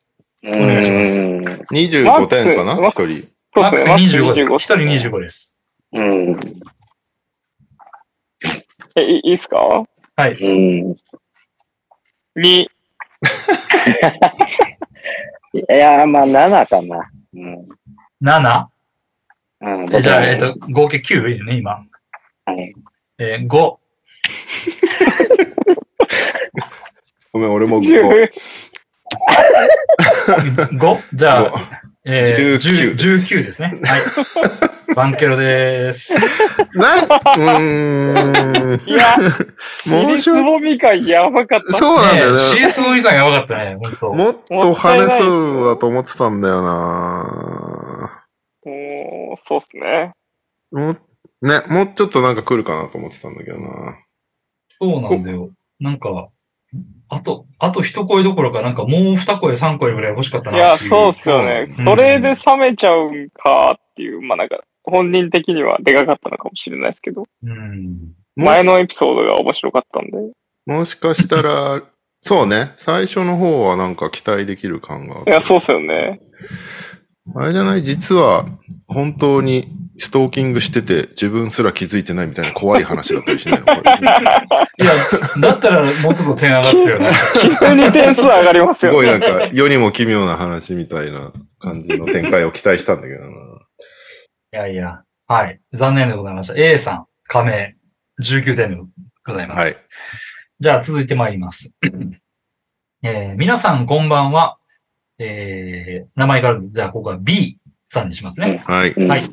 Speaker 6: お
Speaker 2: 願いします
Speaker 6: ます。
Speaker 1: 25点かな
Speaker 4: マックス
Speaker 1: ?1 人。
Speaker 2: マックス25です。1人
Speaker 4: 二十。
Speaker 2: 25です。
Speaker 6: うん。
Speaker 4: え、いいいっすか
Speaker 2: はい。
Speaker 6: うん。
Speaker 4: ?2。
Speaker 6: いやー、まあ、7かな。うん。
Speaker 2: 7。
Speaker 6: うん
Speaker 2: えじゃあ、えっ、と、合計9いいね、今。
Speaker 6: はい
Speaker 2: えー、5。
Speaker 1: ごめん、俺も5。
Speaker 4: 10、
Speaker 2: 5? じゃあ、えー、
Speaker 1: 19
Speaker 2: 19,
Speaker 1: です
Speaker 2: 19ですね。はい。バンケロです。
Speaker 1: な、うーん。
Speaker 4: いや、
Speaker 1: も
Speaker 4: も
Speaker 1: う
Speaker 4: う
Speaker 1: ち
Speaker 4: ち
Speaker 1: ょい
Speaker 4: ぼみ感やばかった。
Speaker 1: そうなんだよ
Speaker 2: ね
Speaker 1: ね。
Speaker 2: え CSO 以外やばかったね、本当。
Speaker 1: もっと話せそうだと思ってたんだよな
Speaker 4: もう、そうっすね。
Speaker 1: もう、ね、もうちょっとなんか来るかなと思ってたんだけどな
Speaker 2: そうなんだよ。なんか、あと、あと一声どころか、なんかもう二声、三声ぐらい欲しかった
Speaker 4: い
Speaker 2: な
Speaker 4: や、
Speaker 2: っていう
Speaker 4: そうっすよね。
Speaker 2: うん
Speaker 4: それで冷めちゃうんかっていう、まあなんか、本人的にはでかかったのかもしれないですけど、
Speaker 2: うん。
Speaker 1: も
Speaker 4: 前のエピソードが面白かったんで。い
Speaker 1: もしかしたら、そうね、最初の方はなんか期待できる感がある
Speaker 4: や、そうっす よね。
Speaker 1: あれじゃない実は、本当にストーキングしてて、自分すら気づいてないみたいな怖い話だったりしないのこれ
Speaker 2: いや、だったらもうちょっと点上がってるよね。
Speaker 4: 急に点数上がります
Speaker 1: す
Speaker 4: よ
Speaker 1: ごいな
Speaker 4: ね。
Speaker 1: んか、世にも奇妙な話みたいな感じの展開を期待したんだけどな。
Speaker 2: いやいや。はい。残念でございました。A さん、加盟、19点でございます。
Speaker 1: はい
Speaker 2: じゃあ、続いてまいります。えー皆さん、こんばんは。えー名前から、じゃあ、ここは B さんにしますね。
Speaker 1: はい。
Speaker 6: うん
Speaker 2: はい。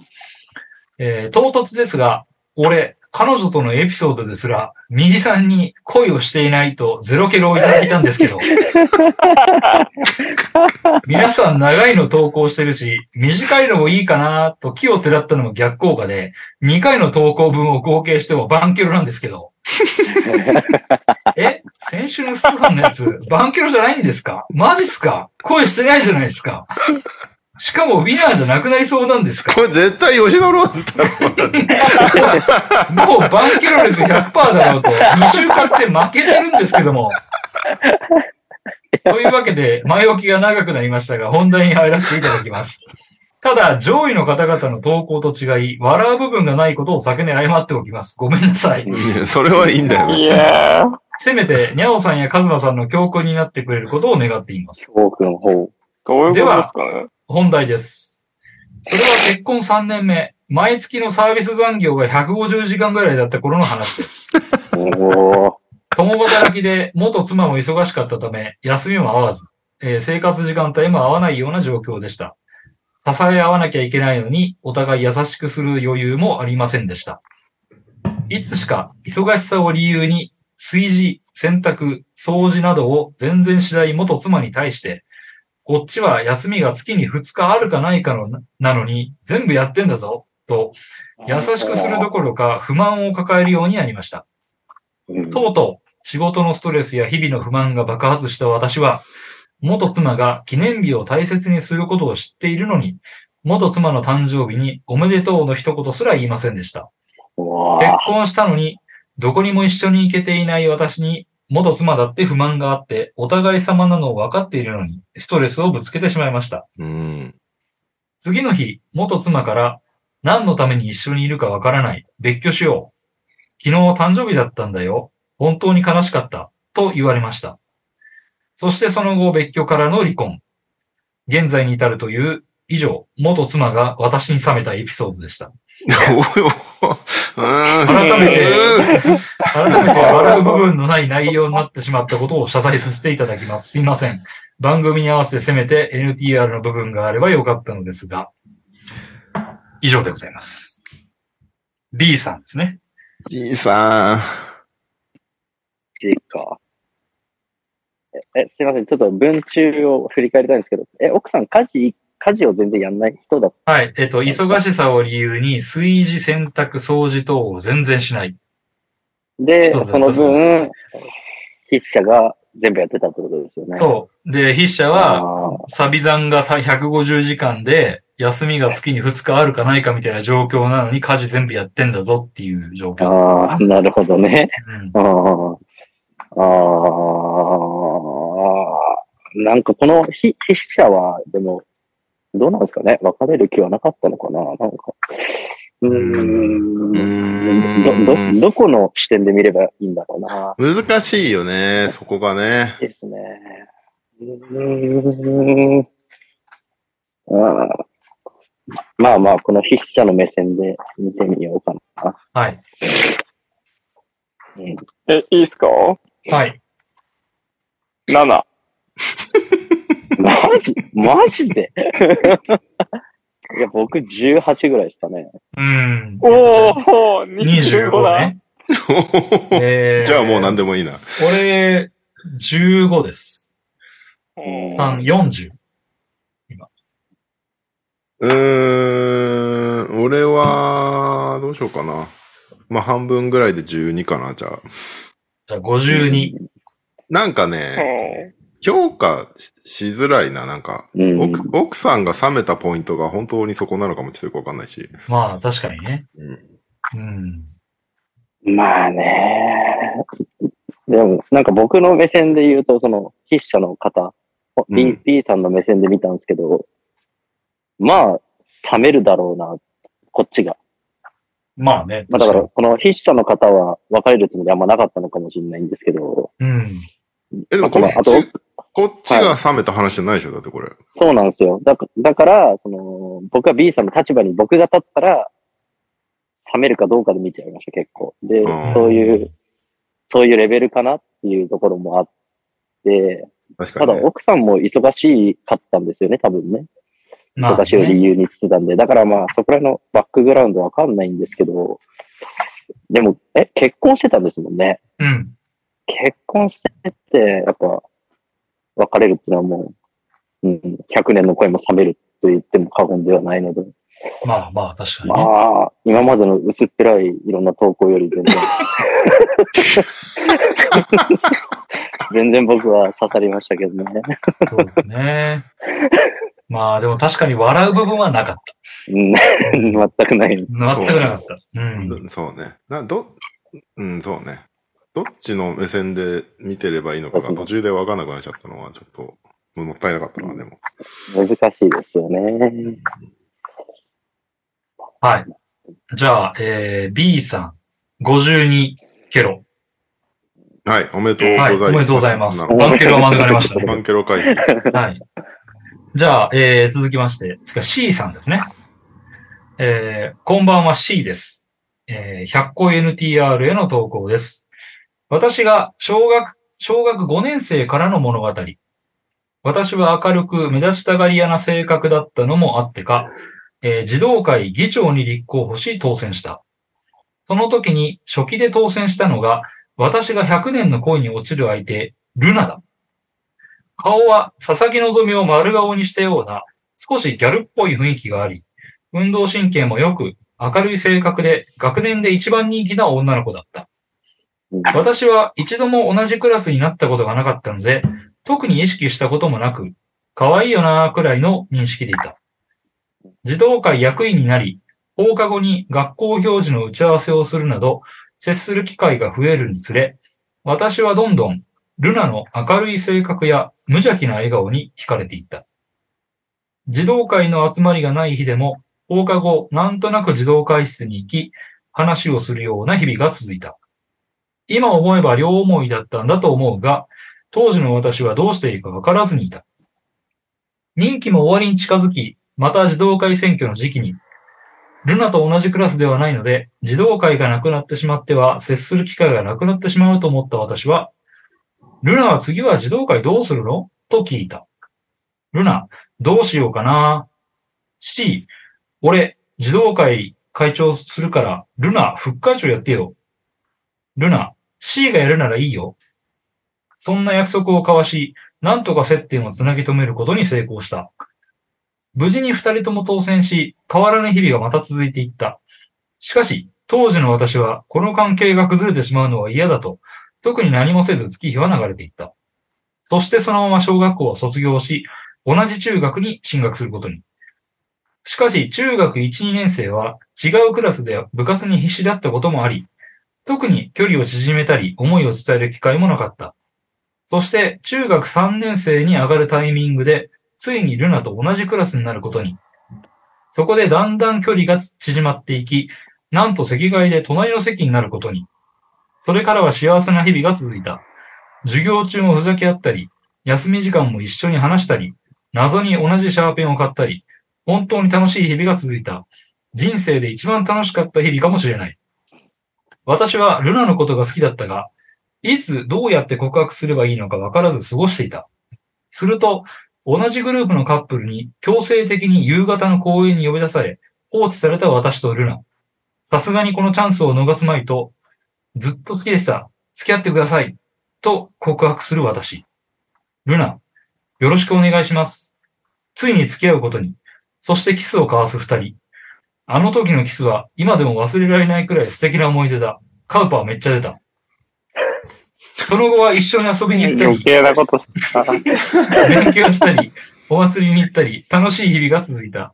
Speaker 2: えー唐突ですが、俺、彼女とのエピソードですら、右さんに恋をしていないとゼロケロをいただいたんです けど。皆さん長いの投稿してるし、短いのもいいかなと気をてらったのも逆効果で、2回の投稿分を合計してもバンキロなんですけ ど。え先週のスーさんのやつ、バンキロじゃないんですかマジっすか恋してないじゃないですか。しかもウィナーじゃなくなりそうなんですか
Speaker 1: これ絶対吉野ローズだろ。
Speaker 2: もうバンキロレス100%だろうと、2週間って負けてるんですけども。というわけで、前置きが長くなりましたが、本題に入らせていただきます。ただ、上位の方々の投稿と違い、笑う部分がないことを先に謝っておきます。ごめんなさい。
Speaker 1: いやそれはいいんだよ。
Speaker 4: いやー、
Speaker 2: せめて、にゃおさんやカズマさんの教訓になってくれることを願っています。
Speaker 6: 多くの方。
Speaker 4: どういうことです
Speaker 2: では
Speaker 4: かね。
Speaker 2: 本題です。それは結婚3年目、毎月のサービス残業が150時間ぐらいだった頃の話です。
Speaker 6: おー
Speaker 2: 共働きで元妻も忙しかったため、休みも合わず、えー生活時間帯も合わないような状況でした。支え合わなきゃいけないのに、お互い優しくする余裕もありませんでした。いつしか忙しさを理由に、炊事、洗濯、掃除などを全然しない元妻に対して、こっちは休みが月に2日あるかないかのななのに、全部やってんだぞ、と、優しくするどころか不満を抱えるようになりました。
Speaker 6: うん
Speaker 2: とうとう仕事のストレスや日々の不満が爆発した私は、元妻が記念日を大切にすることを知っているのに、元妻の誕生日におめでとうの一言すら言いませんでした。
Speaker 6: うわ
Speaker 2: 結
Speaker 6: ー
Speaker 2: 婚したのに、どこにも一緒に行けていない私に、元妻だって不満があって、お互い様なのを分かっているのに、ストレスをぶつけてしまいました。
Speaker 1: うん。
Speaker 2: 次の日、元妻から、何のために一緒にいるかわからない。別居しよう。昨日誕生日だったんだよ。本当に悲しかった。と言われました。そしてその後、別居からの離婚。現在に至るという、以上、元妻が私に冷めたエピソードでした。
Speaker 1: 改
Speaker 2: 改めて、改めて笑う部分のない内容になってしまったことを謝罪させていただきます。すいません。番組に合わせてせめて NTR の部分があればよかったのですが、以上でございます。B さんですね。
Speaker 1: B さん。
Speaker 6: いいか。え、えすいません。ちょっと文中を振り返りたいんですけど、え、奥さん、家事、家事を全然やんない人だっ
Speaker 2: はい。えっと、忙しさを理由に、炊事、洗濯、掃除等を全然しない。
Speaker 6: で、
Speaker 2: そうだ
Speaker 6: その
Speaker 2: そう
Speaker 6: 分、筆者が全部やってたってことですよね。
Speaker 2: そう。で、筆者は、
Speaker 6: あ
Speaker 2: サビ残がさ150時間で、休みが月に2日あるかないかみたいな状況なのに、家事全部やってんだぞっていう状
Speaker 6: ー
Speaker 2: 況。
Speaker 6: あー、なるほどね。
Speaker 2: うん
Speaker 6: あーあー、なんかこの筆筆者は、でも、どうなんですかね別れる気はなかったのかななんか。うー。
Speaker 1: うん
Speaker 6: ど、
Speaker 1: ー
Speaker 6: ど、
Speaker 1: ん
Speaker 6: どこの視点で見ればいいんだろうな。
Speaker 1: 難しいよね、そこがね。
Speaker 6: ですね。うーん。あーまあまあ、この筆者の目線で見てみようかな。
Speaker 2: はい。
Speaker 4: え、いいっすか
Speaker 2: はい。
Speaker 4: ?7。
Speaker 6: マジマジでいや、僕18ぐらいですかね。
Speaker 2: うん。
Speaker 4: おお
Speaker 2: 25
Speaker 4: !25 だ、
Speaker 2: ね。えー
Speaker 1: じゃあもう何でもいいな。
Speaker 2: 俺、15です。
Speaker 4: うん
Speaker 2: 3、40。
Speaker 1: うーん、俺は、どうしようかな。まあ半分ぐらいで12かな、じゃあ。
Speaker 2: じゃあ52。
Speaker 1: なんかね、評価ししづらいな、なんか。
Speaker 6: うん。
Speaker 1: 奥奥さんが冷めたポイントが本当にそこなのかもちょっとよくわかんないし。
Speaker 2: まあ、確かにね。
Speaker 1: うん
Speaker 2: うん。
Speaker 6: まあね。でも、なんか僕の目線で言うと、その、筆者の方、
Speaker 1: うん
Speaker 6: B, B さんの目線で見たんですけど、まあ、冷めるだろうな、こっちが。
Speaker 2: まあね。
Speaker 6: まあ、だから、この筆者の方は別れるつもりあんまなかったのかもしれないんですけど、
Speaker 2: うん。
Speaker 1: え、でもこ
Speaker 6: まあ
Speaker 1: っ
Speaker 6: この
Speaker 1: ち、こっちが冷めた話じゃないでしょ、だってこれ。
Speaker 6: そうなんですよ。だだから、その、僕は B さんの立場に僕が立ったら、冷めるかどうかで見ちゃいました、結構。で
Speaker 1: うん、
Speaker 6: そういう、そういうレベルかなっていうところもあって、
Speaker 1: 確か
Speaker 6: た
Speaker 1: に
Speaker 6: だ
Speaker 1: ね、
Speaker 6: 奥さんも忙しかったんですよね、多分ね。
Speaker 2: まあ
Speaker 6: 忙しいを
Speaker 2: ね、
Speaker 6: 理由につってたんで。だからまあ、そこら辺のバックグラウンドわかんないんですけど、でも、え、結婚してたんですもんね。
Speaker 2: うん。
Speaker 6: 結婚してって、やっぱ、別れるっていうのはもう、うん、100年の恋も冷めると言っても過言ではないので、
Speaker 2: まあまあ、確かに
Speaker 6: ま
Speaker 2: ね。
Speaker 6: あ、今までの薄っぺらいいろんな投稿より全然、全然僕は刺さりましたけどね。
Speaker 2: そうですね。まあ、でも確かに笑う部分はなかっ
Speaker 6: うん、全くな
Speaker 2: た。全
Speaker 6: い。
Speaker 2: くなかった。うん。
Speaker 1: うんそうね。な、ど、うん、そうね。どっちの目線で見てればいいのかが途中で分かんなくなっちゃったのは、ちょっと、もったいなかったな、でも。
Speaker 6: 難しいですよね。
Speaker 2: はい。じゃあ、えー、B さん、52ケロ。
Speaker 1: はい、おめでとうございます。
Speaker 2: はいおめでとうございます
Speaker 1: なるほ
Speaker 2: バンケロは免れました
Speaker 1: どバ
Speaker 2: ね。
Speaker 1: ンケロ会議。
Speaker 2: はい。じゃあ、えー、続きまして、次は C さんですね。えー、こんばんは C です。えー、100個 NTR への投稿です。私が小学、小学5年生からの物語。私は明るく目立ちたがり屋な性格だったのもあってか、えー、児童会議長に立候補し当選した。その時に初期で当選したのが、私が100年の恋に落ちる相手、ルナだ。顔は佐々木希を丸顔にしたような、少しギャルっぽい雰囲気があり、運動神経も良く、明るい性格で、学年で一番人気な女の子だった
Speaker 6: うん。
Speaker 2: 私は一度も同じクラスになったことがなかったので、特に意識したこともなく、可愛いよなぁくらいの認識でいた。児童会役員になり、放課後に学校行事の打ち合わせをするなど、接する機会が増えるにつれ、私はどんどんルナの明るい性格や無邪気な笑顔に惹かれていった。児童会の集まりがない日でも、放課後、なんとなく児童会室に行き、話をするような日々が続いた。今思えば両思いだったんだと思うが、当時の私はどうしていいかわからずにいた。任期も終わりに近づき、また児童会選挙の時期に、ルナと同じクラスではないので、児童会がなくなってしまっては、接する機会がなくなってしまうと思った私は、ルナは次は児童会どうするのと聞いた。ルナ、どうしようかな。C、俺、児童会会長するから、ルナ、副会長やってよ。ルナ、C がやるならいいよ。そんな約束を交わし、なんとか接点をつなぎ止めることに成功した。無事に二人とも当選し、変わらぬ日々がまた続いていった。しかし、当時の私は、この関係が崩れてしまうのは嫌だと、特に何もせず月日は流れていった。そしてそのまま小学校を卒業し、同じ中学に進学することに。しかし、中学1、2年生は違うクラスで部活に必死だったこともあり、特に距離を縮めたり、思いを伝える機会もなかった。そして、中学3年生に上がるタイミングで、ついにルナと同じクラスになることに。そこでだんだん距離が縮まっていき、なんと席替えで隣の席になることに。それからは幸せな日々が続いた。授業中もふざけ合ったり、休み時間も一緒に話したり、謎に同じシャーペンを買ったり、本当に楽しい日々が続いた。人生で一番楽しかった日々かもしれない。私はルナのことが好きだったが、いつどうやって告白すればいいのかわからず過ごしていた。すると、同じグループのカップルに強制的に夕方の公園に呼び出され、放置された私とルナ。さすがにこのチャンスを逃すまいと、ずっと好きでした。付き合ってください。と告白する私。ルナ、よろしくお願いします。ついに付き合うことに、そしてキスを交わす二人。あの時のキスは今でも忘れられないくらい素敵な思い出だ。カウパーめっちゃ出た。その後は一緒に遊びに行ったり
Speaker 4: 余、計なことした。
Speaker 2: 勉強したり、お祭りに行ったり、楽しい日々が続いた。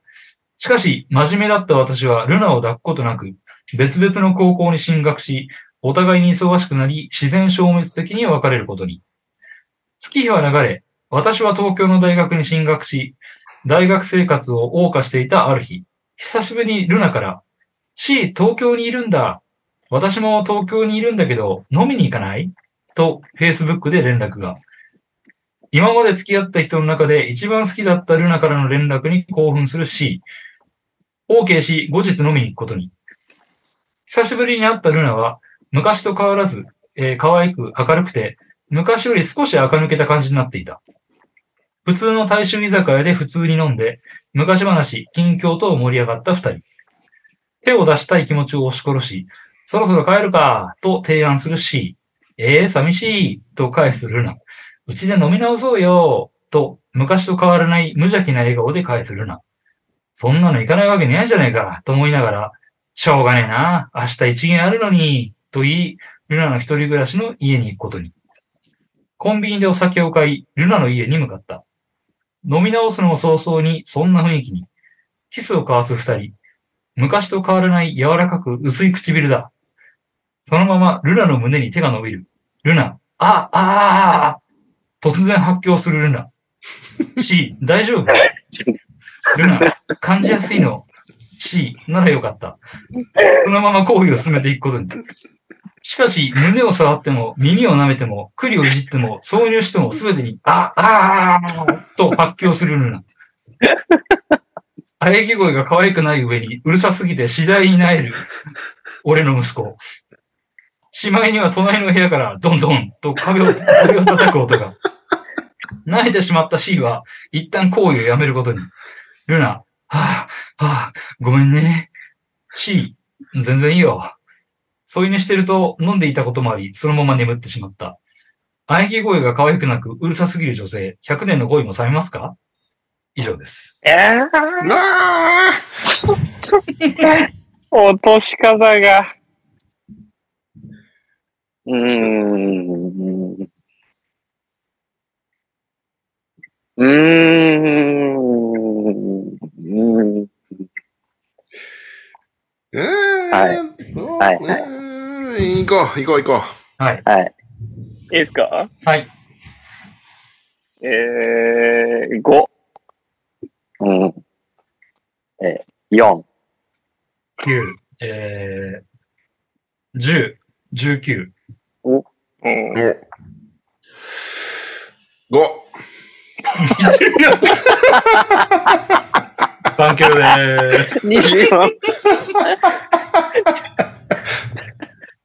Speaker 2: しかし、真面目だった私はルナを抱くことなく、別々の高校に進学し、お互いに忙しくなり、自然消滅的に別れることに。月日は流れ、私は東京の大学に進学し、大学生活を謳歌していたある日、久しぶりにルナから、C、東京にいるんだ。私も東京にいるんだけど、飲みに行かないと、Facebook で連絡が。今まで付き合った人の中で一番好きだったルナからの連絡に興奮する C。OK し、後日飲みに行くことに。久しぶりに会ったルナは、昔と変わらず、えー可愛く明るくて、昔より少し垢抜けた感じになっていた。普通の大衆居酒屋で普通に飲んで、昔話、近況と盛り上がった二人。手を出したい気持ちを押し殺し、そろそろ帰るか、と提案する C。えー、寂しい、と返すルナ。うちで飲み直そうよ、と、昔と変わらない無邪気な笑顔で返するな。そんなの行かないわけねえじゃねえか、と思いながら、しょうがねえな、明日一限あるのに、と言い、ルナの一人暮らしの家に行くことに。コンビニでお酒を買い、ルナの家に向かった。飲み直すのも早々に、そんな雰囲気に。キスを交わす二人。昔と変わらない柔らかく薄い唇だ。そのまま、ルナの胸に手が伸びる。ルナ、あ、ああ、あ、突然発狂するルナ。C、大丈夫ルナ、感じやすいの。C、ならよかった。そのまま行為を進めていくことに。しかし、胸を触っても、耳を舐めても、栗をいじっても、挿入しても、すべてに、あ、ああ、と発狂するルナ。喘ぎ声が可愛くない上に、うるさすぎて次第に萎える、俺の息子。しまいには隣の部屋からドンドンと壁を壁を叩く音が。泣いてしまった C は一旦行為をやめることに。ルナ、はあ、はあ、ごめんね。C、全然いいよ。添い寝してると飲んでいたこともあり、そのまま眠ってしまった。喘ぎ声が可愛くなくうるさすぎる女性、100年の恋も冷めますか以上です。
Speaker 4: えー
Speaker 1: うわ
Speaker 4: 落とし方が。
Speaker 6: うーん。うーん。うーん。
Speaker 1: ーうーん
Speaker 6: はいはいう
Speaker 1: ーん行こう、行こう、行こ
Speaker 2: はい。
Speaker 6: はい。
Speaker 4: いいですか
Speaker 2: はい。
Speaker 4: えー、5。
Speaker 6: うん。えー、4。
Speaker 2: 9、えー、10、19、
Speaker 4: うん
Speaker 1: う。。お5。
Speaker 2: 番狂でーす。
Speaker 6: 24。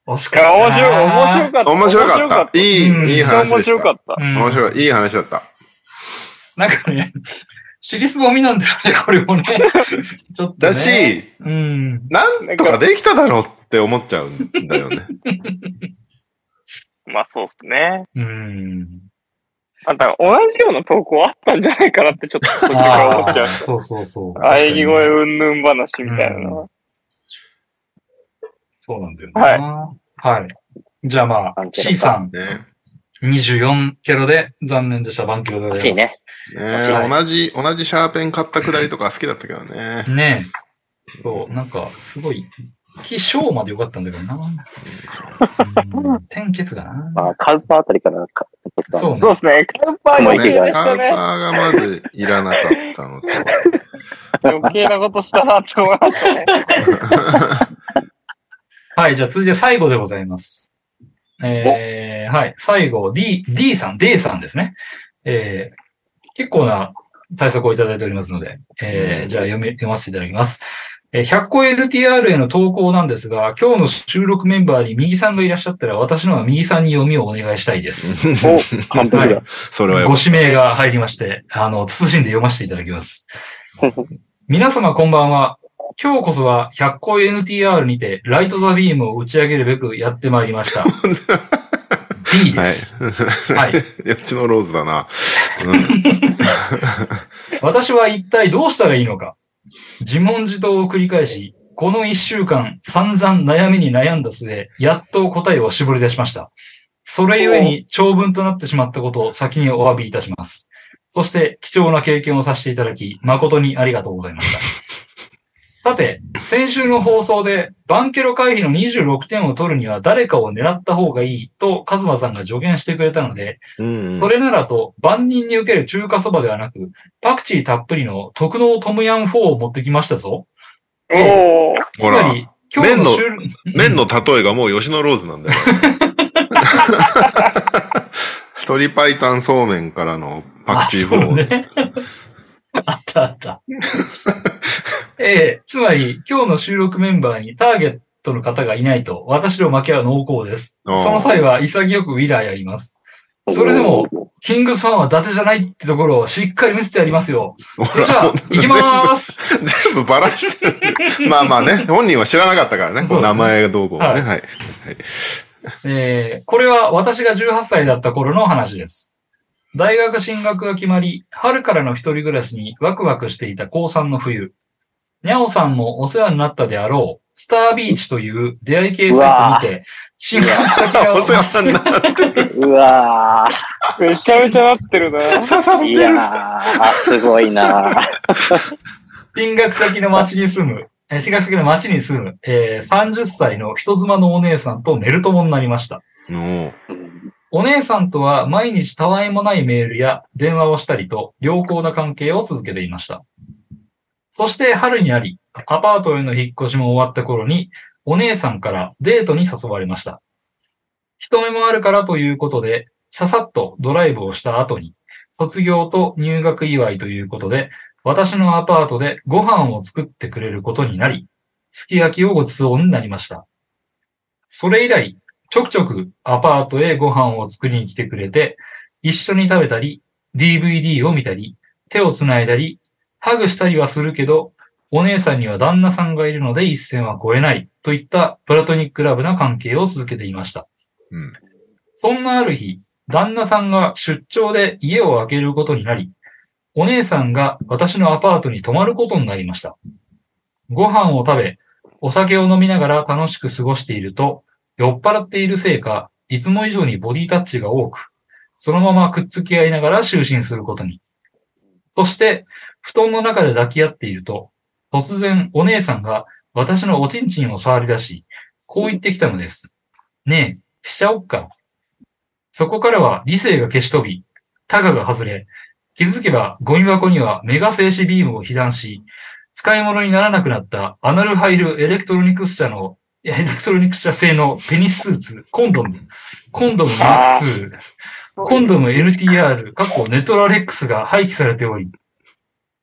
Speaker 2: 惜しかったなー。
Speaker 4: 面白い、面白かった。
Speaker 1: 面白かった。いい、
Speaker 2: うん
Speaker 1: いい話でした。
Speaker 4: 面白かった。
Speaker 2: うん
Speaker 1: 面白い。いい話だった。
Speaker 2: なんかね、尻すぼみなんだよね、これ もね。ちょっと、ね。
Speaker 1: だし、、
Speaker 2: うん。
Speaker 1: なんとかできただろうって思っちゃうんだよ ね。
Speaker 4: まあそうっすね。
Speaker 2: うん。
Speaker 4: あんた同じような投稿あったんじゃないかなってちょっと途中から思っちゃう
Speaker 2: あー。そうそうそう。
Speaker 4: 喘ぎ声うんぬん話みたいな。
Speaker 2: うそうなんだよ。
Speaker 4: はい
Speaker 2: はい。じゃあまあ
Speaker 6: 番、狂だ
Speaker 2: C さん、
Speaker 1: ね
Speaker 2: 24キロで残念でした、番狂でございます。
Speaker 1: ね同じ、同じシャーペン買ったくだりとか好きだったけどね。
Speaker 2: ねえ。そう、なんか、すごい、気象までよかったんだけどな。うん天結だな。
Speaker 6: まあ、カウパーあたりからか、
Speaker 2: そうね
Speaker 4: そうっすね。カウパー
Speaker 1: ね
Speaker 4: 余計でし
Speaker 1: カ
Speaker 4: た
Speaker 1: ウパー
Speaker 4: ね。
Speaker 1: がまずいらなかった のと。
Speaker 4: 余計なことしたなって思いましたね。
Speaker 2: はい、じゃあ続いて最後でございます。えー、はい、最後、D、D さん、D さんですね。えー、結構な対策をいただいておりますので、えー、じゃあ読み、読ませていただきます。えー100個 LTR への投稿なんですが、今日の収録メンバーに右さんがいらっしゃったら、私のは右さんに読みをお願いしたいです。
Speaker 4: お、完璧だ。
Speaker 1: それはやば
Speaker 2: ご指名が入りまして、あの、慎んで読ませていただきます。 皆様こんばんは。今日こそは100個 NTR にて、ライトザビームを打ち上げるべくやってまいりました。B です。 はい。
Speaker 1: い。やちのローズだな。うん、
Speaker 2: 私は一体どうしたらいいのか。自問自答を繰り返し、この一週間散々悩みに悩んだ末、やっと答えを絞り出しました。それゆえに長文となってしまったことを先にお詫びいたします。そして貴重な経験をさせていただき、誠にありがとうございました。さて、先週の放送で、バンケロ回避の26点を取るには誰かを狙った方がいいと、カズマさんが助言してくれたので、
Speaker 1: うんうん
Speaker 2: それならと、万人に受ける中華そばではなく、パクチーたっぷりの特納トムヤンフォーを持ってきましたぞ。
Speaker 4: おー、
Speaker 2: つ
Speaker 1: ほ
Speaker 2: ま
Speaker 1: ら
Speaker 2: り、今日の収録、
Speaker 1: 麺の例えがもう吉野ローズなんだよ。 鶏白湯そうめんからのパクチーフォー。
Speaker 2: あそうね あったあった。 ええ、つまり、今日の収録メンバーにターゲットの方がいないと、私の負けは濃厚です。
Speaker 1: あー
Speaker 2: その際は潔くウィラーやります。それでも、キングスファンは伊達じゃないってところをしっかり見せてやりますよ。そ
Speaker 1: ほ
Speaker 2: れじゃあ、
Speaker 1: ら
Speaker 2: 行、きまーす
Speaker 1: 全部バラしてるんで。まあまあね、本人は知らなかったからね、こう名前がどうこうね。
Speaker 2: はい
Speaker 1: はい。
Speaker 2: えーこれは私が18歳だった頃の話です。大学進学が決まり、春からの一人暮らしにワクワクしていた高3の冬。にゃおさんもお世話になったであろう、スタービーチという出会い系サイトにて、進学先
Speaker 1: あ
Speaker 2: が
Speaker 1: お世話にな っ
Speaker 6: うわ
Speaker 4: めちゃめちゃなってるな。
Speaker 1: 刺さっ
Speaker 6: ー。
Speaker 1: て
Speaker 6: い
Speaker 1: る。
Speaker 6: やー、すごいなー。
Speaker 2: 進学先の町に住む、えー進学先の町に住む、えー30歳の人妻のお姉さんとメル友になりました。
Speaker 1: もう
Speaker 2: お姉さんとは毎日たわいもないメールや電話をしたりと良好な関係を続けていました。そして春になり、アパートへの引っ越しも終わった頃に、お姉さんからデートに誘われました。人目もあるからということで、ささっとドライブをした後に、卒業と入学祝いということで、私のアパートでご飯を作ってくれることになり、すき焼きをご馳走になりました。それ以来、ちょくちょくアパートへご飯を作りに来てくれて、一緒に食べたり、DVD を見たり、手を繋いだり、ハグしたりはするけど、お姉さんには旦那さんがいるので一線は越えないといったプラトニックラブな関係を続けていました。
Speaker 1: うん
Speaker 2: そんなある日、旦那さんが出張で家を空けることになり、お姉さんが私のアパートに泊まることになりました。ご飯を食べ、お酒を飲みながら楽しく過ごしていると、酔っ払っているせいか、いつも以上にボディタッチが多く、そのままくっつき合いながら就寝することに。そして、布団の中で抱き合っていると、突然お姉さんが私のおちんちんを触り出し、こう言ってきたのです。ねえ、しちゃおっか。そこからは理性が消し飛び、タガが外れ、気づけばゴミ箱にはメガ静止ビームを被弾し、使い物にならなくなったアナルハイルエレクトロニクス社のいやエレクトロニクス社製のペニススーツ、コンドーム、コンドームマーク2、コンドーム LTR、過去ネトラレックスが廃棄されており、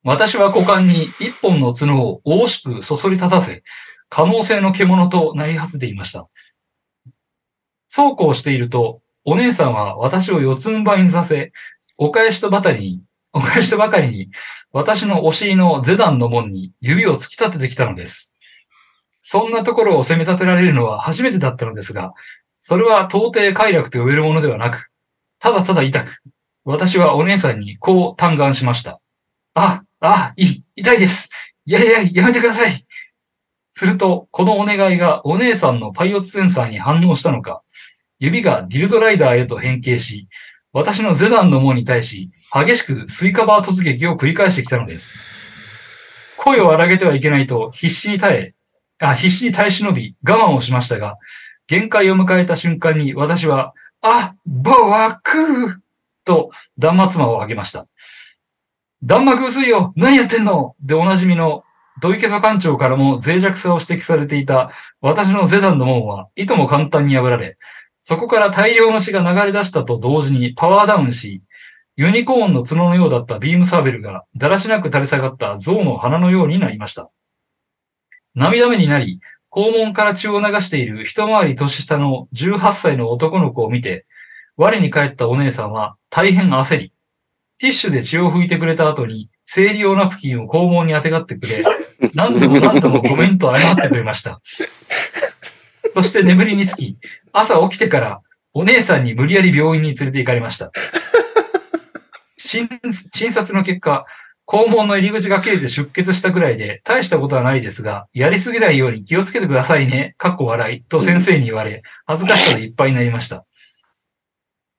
Speaker 2: 私は股間に一本の角を大しくそそり立たせ、可能性の獣となり果てていました。そうこうしていると、お姉さんは私を四つん這いにさせ、お返しとばかりに、お返しとばかりに、私のお尻のゼダンの門に指を突き立ててきたのです。そんなところを責め立てられるのは初めてだったのですが、それは到底快楽と呼べるものではなく、ただただ痛く、私はお姉さんにこう嘆願しました。あ、あ、い、痛いです。いやいや、やめてください。すると、このお願いがお姉さんのパイオツセンサーに反応したのか、指がディルドライダーへと変形し、私のゼダンの門に対し、激しくスイカバー突撃を繰り返してきたのです。声を荒げてはいけないと必死に耐え、あ、必死に耐え忍び、我慢をしましたが、限界を迎えた瞬間に私は、あ、バワクーと断末魔をあげました。弾幕薄いよ何やってんのでおなじみの土井家祖館長からも脆弱さを指摘されていた私のゼダンの門はいとも簡単に破られ、そこから大量の血が流れ出したと同時にパワーダウンし、ユニコーンの角のようだったビームサーベルがだらしなく垂れ下がった象の鼻のようになりました。涙目になり、肛門から血を流している一回り年下の18歳の男の子を見て、我に帰ったお姉さんは大変焦り、ティッシュで血を拭いてくれた後に、生理用ナプキンを肛門にあてがってくれ、何度も何度もごめんと謝ってくれました。そして眠りにつき、朝起きてから、お姉さんに無理やり病院に連れて行かれました。診診察の結果、肛門の入り口が切れて出血したぐらいで、大したことはないですが、やりすぎないように気をつけてくださいね、かっこ笑い、と先生に言われ、恥ずかしさでいっぱいになりました。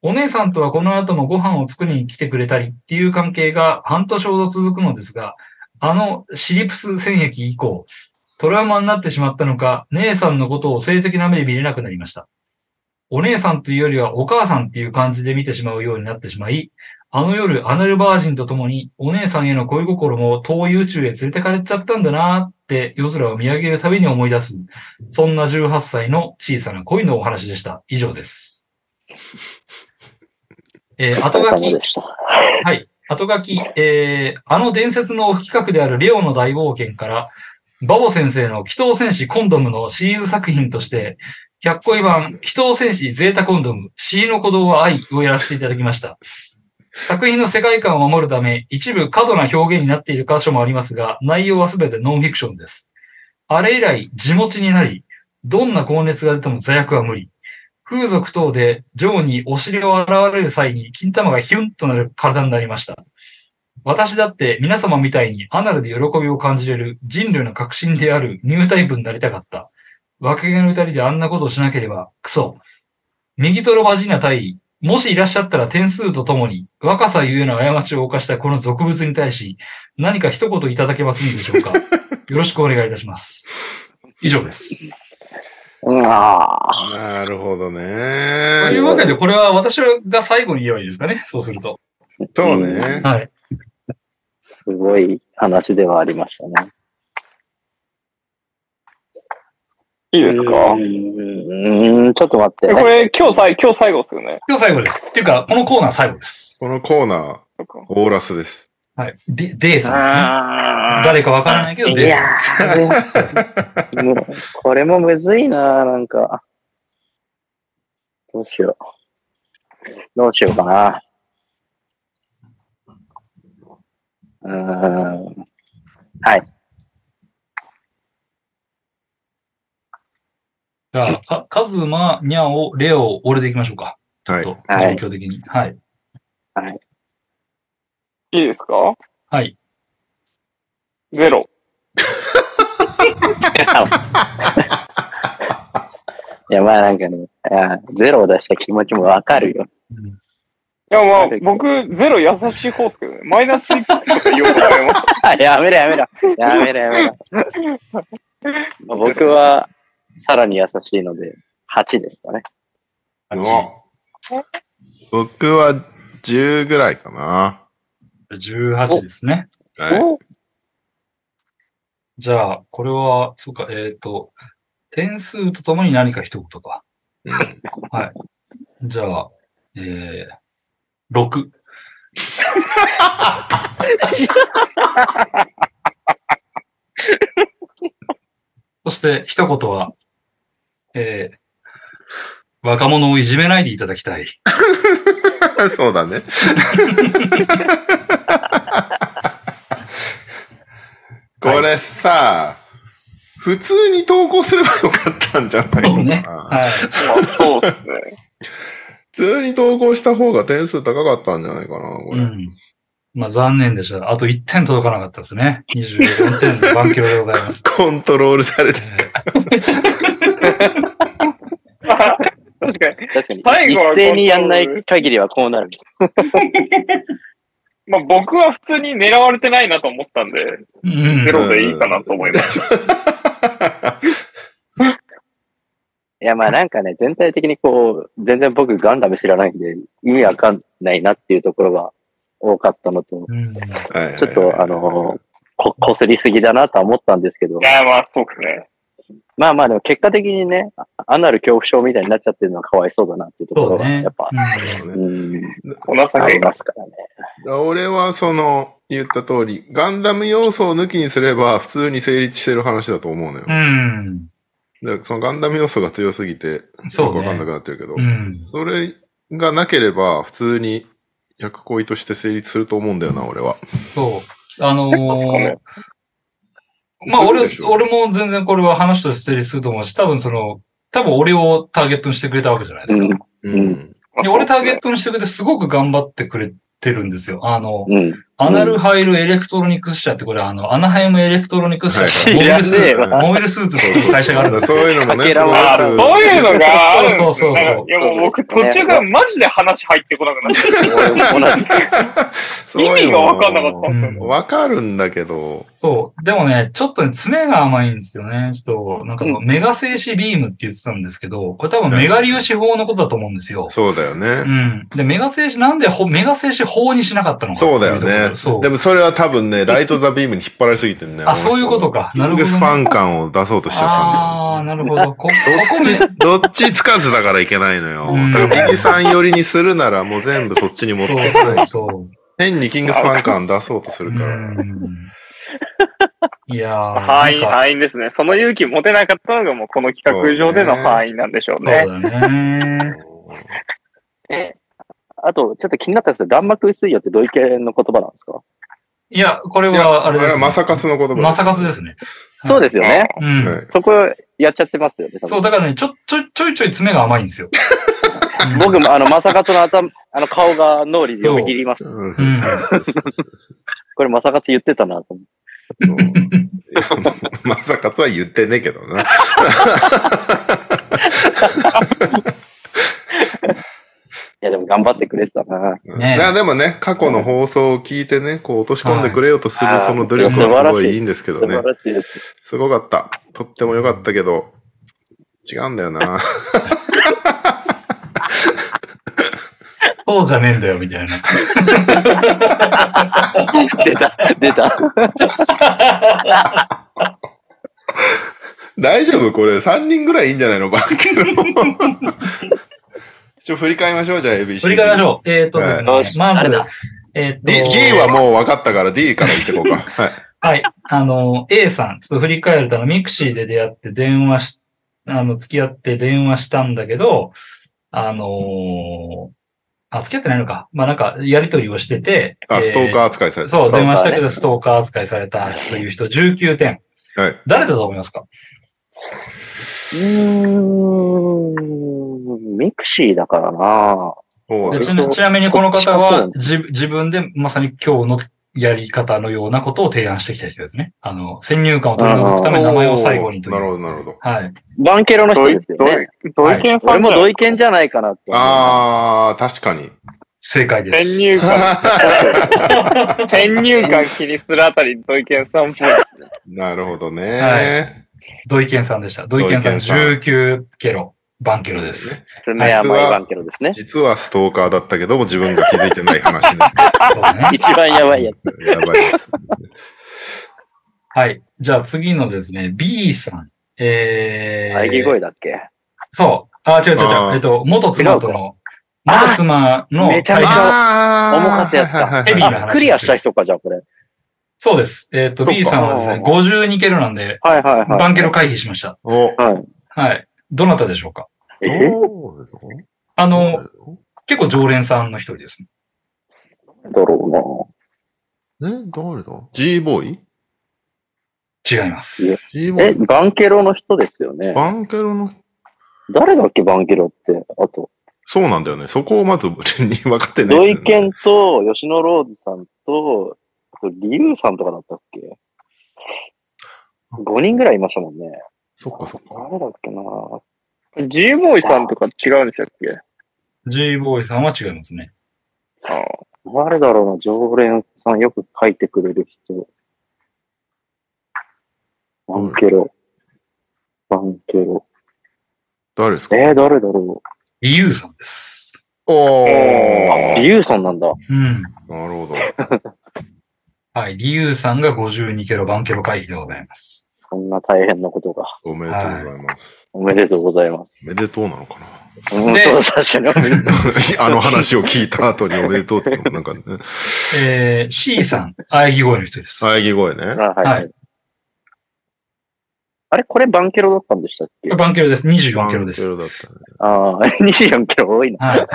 Speaker 2: お姉さんとはこの後もご飯を作りに来てくれたりっていう関係が半年ほど続くのですが、あのシリプス戦役以降、トラウマになってしまったのか、姉さんのことを性的な目で見れなくなりました。お姉さんというよりはお母さんっていう感じで見てしまうようになってしまい、あの夜、アナルバージンと共に、お姉さんへの恋心も遠い宇宙へ連れてかれちゃったんだなーって夜空を見上げるたびに思い出す、そんな18歳の小さな恋のお話でした。以上です。えー後書き
Speaker 6: 様、でした。
Speaker 2: 後書き、えー、あの伝説のオフ企画であるレオの大冒険から、バボ先生の祈祷戦士コンドムのシリーズ作品として、100個版、祈祷戦士ゼータコンドム、C の鼓動は愛をやらせていただきました。作品の世界観を守るため、一部過度な表現になっている箇所もありますが、内容は全てノンフィクションです。あれ以来、地持ちになり、どんな高熱が出ても座薬は無理。風俗等で、ジョーにお尻を洗われる際に、金玉がヒュンとなる体になりました。私だって皆様みたいにアナルで喜びを感じれる人類の革新であるニュータイプになりたかった。若気の至りであんなことをしなければ、クソ。右トロバジーナ対、もしいらっしゃったら点数とともに、若さゆえの過ちを犯したこの俗物に対し、何か一言いただけませんでしょ うか。よろしくお願いいたします。以上です。
Speaker 6: うわぁ。
Speaker 1: なるほど
Speaker 2: とい
Speaker 1: ね。
Speaker 2: うわけで、これは私が最後に言えばいいですかね。そうすると。
Speaker 1: そうね。
Speaker 2: はい。
Speaker 6: すごい話ではありましたね。
Speaker 4: いいですか
Speaker 6: うーん、ちょっと待っ
Speaker 4: え
Speaker 6: て。
Speaker 4: これ、今日さい、今日最後ですよね。
Speaker 2: 今日最後です。っていうか、このコーナー最後です。
Speaker 1: このコーナー、
Speaker 4: そっか
Speaker 1: オーラスです。
Speaker 2: はい。で、デイさんですね。
Speaker 6: あ
Speaker 2: 誰かわからないけど、
Speaker 6: ーい
Speaker 2: デイさん
Speaker 6: や。 ーもうこれもむずいななんか。どうしよう。どうしようかな。うーん。はい。
Speaker 2: じゃあ、か、カズマ、ニャオ、レオ、俺でいきましょうか。
Speaker 1: はい
Speaker 2: ちょっと、
Speaker 6: はい
Speaker 2: 状況的に。はい。
Speaker 4: いいですか
Speaker 2: はい。
Speaker 4: ゼロ。
Speaker 6: いや、まあなんかね、あーゼロを出した気持ちもわかるよ。
Speaker 4: いや、まあ、僕、ゼロ優しい方ですけどね。マイナスいくつとか言おうと思い まし
Speaker 6: やめろやめろ。やめろやめろ。 まあ僕は、さらに優しいので、8ですかね。
Speaker 2: あっち
Speaker 1: うわ僕は10ぐらいかな。
Speaker 2: 18ですね。
Speaker 1: はい
Speaker 2: じゃあ、これは、そうか、えっ、と、点数とともに何か一言か。
Speaker 1: うん
Speaker 2: はい。じゃあ、えー、6。そして、一言は、えー、若者をいじめないでいただきたい。
Speaker 1: そうだ ね。これさ、普通に投稿すればよかったんじゃないの
Speaker 2: そ
Speaker 1: かな、
Speaker 2: うね。はい。
Speaker 4: た。まあ、そうですね。
Speaker 1: 普通に投稿した方が点数高かったんじゃないかな、こ
Speaker 2: う
Speaker 1: れ。
Speaker 2: ん。まあ残念でした。あと1点届かなかったですね。24点の番狂でございます。
Speaker 1: コントロールされ
Speaker 2: え
Speaker 1: て。
Speaker 2: ー
Speaker 4: 確かに。
Speaker 6: 確かに。
Speaker 4: 最後は
Speaker 6: 一斉にやんない限りはこうなる。
Speaker 4: まあ、僕は普通に狙われてないなと思ったんで、
Speaker 2: うん
Speaker 4: ゼ。ロでいいかなと思いました。
Speaker 6: いや、まあなんかね、全体的にこう、全然僕ガンダム知らないんで、意味わかんないなっていうところが多かったのと、
Speaker 2: うん
Speaker 1: はいはいはい
Speaker 6: ちょっとあの、こ、こすりすぎだなとは思ったんですけど
Speaker 4: い、や、まあ、そうですね。
Speaker 6: まあまあ、でも結果的にね、あアナル恐怖症みたいになっちゃってるのはかわいそうだなっていうところ
Speaker 2: そう
Speaker 6: が、
Speaker 2: ね
Speaker 6: やっぱ、
Speaker 1: そう
Speaker 6: う
Speaker 1: ね
Speaker 6: ん、
Speaker 4: この
Speaker 6: あ
Speaker 4: 先
Speaker 6: り
Speaker 4: が
Speaker 6: ま。すからね。
Speaker 1: 俺はその、言った通り、ガンダム要素を抜きにすれば普通に成立してる話だと思うのよ。
Speaker 2: うん。
Speaker 1: だからそのガンダム要素が強すぎて、
Speaker 2: そうね
Speaker 1: よくわかんなくなってるけど、
Speaker 2: うん
Speaker 1: それがなければ普通に役恋として成立すると思うんだよな、俺は。
Speaker 2: そう。あの
Speaker 4: してますか
Speaker 2: ー
Speaker 4: ね、
Speaker 2: まあ俺
Speaker 1: するでし、ょ
Speaker 2: 俺も全然これは話として成立すると思うし、多分その、多分俺をターゲットにしてくれたわけじゃないですか。
Speaker 6: うん
Speaker 1: うん。
Speaker 4: まあ
Speaker 2: で
Speaker 4: そう
Speaker 2: 俺
Speaker 4: で
Speaker 2: タ
Speaker 4: す
Speaker 2: ーゲ
Speaker 4: ね
Speaker 2: ットにしてくれてすごく頑張ってくれてるんですよ。あの、
Speaker 6: うん。
Speaker 2: アナルハイルエレクトロニクス社ってこれあの、アナハイムエレクトロニクス社って
Speaker 6: は
Speaker 2: モ
Speaker 6: い
Speaker 2: ビルス
Speaker 6: 知らねえ
Speaker 2: ー
Speaker 1: わ
Speaker 2: ツ、モビルスーツっていう会社があるん
Speaker 1: だ
Speaker 2: で
Speaker 1: からそ
Speaker 2: す
Speaker 1: う
Speaker 2: よ。
Speaker 1: いうのもね、
Speaker 6: かけらも
Speaker 1: あ
Speaker 6: あ
Speaker 4: あ
Speaker 6: る
Speaker 1: る。
Speaker 4: そういうのがあるんですね
Speaker 2: そうそうそうそう
Speaker 4: いやもう僕途中からマジで話入ってこなくなっちゃっ
Speaker 6: 俺も同じ。
Speaker 1: そ
Speaker 4: た。
Speaker 1: うい
Speaker 4: 意
Speaker 1: う
Speaker 4: 味
Speaker 1: の
Speaker 4: が
Speaker 1: も
Speaker 4: わかんなかったんですよ。
Speaker 1: わかるんだけど、
Speaker 2: そう。でもね、ちょっとね、爪が甘いんですよね。ちょっと、なんか、メガ静止ビームって言ってたんですけど、これ多分メガ粒子法のことだと思うんですよ。
Speaker 1: そうだよ
Speaker 2: う
Speaker 1: ね。
Speaker 2: ん。で、メガ静止、なんでほメガ静止法にしなかったのかってい
Speaker 1: そうだよ
Speaker 2: ところ
Speaker 1: ね。
Speaker 2: そう
Speaker 1: で。もそれは多分ね、ライト・ザ・ビームに引っ張られすぎてんだよ。
Speaker 2: あそういうことか
Speaker 1: キングスファン感を出そうとしちゃったんだよ。
Speaker 2: ああ、なる ほど。こ、ここめ、
Speaker 1: どっちつかずだからいけないのよ
Speaker 2: うん。
Speaker 1: だから、右さん寄りにするならもう全部そっちに持ってかない
Speaker 2: そうそう
Speaker 1: 変にキングスファン感出そうとす
Speaker 2: そう。
Speaker 1: る
Speaker 2: う
Speaker 1: から。
Speaker 2: ん。いやー。
Speaker 4: 範囲、
Speaker 2: なんか
Speaker 4: 範囲ですね。その勇気持てなかったのがもうこの企画上での範囲なんでしょうね。
Speaker 2: そうだね。
Speaker 6: あと、ちょっと気になったんですけど、弾幕薄いよってどういう系の言葉なんですか、
Speaker 2: いや、これ
Speaker 1: いや、
Speaker 2: は、
Speaker 1: あ
Speaker 2: あれ
Speaker 1: れ
Speaker 2: です、ね。
Speaker 1: はマサカツの言葉。
Speaker 2: まさかすですね。い
Speaker 6: そうですよね。
Speaker 2: う。
Speaker 1: うんん。
Speaker 6: そこやっちゃってますよね。多分
Speaker 2: そう、だからね、ちょ、ちょ、ちょいちょい爪が甘いんですよ。
Speaker 6: 僕もあの、まさかつの頭、あの顔が脳裏でよぎりました。
Speaker 1: うん
Speaker 2: うん
Speaker 6: これまさかつ言ってたなと思って。
Speaker 1: そうマサカツは言ってねえけどな。
Speaker 6: いや、でも頑張ってくれてたな。
Speaker 2: ねえ
Speaker 1: いやでもね、過去の放送を聞いてね、こう落とし込んでくれようとする
Speaker 6: はい
Speaker 1: その努力はすごいいいんですけど
Speaker 6: 素
Speaker 1: ね
Speaker 6: 晴。らしいです。
Speaker 1: すごかった。とっても良かったけど、違うんだよな。
Speaker 2: そうじゃねえんだよ、みたいな。
Speaker 6: 出た、出た。
Speaker 1: 大丈夫これ3人ぐらいいいんじゃないのバッキの。一応振り返りましょう、じゃあ ABC。
Speaker 2: 振り返りま しょう。えっ、ー、とですね、
Speaker 6: はいよし
Speaker 2: ま
Speaker 6: あれ
Speaker 2: ず
Speaker 6: だ、
Speaker 2: えっ、と、
Speaker 1: D, D はもう分かったから D から言って こうか。はい。
Speaker 2: はい。あの、A さん、ちょっと振り返ると、あの、ミクシーで出会って電話し、あの、付き合って電話したんだけど、あのーあ、付き合ってないのか。まあ、なんか、やりとりをしてて。え
Speaker 1: あ、ストーカー扱いされて
Speaker 2: そう、
Speaker 6: ーカー
Speaker 2: 電話したけど、
Speaker 6: ね
Speaker 2: ストーカー扱いされたという人、19点。
Speaker 1: はい
Speaker 2: 誰だと思いますか
Speaker 6: うーん、ミクシーだからな。
Speaker 1: そう
Speaker 2: で
Speaker 1: だ
Speaker 2: ち
Speaker 1: ね
Speaker 2: なちなみにこの方
Speaker 6: こ
Speaker 2: は
Speaker 6: っち
Speaker 2: じ、自分でまさに今日のやり方のようなことを提案してきた人ですね。あの、先入観を取り除くために名前を最後にという。
Speaker 1: なるほど、なるほど。
Speaker 2: はい。
Speaker 6: バンケロの人
Speaker 4: 土井
Speaker 6: ですよね。
Speaker 4: 土井健さ
Speaker 6: 俺
Speaker 4: んじゃ
Speaker 6: も
Speaker 4: ない
Speaker 6: 同
Speaker 4: で
Speaker 6: 意見じゃないかなって思う。
Speaker 1: あー、確かに。
Speaker 2: 正解です。
Speaker 4: 先入観。先入観気にするあたり、土井健さんっぽいですね。
Speaker 1: なるほどね。
Speaker 2: は土井健さんでした。土井健さん
Speaker 1: 土井健
Speaker 2: 19ケロ、バンケロです。
Speaker 6: 爪甘いバンケロですね。
Speaker 1: 実はストーカーだったけども自分が気づいてない話にな る。
Speaker 2: そうね
Speaker 6: 一番やばいやつ。
Speaker 1: やばいやつ。
Speaker 2: はい。じゃあ次のですね、B さん。え
Speaker 6: 喘ぎ
Speaker 2: ー、
Speaker 6: 声だっけ
Speaker 2: そう。あ、違う違う違
Speaker 1: あ
Speaker 2: う。
Speaker 1: ー
Speaker 2: えっと、元妻との、元妻の、
Speaker 6: めちゃめちゃ
Speaker 1: あー
Speaker 6: 重かったやつだ
Speaker 1: はいはいは
Speaker 2: ヘビ
Speaker 1: い
Speaker 2: ーな話。
Speaker 6: クリアした人。か、じゃあこれ。
Speaker 2: そうです。えっと、
Speaker 1: そうか
Speaker 2: B さんはですね、52ケロなんで、
Speaker 6: はいはいはい。
Speaker 2: バンケロ回避しました。
Speaker 1: お
Speaker 6: はい。
Speaker 2: はい。どなたでしょうか
Speaker 6: え
Speaker 1: どう
Speaker 2: あの、結構常連さんの一人ですね。
Speaker 6: だろ
Speaker 1: え、誰だ ?G ボーイ
Speaker 2: 違います。
Speaker 1: ?G
Speaker 6: う
Speaker 1: ボ
Speaker 6: な。え、
Speaker 1: ーイ
Speaker 6: バンケロの人ですよね。
Speaker 1: バンケロの、
Speaker 6: 誰だっけ、バンケロって。あと、
Speaker 1: そうなんだよね。そこをまず 順に分かってない
Speaker 6: 土
Speaker 1: や
Speaker 6: 井
Speaker 1: つだよね。
Speaker 6: 健と吉野ローズさんと、あと、リュウさんとかだったっけ ?5 人ぐらいいましたもんね。
Speaker 1: そっかそっか。
Speaker 6: 誰だっけな
Speaker 4: G ボーイさんとか違うんでしたっけ
Speaker 2: G ボーイさんは違いますね。
Speaker 4: あ
Speaker 6: 誰だろうな、常連さんよく書いてくれる人。バンケロ。バンケロ。
Speaker 1: 誰ですか
Speaker 6: えー、誰だろ
Speaker 2: リユウさんです。
Speaker 1: お
Speaker 6: う。
Speaker 1: ー。
Speaker 6: リュウさんなんだ。
Speaker 2: うん。
Speaker 1: なるほど。
Speaker 2: はい。リユウさんが52ケロ、バンケロ回避でございます。
Speaker 6: そんな大変なことが。
Speaker 1: おめでとうございます。
Speaker 6: おめでとうございます。
Speaker 1: おめでとうなのかな
Speaker 6: うん、
Speaker 2: で
Speaker 6: そう、確かにおめでとう。
Speaker 1: あの話を聞いた後に おめでとうっていうのもなんかね、
Speaker 2: えー、C さん、喘ぎ声の人です。
Speaker 1: 喘ぎ声ね。
Speaker 6: あはい、
Speaker 2: は
Speaker 6: はいい。あれこれバンケロだったんでしたっけ
Speaker 2: バンケロです。24キロで
Speaker 1: バ
Speaker 2: す。
Speaker 1: ンケロだったね。
Speaker 6: ああ、24キロ多いな。
Speaker 2: はい。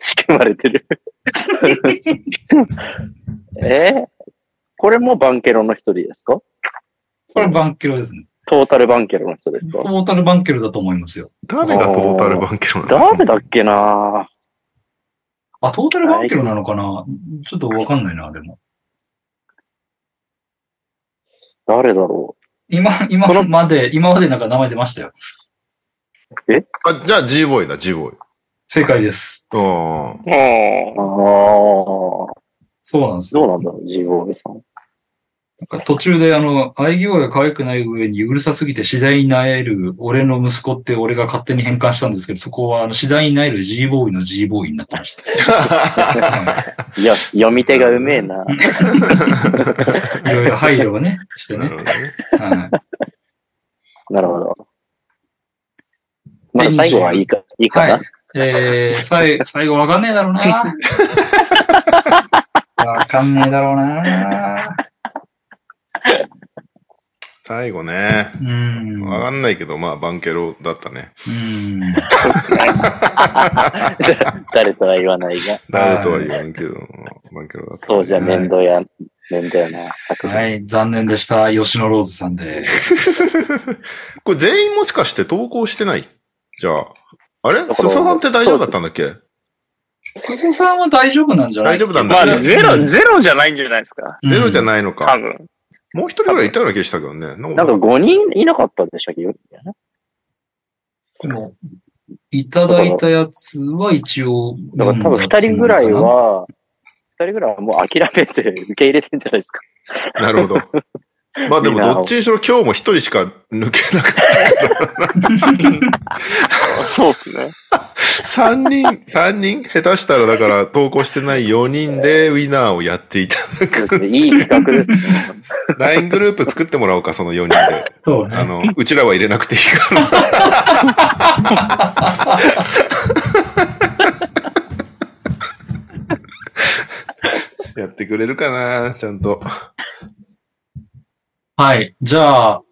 Speaker 6: 仕組まれて る。えーこれもバンケロの一人ですか
Speaker 2: これバンケロですね。
Speaker 6: トータルバンケロの人です
Speaker 2: ト
Speaker 6: か
Speaker 2: ータルバンケロだと思いますよ。
Speaker 1: 誰がトータルバンケロなんです
Speaker 6: 誰だっけな
Speaker 2: あ、トータルバンケロなのかなちょっとわかんないな、でも。
Speaker 6: 誰だろ
Speaker 2: 今、今まで、今までなんか名前出ましたよ。
Speaker 1: あ、じゃあ G ボーイだ、G ボーイ。
Speaker 2: 正解です。
Speaker 1: ああ。
Speaker 6: うああ、
Speaker 2: そうなんですよ。
Speaker 6: どうなんだろう、ジーボーイさん。
Speaker 2: なんか途中であの、喘ぎ声が可愛くない上にうるさすぎて次第に萎える俺の息子って俺が勝手に変換したんですけど、そこはあの次第に萎える G ボーイの G ボーイになってまし た。はい
Speaker 6: や、読み手がうめえな。
Speaker 2: いいろいろ配慮をね、して
Speaker 1: な
Speaker 2: ね
Speaker 1: る。ほどね
Speaker 2: はい
Speaker 6: なるほど。まあ、最後はいいか、いいかな。
Speaker 2: はい。えー、さい最後わかんねえだろう な。わかんねえだろうな。
Speaker 1: 最後ね。
Speaker 2: うん。
Speaker 1: わかんないけど、まあ、バンケロだったね。
Speaker 2: うん。
Speaker 6: 誰とは言わないが。
Speaker 1: 誰とは言わんけど、バンケロだったね。
Speaker 6: そうじゃ面倒や、面倒やな。
Speaker 2: はい、残念でした。吉野ローズさんで。
Speaker 1: これ全員もしかして投稿してないじゃあ。あれ
Speaker 6: ら
Speaker 1: すささんって大丈夫だったんだっけ
Speaker 2: 鈴さんは大丈夫なんじゃない
Speaker 1: 大丈夫なん
Speaker 4: ま
Speaker 1: だ
Speaker 4: あ
Speaker 1: っ、け
Speaker 4: ゼロ、ゼロじゃないんじゃないですか。
Speaker 2: うん
Speaker 1: 出るじゃないの
Speaker 4: 多
Speaker 1: か。
Speaker 4: 分。
Speaker 1: もう一人ぐらいいたような気がしたけどね。なん
Speaker 6: なんか5人いなかったんでしたっけ
Speaker 2: でも、いただいたやつは一応、
Speaker 6: だから多分2人ぐらいは、2人ぐらいはもう諦めて受け入れてんじゃない ですか。
Speaker 1: なるほど。まあでも、どっちにしろ今日も一人しか抜けなかっ
Speaker 4: そうですね。
Speaker 1: た。三人、三人下手したらだから投稿してない4人でウィナーをやっていただく。
Speaker 6: いい企画ですね。
Speaker 1: LINE グループ作ってもらおうか、その4人で。
Speaker 2: そう
Speaker 1: あ
Speaker 2: ね。
Speaker 1: の、うちらは入れなくていいから。 やってくれるかなちゃんと。
Speaker 2: はい。じゃあ、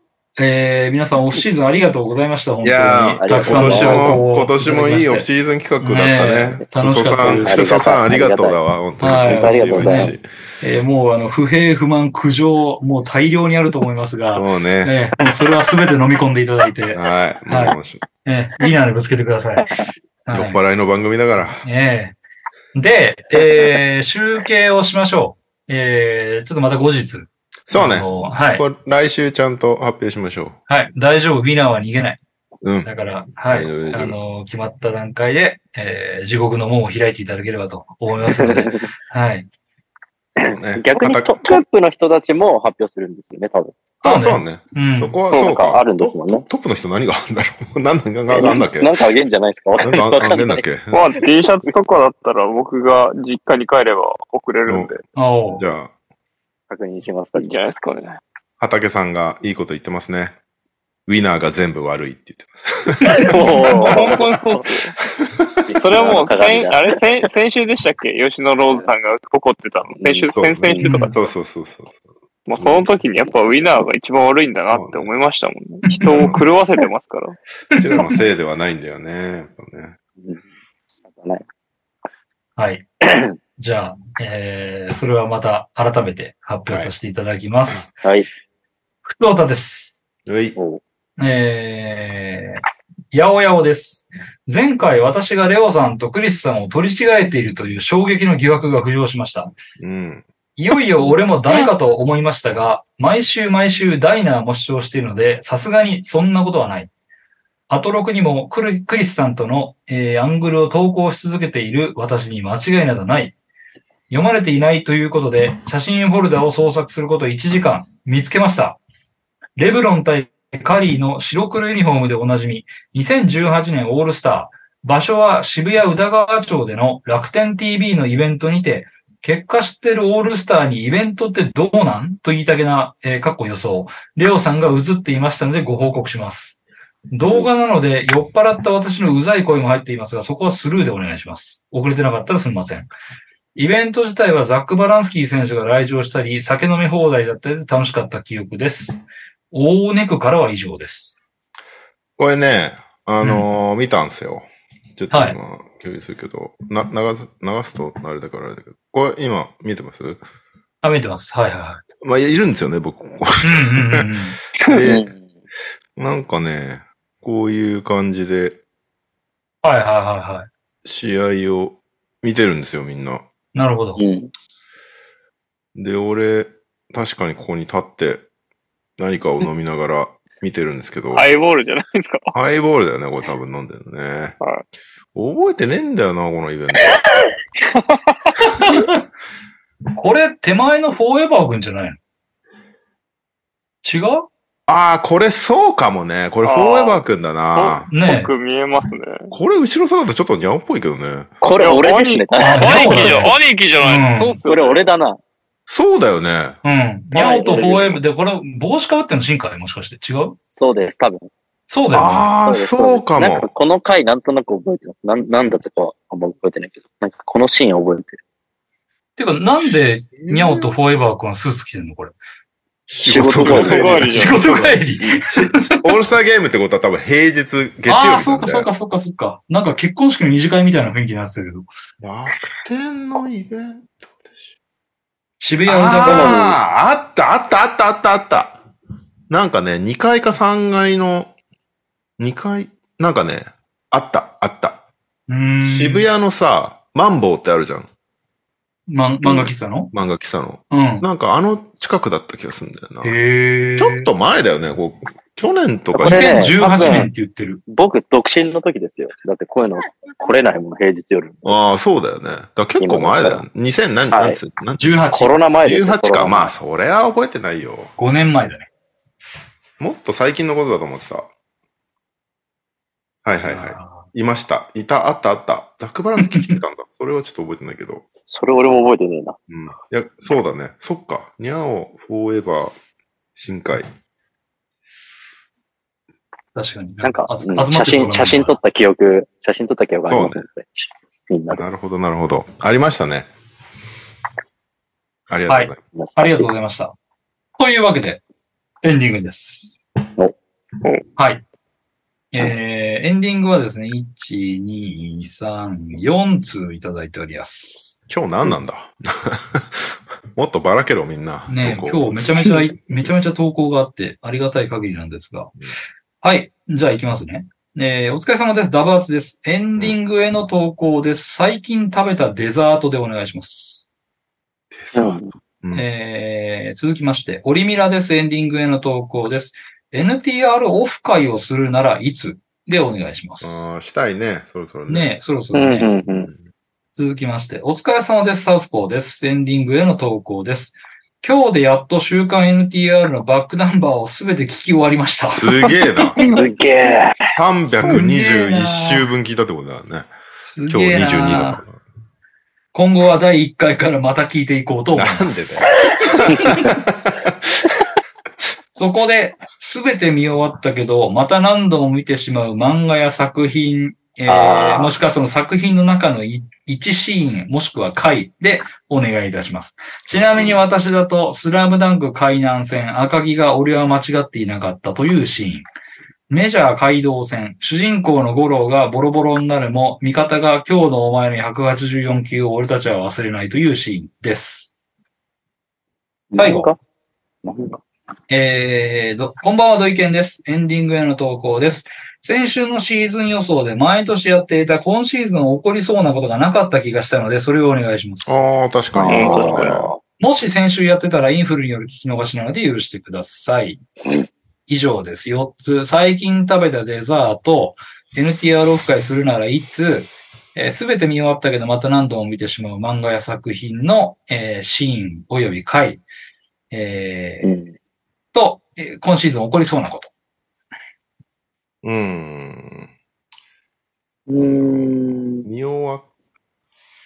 Speaker 2: えー、皆さんオフシーズンありがとうございました。本当に。
Speaker 1: いや
Speaker 6: ー
Speaker 2: たくさ
Speaker 1: 今
Speaker 2: んの
Speaker 1: 年
Speaker 2: 投稿
Speaker 1: も、
Speaker 2: を
Speaker 1: 今年もいいオフ
Speaker 2: ー
Speaker 1: シーズン企画だった
Speaker 2: ね
Speaker 1: ね。
Speaker 2: え
Speaker 1: すそさん、
Speaker 6: 楽しかった
Speaker 1: す
Speaker 6: です
Speaker 1: そさんありがとうだわ、本当に。
Speaker 2: はい
Speaker 1: 本当に
Speaker 6: ありがとうございます
Speaker 2: ズン。えー、もうあの、不平不満、苦情、もう大量にあると思いますが、
Speaker 1: そうね。
Speaker 2: えー、もうそれは全て飲み込んでいただいて、
Speaker 1: はい。もう
Speaker 2: は
Speaker 1: もうし
Speaker 2: えー、ウィナーにぶつけてください。
Speaker 1: 酔っ
Speaker 2: はい
Speaker 1: 払いの番組だから。
Speaker 2: ええで、えー、集計をしましょう。えー、ちょっとまた後日。
Speaker 1: そう
Speaker 2: あ
Speaker 1: ね。
Speaker 2: のはい。
Speaker 1: これ来週ちゃんと発表しましょ
Speaker 2: はい。大丈夫。ウィナーは逃げない。
Speaker 1: う。 うん。
Speaker 2: だから、は
Speaker 1: 大
Speaker 2: い。
Speaker 1: 丈夫大丈夫
Speaker 2: あの、決まった段階で、えー、地獄の門を開いていただければと思いますので、はい。
Speaker 1: そうね
Speaker 6: 逆に
Speaker 1: ま
Speaker 6: ト
Speaker 1: た
Speaker 6: トップの人たちも発表するんですよね、多分。
Speaker 1: あ、そうね。
Speaker 2: うん。
Speaker 1: そこは、
Speaker 6: そう
Speaker 1: そう
Speaker 6: なん
Speaker 1: か。
Speaker 6: かあるんですもんね
Speaker 1: トトップの人何があるんだろう。 何なんかあんだっけ
Speaker 6: なんかあげんじゃないですか わか
Speaker 1: なんん
Speaker 6: ない。
Speaker 1: かあんだっけ
Speaker 4: まあ、T シャツとかだったら僕が実家に帰れば送れるんで、
Speaker 2: おう
Speaker 1: じゃあ、
Speaker 6: 確認します
Speaker 4: いいんじゃないですかね。
Speaker 1: 畑さんがいいこと言ってますね。ウィナーが全部悪いって言ってます。
Speaker 4: 本当にそうっすよ。それはもう、先、あれ、先、先週でしたっけ吉野ローズさんが怒ってたの。先週、
Speaker 1: そう
Speaker 4: 先々週とか。
Speaker 1: そうそうそうそう。
Speaker 4: もうその時にやっぱウィナーが一番悪いんだなって思いましたもんね。人を狂わせてますから。
Speaker 1: うちらのせいではないんだよね。やっぱね
Speaker 2: はい。じゃあ、えー、それはまた改めて発表させていただきます。
Speaker 6: はい。
Speaker 2: ふつおたです。
Speaker 1: うい。
Speaker 2: えー、やおやおです。前回私がレオさんとクリスさんを取り違えているという衝撃の疑惑が浮上しました。
Speaker 1: うん。
Speaker 2: いよいよ俺もダメかと思いましたが、毎週毎週ダイナーも主張しているので、さすがにそんなことはない。アトロクにもクリクリスさんとの、えーアングルを投稿し続けている私に間違いなどない。読まれていないということで、写真フォルダを捜索すること1時間見つけました。レブロン対カリーの白黒ユニフォームでおなじみ、2018年オールスター、場所は渋谷宇田川町での楽天 TV のイベントにて、結果知ってるオールスターにイベントってどうなんと言いたげな、えー、かっこ予想。レオさんが映っていましたのでご報告します。動画なので酔っ払った私のうざい声も入っていますが、そこはスルーでお願いします。遅れてなかったらすみません。イベント自体はザック・バランスキー選手が来場したり、酒飲み放題だったりで楽しかった記憶です。大ネクからは以上です。
Speaker 1: これね、あのー見たんですよ。ちょっと今、共有するけど、な、流す、流すとあれだからあれだけど、これ今、見えてます
Speaker 2: あ、見えてます。はいはいはい。
Speaker 1: まあ、いやいるんですよね、僕、ここ。
Speaker 2: うんうんうんうん
Speaker 1: で、
Speaker 6: うん
Speaker 1: なんかね、こういう感じで、
Speaker 2: はいはいはいはい。
Speaker 1: 試合を見てるんですよ、みんな。
Speaker 2: なるほど。
Speaker 6: うん。
Speaker 1: で、俺、確かにここに立って、何かを飲みながら見てるんですけど、
Speaker 4: ハイボールじゃないですか。
Speaker 1: ハイボールだよね、これ多分飲んでるのね。
Speaker 4: は
Speaker 1: 覚えてねえんだよな、このイベント。
Speaker 2: これ、手前のフォーエバー君じゃないの違う
Speaker 1: ああ、これそうかもね。これフォーエバーくんだな。
Speaker 2: ね
Speaker 4: 僕見えますね。
Speaker 1: これ後ろ姿ちょっとニャオっぽいけどね。
Speaker 6: これ俺ですね。
Speaker 2: あ
Speaker 4: 兄貴じゃ、
Speaker 2: ニャオだね
Speaker 4: 兄貴じゃないですか。
Speaker 2: うん
Speaker 4: そうっす
Speaker 6: こ
Speaker 4: よ
Speaker 6: れ
Speaker 4: ね。
Speaker 6: 俺だな。
Speaker 1: そうだよね。
Speaker 2: え。うん。ニャオとフォーエバー、で、これ、帽子かぶってんの進化もしかして。違う
Speaker 6: そうです、多分。
Speaker 2: そうだよね。
Speaker 1: ああ、
Speaker 6: です
Speaker 1: そうか
Speaker 6: なんか
Speaker 1: も。
Speaker 6: この回なんとなく覚えてます。なんなんだとかはあんま覚えてないけど。なんかこのシーン覚えてる。
Speaker 2: てか、なんで、ニャオとフォーエバー君はスーツ着てんのこれ。
Speaker 1: 仕事
Speaker 6: 仕
Speaker 1: 帰
Speaker 6: 事
Speaker 4: 帰
Speaker 1: り。
Speaker 4: り
Speaker 2: 仕事帰り。
Speaker 1: オールスターゲームってことは多分平日、月曜日、ね。
Speaker 2: ああ、そうか、そう。か、そうか、そうか。なんか結婚式の二次会みたいな雰囲気になってたけど。
Speaker 1: 楽天のイベントでしょ。
Speaker 2: 渋谷歌子
Speaker 1: ああ、あった、あった、あった、あった、あった。なんかね、2階か3階の、2階、なんかね、あった、あった。
Speaker 2: うーん。
Speaker 1: 渋谷のさ、マンボウってあるじゃん。
Speaker 2: まん漫画喫茶の
Speaker 1: 漫画喫茶の。
Speaker 2: うん。
Speaker 1: なんかあの近くだった気がするんだよな。
Speaker 2: へえ。
Speaker 1: ちょっと前だよね、こう、去年とか
Speaker 6: これね
Speaker 2: 2018年って言ってる。
Speaker 6: 僕、独身の時ですよ。だってこういうの来れないもん、平日夜。
Speaker 1: ああ、そうだよね。だから結構前だよ。2000何、
Speaker 6: はい
Speaker 1: 何つ何つ
Speaker 2: 18。
Speaker 6: コロナ前ですよ。
Speaker 1: 18
Speaker 6: コロ
Speaker 1: か。
Speaker 6: ナ前
Speaker 1: まあ、それは覚えてないよ。
Speaker 2: 5年前だね。
Speaker 1: もっと最近のことだと思ってた。はいはいはい。
Speaker 2: あ
Speaker 1: いました。いた、あった、あった。ザックバランス聞いてたんだ。 それはちょっと覚えてないけど。
Speaker 6: それ俺も覚えてねえな。
Speaker 1: うん。いや、そうだね。そっか。ニャオ、フォーエバー、深海。
Speaker 2: ー確かに。
Speaker 6: なんか、
Speaker 2: あつ
Speaker 6: う
Speaker 2: 集
Speaker 6: ん
Speaker 2: まって
Speaker 6: 写
Speaker 2: そう
Speaker 6: 真、
Speaker 2: だ
Speaker 6: 写真撮った記憶、写真撮った記憶ありますね。みんなで。
Speaker 1: なるほど、なるほど。ありましたね。ありがとうございま
Speaker 2: ありがとうございました。というわけで、エンディングです
Speaker 6: おお。
Speaker 2: はい。えー、エンディングはですね、1、2、3、4通いただいておりま
Speaker 1: す。
Speaker 2: す。
Speaker 1: 今日何なんだ もっとばらけろ、みんな。
Speaker 2: ね
Speaker 1: どこ
Speaker 2: 今日めちゃめちゃ、 めちゃめちゃ投稿があって、ありがたい限りなんですが。はい。じゃあ行きますね。えー、お疲れ様です。ダブアツです。エンディングへの投稿です。最近食べたデザートでお願いします。
Speaker 1: さうん
Speaker 2: えー続きまして、オリミラです。エンディングへの投稿です。NTR オフ会をするならいつでお願いしま
Speaker 1: あ
Speaker 2: す。
Speaker 1: ーしたいね、そろそろね。
Speaker 2: ねえ、そろそうろ
Speaker 6: ん
Speaker 2: ね。
Speaker 6: うんうん。
Speaker 2: 続きまして、お疲れ様です。サウスポーです。エンディングへの投稿です。今日でやっと週刊 NTR のバックナンバーをすべて聞き終わりました。
Speaker 1: すげえ な。
Speaker 6: すっげえ。
Speaker 1: 321週分聞いたってことだよね。
Speaker 2: す
Speaker 1: 今
Speaker 2: げ
Speaker 1: 日
Speaker 2: えな
Speaker 1: 22だか
Speaker 2: 今後は第1回からまた聞いていこうと思い
Speaker 1: ら。
Speaker 2: ます。
Speaker 1: なんでだよ。
Speaker 2: そこで、すべて見終わったけど、また何度も見てしまう漫画や作品、えー
Speaker 6: あー
Speaker 2: もしくはその作品の中のい一シーン、もしくは回でお願いいたします。ちなみに私だと、スラムダンク海南戦、赤木が俺は間違っていなかったというシーン。メジャー街道戦、主人公の五郎がボロボロになるも、味方が今日のお前の184球を俺たちは忘れないというシーンです。最後
Speaker 6: なんか。
Speaker 2: えー、ど、こんばんは、土井健です。エンディングへの投稿です。先週のシーズン予想で毎年やっていた今シーズン起こりそうなことがなかった気がしたので、それをお願いします。
Speaker 1: ああ、確かに。
Speaker 4: あ
Speaker 1: そうだね
Speaker 2: もし先週やってたらインフルによる聞き逃しなので許してください。以上です。4つ。最近食べたデザート、NTR オフ会するならいつ、す、え、べ、全て見終わったけどまた何度も見てしまう漫画や作品の、えーシーン及び回、えー
Speaker 6: うん。
Speaker 2: と、えー今シーズン起こりそうなこと。
Speaker 1: うん。
Speaker 6: うーん。
Speaker 1: 見終わっ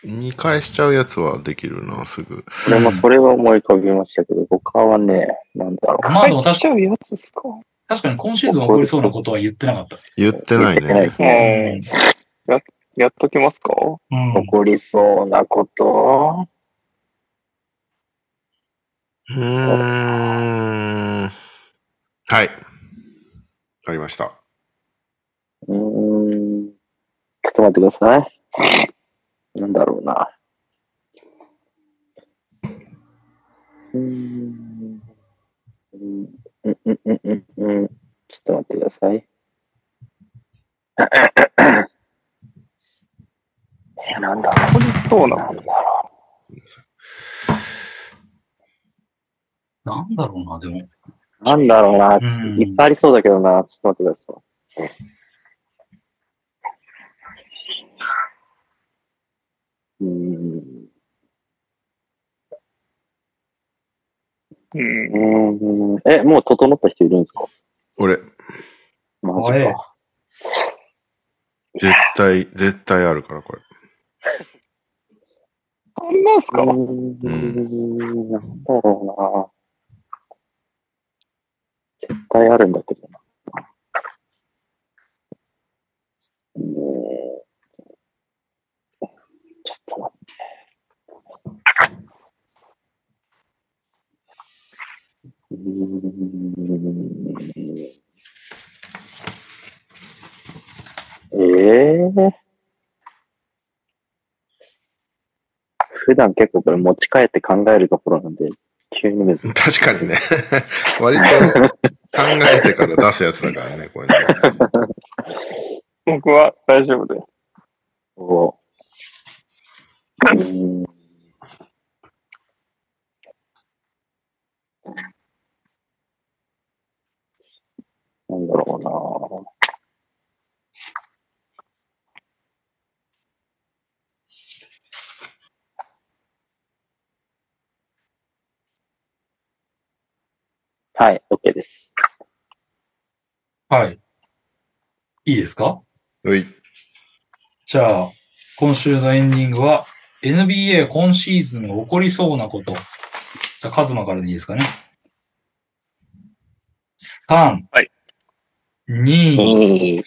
Speaker 1: 見返しちゃうやつはできるな、すぐ。
Speaker 6: 俺もそれは思い浮かびましたけど、他はね、なんだろう。
Speaker 2: まあでも確
Speaker 4: ち
Speaker 2: か
Speaker 4: ゃうやつっすか。
Speaker 2: 確かに今シーズン起こりそうなことは言ってなかった。
Speaker 1: 言ってない
Speaker 6: 言ってない
Speaker 1: ね
Speaker 6: で。す
Speaker 4: うん
Speaker 6: ね。
Speaker 4: や、やっときますか
Speaker 2: うん。
Speaker 6: 起こりそうなこと。
Speaker 1: うーん。はい。ありました。
Speaker 6: うーん。ちょっと待ってください。なんだろうな。うーん。うんうんうんうんうんうん。ちょっと待ってください。 え、なんだろ
Speaker 4: これそうな
Speaker 6: う。な
Speaker 4: の
Speaker 6: んだろ
Speaker 2: なんだろうな、でも。
Speaker 6: う。なんだろうな。
Speaker 2: うん
Speaker 6: いっぱいありそうだけどな。ちょっと待ってください。うーん。
Speaker 4: うん。
Speaker 6: うんえ、もう整った人いるんですか
Speaker 1: 俺、
Speaker 6: マジ
Speaker 2: あれ
Speaker 6: か。
Speaker 1: 絶対、絶対あるから、これ。
Speaker 4: あんなんすか
Speaker 6: うーん、なんだろうな。絶対あるんだけどな。うーんちょっと待って。うーんええ普段結構これ持ち帰って考えるところなんで、急に難しい。
Speaker 1: 確かにね。 割と考えてから出すやつだからね、これね。
Speaker 4: 僕は大丈夫です。
Speaker 6: を、うーんなんだろうなはい、OK です。
Speaker 2: はい。いいですか
Speaker 1: うい。
Speaker 2: じゃあ、今週のエンディングは、NBA 今シーズン起こりそうなこと。じゃあ、カズマからでいいですかね。3、
Speaker 4: はい
Speaker 2: 2、
Speaker 6: い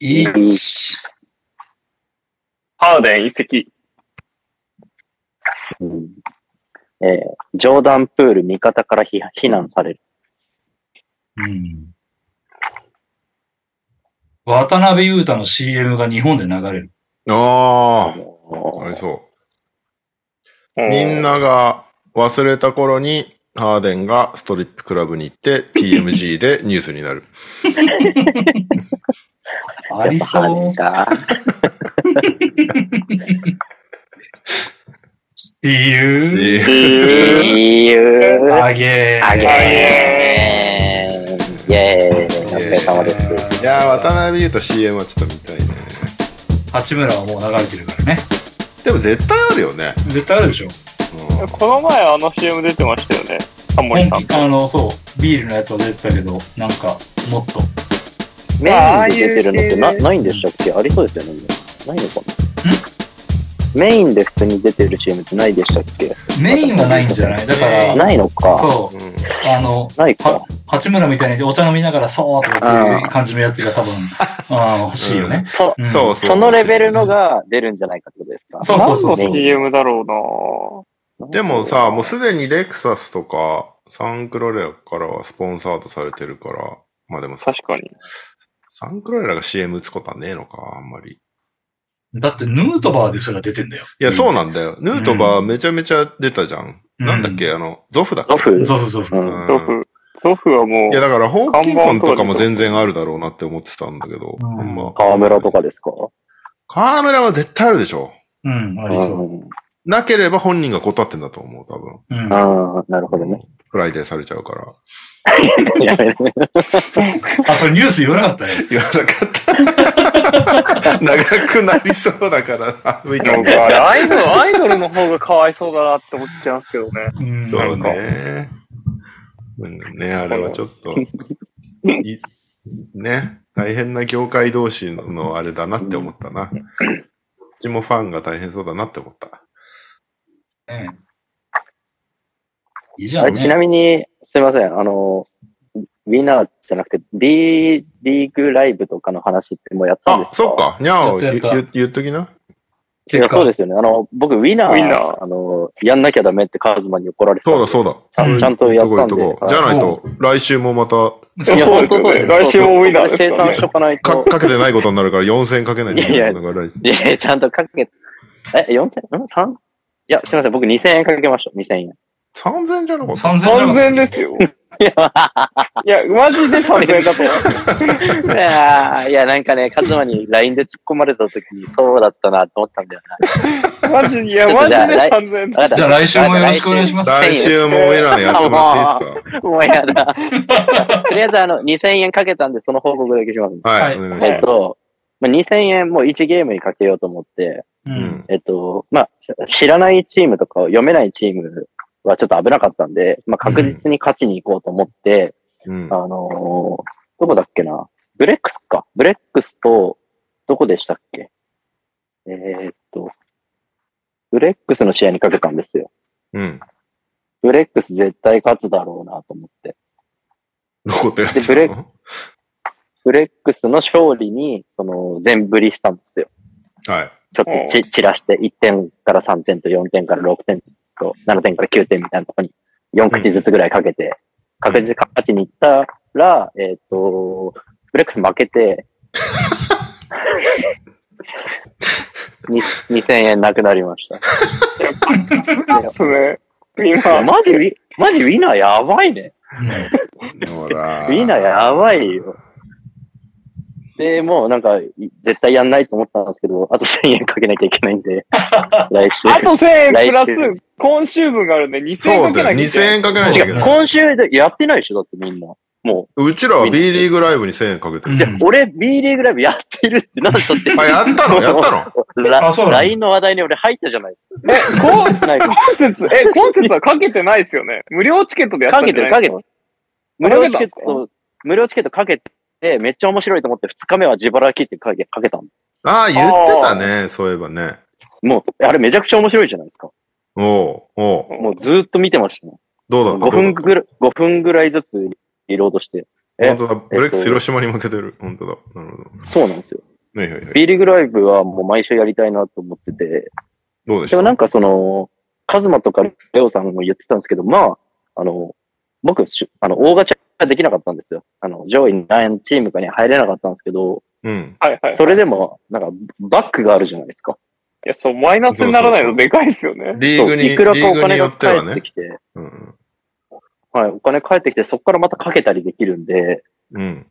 Speaker 6: い
Speaker 2: 1。
Speaker 4: ハーデン移籍。
Speaker 6: うんえージョーダン・プール味方から非非難される。
Speaker 2: うん。渡辺裕太の CM が日本で流れる。
Speaker 1: ああ、あ
Speaker 6: も
Speaker 1: り
Speaker 6: う
Speaker 1: そう。
Speaker 4: う
Speaker 1: みん。なが忘れた頃に、ハーデンがストリップクラブに行って、TMG でニュースに なる。
Speaker 2: ありそ
Speaker 6: やっぱ
Speaker 2: う
Speaker 6: 羽。田
Speaker 2: っていう。
Speaker 1: えー
Speaker 6: いいよ
Speaker 2: あげー。
Speaker 6: あげーイェーイお疲れ様です。
Speaker 1: いやー、渡辺裕太 CM はちょっと見たいね。
Speaker 2: 八村はもう流れてるからね。
Speaker 1: でも絶対あるよね。
Speaker 2: 絶対あるでしょ。
Speaker 1: うん
Speaker 4: この前あの CM 出てましたよね。タモリさん
Speaker 2: 本。気あの、そう、ビールのやつは出てたけど、なんか、もっと。
Speaker 6: メインで出てるのってなないんでしたっけありそうですよね。ないのかなメインで普通に出てる CM ってないでしたっけ
Speaker 2: メインはないんじゃないだから、
Speaker 6: ないのか。
Speaker 2: そ
Speaker 1: うん
Speaker 2: う、あの、
Speaker 6: ないか
Speaker 2: は。八村みたいにお茶飲みながら、そうとかっていう感じのやつが 多分、あー欲しいよね。
Speaker 6: そ
Speaker 2: うん
Speaker 1: そうそう。
Speaker 6: そのレベルのが出るんじゃないかってことですか
Speaker 2: そうそうそうそう
Speaker 4: 何の CM だろ
Speaker 1: でもさ、もうすでにレクサスとか、サンクロレラからはスポンサードされてるから、まあでも
Speaker 4: うな。
Speaker 1: さ
Speaker 4: 確かに。
Speaker 1: サンクロレラが CM 打つことはねえのか、あんまり。
Speaker 2: だって、ヌートバーですら出てんだよ。
Speaker 1: いや、そうなんだよ。ヌートバーめちゃめちゃ出たじゃん。
Speaker 2: うん
Speaker 1: なんだっけ、あの、ゾフだっけ
Speaker 6: ゾフ
Speaker 2: ゾフゾフ。
Speaker 6: う。
Speaker 1: うん
Speaker 4: 祖
Speaker 1: ん
Speaker 4: 父。祖父はもう
Speaker 1: いや、、だから、ホーキンソンとかも全然あるだろうなって思ってたんだけど、
Speaker 2: うん
Speaker 1: あんま。
Speaker 6: 河村とかですか
Speaker 1: 河村は絶対あるでしょ。
Speaker 2: うん、あ
Speaker 6: う
Speaker 2: りそ
Speaker 6: ん。
Speaker 1: なければ本人が断ってんだと思う、多分。
Speaker 2: う。うん。
Speaker 6: ああ、なるほどね。
Speaker 1: フライデーされちゃうから。
Speaker 6: やめて
Speaker 2: あ、それニュース言わなかったね。
Speaker 1: 言わなかった。長くなりそうだ から、向いた
Speaker 4: なん
Speaker 1: 方
Speaker 4: か
Speaker 1: が。
Speaker 4: あれアイドル、アイドルの方がかわいそうだなって思っちゃうんですけどね。
Speaker 2: うん。
Speaker 1: そうね。うんね、あれはちょっ と、いね、大変な業界同士のあれだなって思ったな。ちもファンが大変そうだなって思った。
Speaker 5: ねいいじゃん
Speaker 6: あちな
Speaker 5: ね。
Speaker 6: みに、すいません、あの、ウィナーじゃなくて、B リーグライブとかの話ってもうやったんで
Speaker 1: あ
Speaker 6: す、か
Speaker 1: そっか。にゃお、
Speaker 5: や
Speaker 1: 言
Speaker 5: ったやった
Speaker 1: 言言っときな。
Speaker 6: い
Speaker 5: 結
Speaker 6: や
Speaker 5: 果
Speaker 6: そうですよね。あの、僕、ウィナー、
Speaker 4: ウィナー
Speaker 6: あの、やんなきゃダメってカズマに怒られてたん
Speaker 1: そう
Speaker 6: で
Speaker 1: だそうだ。
Speaker 6: ちゃんちゃんとやった
Speaker 1: 言
Speaker 6: ん
Speaker 1: と
Speaker 6: で
Speaker 1: こ言っとこうじゃないと、来週もまた
Speaker 4: いやそうですよね
Speaker 6: 本当
Speaker 4: 来週もウィナー
Speaker 6: これ
Speaker 4: ですからね
Speaker 6: 生産しとかない
Speaker 1: か
Speaker 6: と。
Speaker 1: かけてないことになるから4000かけないといけないのが来週。
Speaker 6: いやいや、ちゃんとかけ、え、4000? ん ?3? いや、すいません、僕2000円かけました、2000円。い
Speaker 1: 3000じゃなかった
Speaker 5: 3000じゃなかった
Speaker 4: 3000ですよ。
Speaker 6: や、
Speaker 4: いや、マジで3000円だと思う。
Speaker 6: いやいや、なんかね、カズマに LINE で突っ込まれた時に、そうだったなと思ったんだよな。
Speaker 4: マジいや、
Speaker 6: ちょっ
Speaker 4: マ
Speaker 6: と
Speaker 4: ジで
Speaker 6: じゃあ
Speaker 4: 3000円だ。
Speaker 6: わかった
Speaker 5: じゃあ来週もよろしくお願いします
Speaker 1: 来週もウェランやってもらっていいです
Speaker 6: もうやだ。とりあえず、あの、2000円かけたんで、その報告だけし ます。
Speaker 1: かはい、
Speaker 5: はい
Speaker 1: お願いし
Speaker 6: えっ
Speaker 1: ます。
Speaker 6: と、まあ、2000円もう1ゲームにかけようと思って、
Speaker 5: う。
Speaker 1: うんん。
Speaker 6: えっと、まあ、知らないチームとか読めないチームはちょっと危なかったんで、まあ、確実に勝ちに行こうと思って、
Speaker 1: うん
Speaker 6: あ。のーどこだっけなブレックスか。ブレックスと、どこでしたっけえーっと、ブレックスの試合にかけたんですよ。
Speaker 1: うん。
Speaker 6: ブレックス絶対勝つだろうなと思って。
Speaker 1: どこってやつ
Speaker 6: でブレブレックスの勝利に、その、全振りしたんですよ。
Speaker 1: はい。
Speaker 6: ちょっとち散らして、1点から3点と4点から6点と7点から9点みたいなとこに、4口ずつぐらいかけて、確実に勝ちに行ったら、えっ、と、ブレックス負けて、 に2000円なくなりました。
Speaker 4: さすがっすね。今、
Speaker 6: いやマジウィ、マジウィナーやばいね。
Speaker 1: ほ
Speaker 6: ウ
Speaker 1: ら
Speaker 6: ィナーやばいよ。で、もうなんか、い絶対やんないと思ったんですけど、あと1000円かけなきゃいけないんで、来週。
Speaker 4: あと1000円プラス
Speaker 6: 来週、
Speaker 4: 今週分があるんで、2000円
Speaker 1: そ
Speaker 4: か
Speaker 1: う
Speaker 4: け
Speaker 1: だ
Speaker 4: な
Speaker 1: よ。
Speaker 4: きゃいけ
Speaker 1: 2000
Speaker 4: ない。
Speaker 1: 円かけないとい
Speaker 6: 違
Speaker 1: け
Speaker 6: う、
Speaker 1: ない。
Speaker 6: 今週でやってないでしょだってみんな。も
Speaker 1: うちらは B リーグライブに1000円かけて
Speaker 5: う
Speaker 6: う。
Speaker 1: る。
Speaker 6: じゃあ、俺 B リーグライブやってるって、なんでそっち
Speaker 1: あ、やった のやったの
Speaker 6: ラ
Speaker 5: あそうなの
Speaker 6: ?LINE の話題に俺入ったじゃないですか。
Speaker 4: こ
Speaker 6: う、なんか、
Speaker 4: 今節、え、今節はかけてないですよ ね。無料チケットでやった
Speaker 6: か
Speaker 4: ん
Speaker 6: け
Speaker 4: じゃ
Speaker 6: て
Speaker 4: な
Speaker 6: る、
Speaker 4: い
Speaker 6: かけてる。無料チケッ
Speaker 4: かけた
Speaker 6: ト、無料チケットかけて、めっちゃ面白いと思って、2日目は自腹切ってかけかけたの。
Speaker 1: ああ、言ってたね。そういえばね。
Speaker 6: もう、あれめちゃくちゃ面白いじゃないですか。
Speaker 1: おうおう
Speaker 6: もうずーっと見てましたね。
Speaker 1: どうだった
Speaker 6: 5分
Speaker 1: どう
Speaker 6: ぐらい、5分ぐらいずつリロードして。
Speaker 1: だった本当だ。ブレック
Speaker 6: えっ
Speaker 1: ス
Speaker 6: と
Speaker 1: 広島に負けてる。本当だ。なるほど。
Speaker 6: そうなんですよ。
Speaker 1: はいはいはい。
Speaker 6: B リーグライブはもう毎週やりたいなと思ってて、
Speaker 1: どうでした
Speaker 6: でもなんかその、カズマとかレオさんも言ってたんですけど、まあ、あの、僕、しあの、大ガチャができなかったんですよ。あの、上位何チームかに入れなかったんですけど、
Speaker 1: うん。
Speaker 4: はいはい。
Speaker 6: それでも、なんか、バックがあるじゃないですか。
Speaker 4: いや、そう、マイナスにならないのでかいっすよね。
Speaker 1: リー
Speaker 6: そ
Speaker 1: グ
Speaker 6: う
Speaker 1: に、リ
Speaker 6: いくらかお
Speaker 1: ーグに
Speaker 6: 金
Speaker 1: よ
Speaker 6: が
Speaker 1: っては
Speaker 6: 返って
Speaker 1: ね。
Speaker 6: きて、
Speaker 1: うん。
Speaker 6: はい、お金返ってきて、そこからまたかけたりできるんで、
Speaker 1: うん。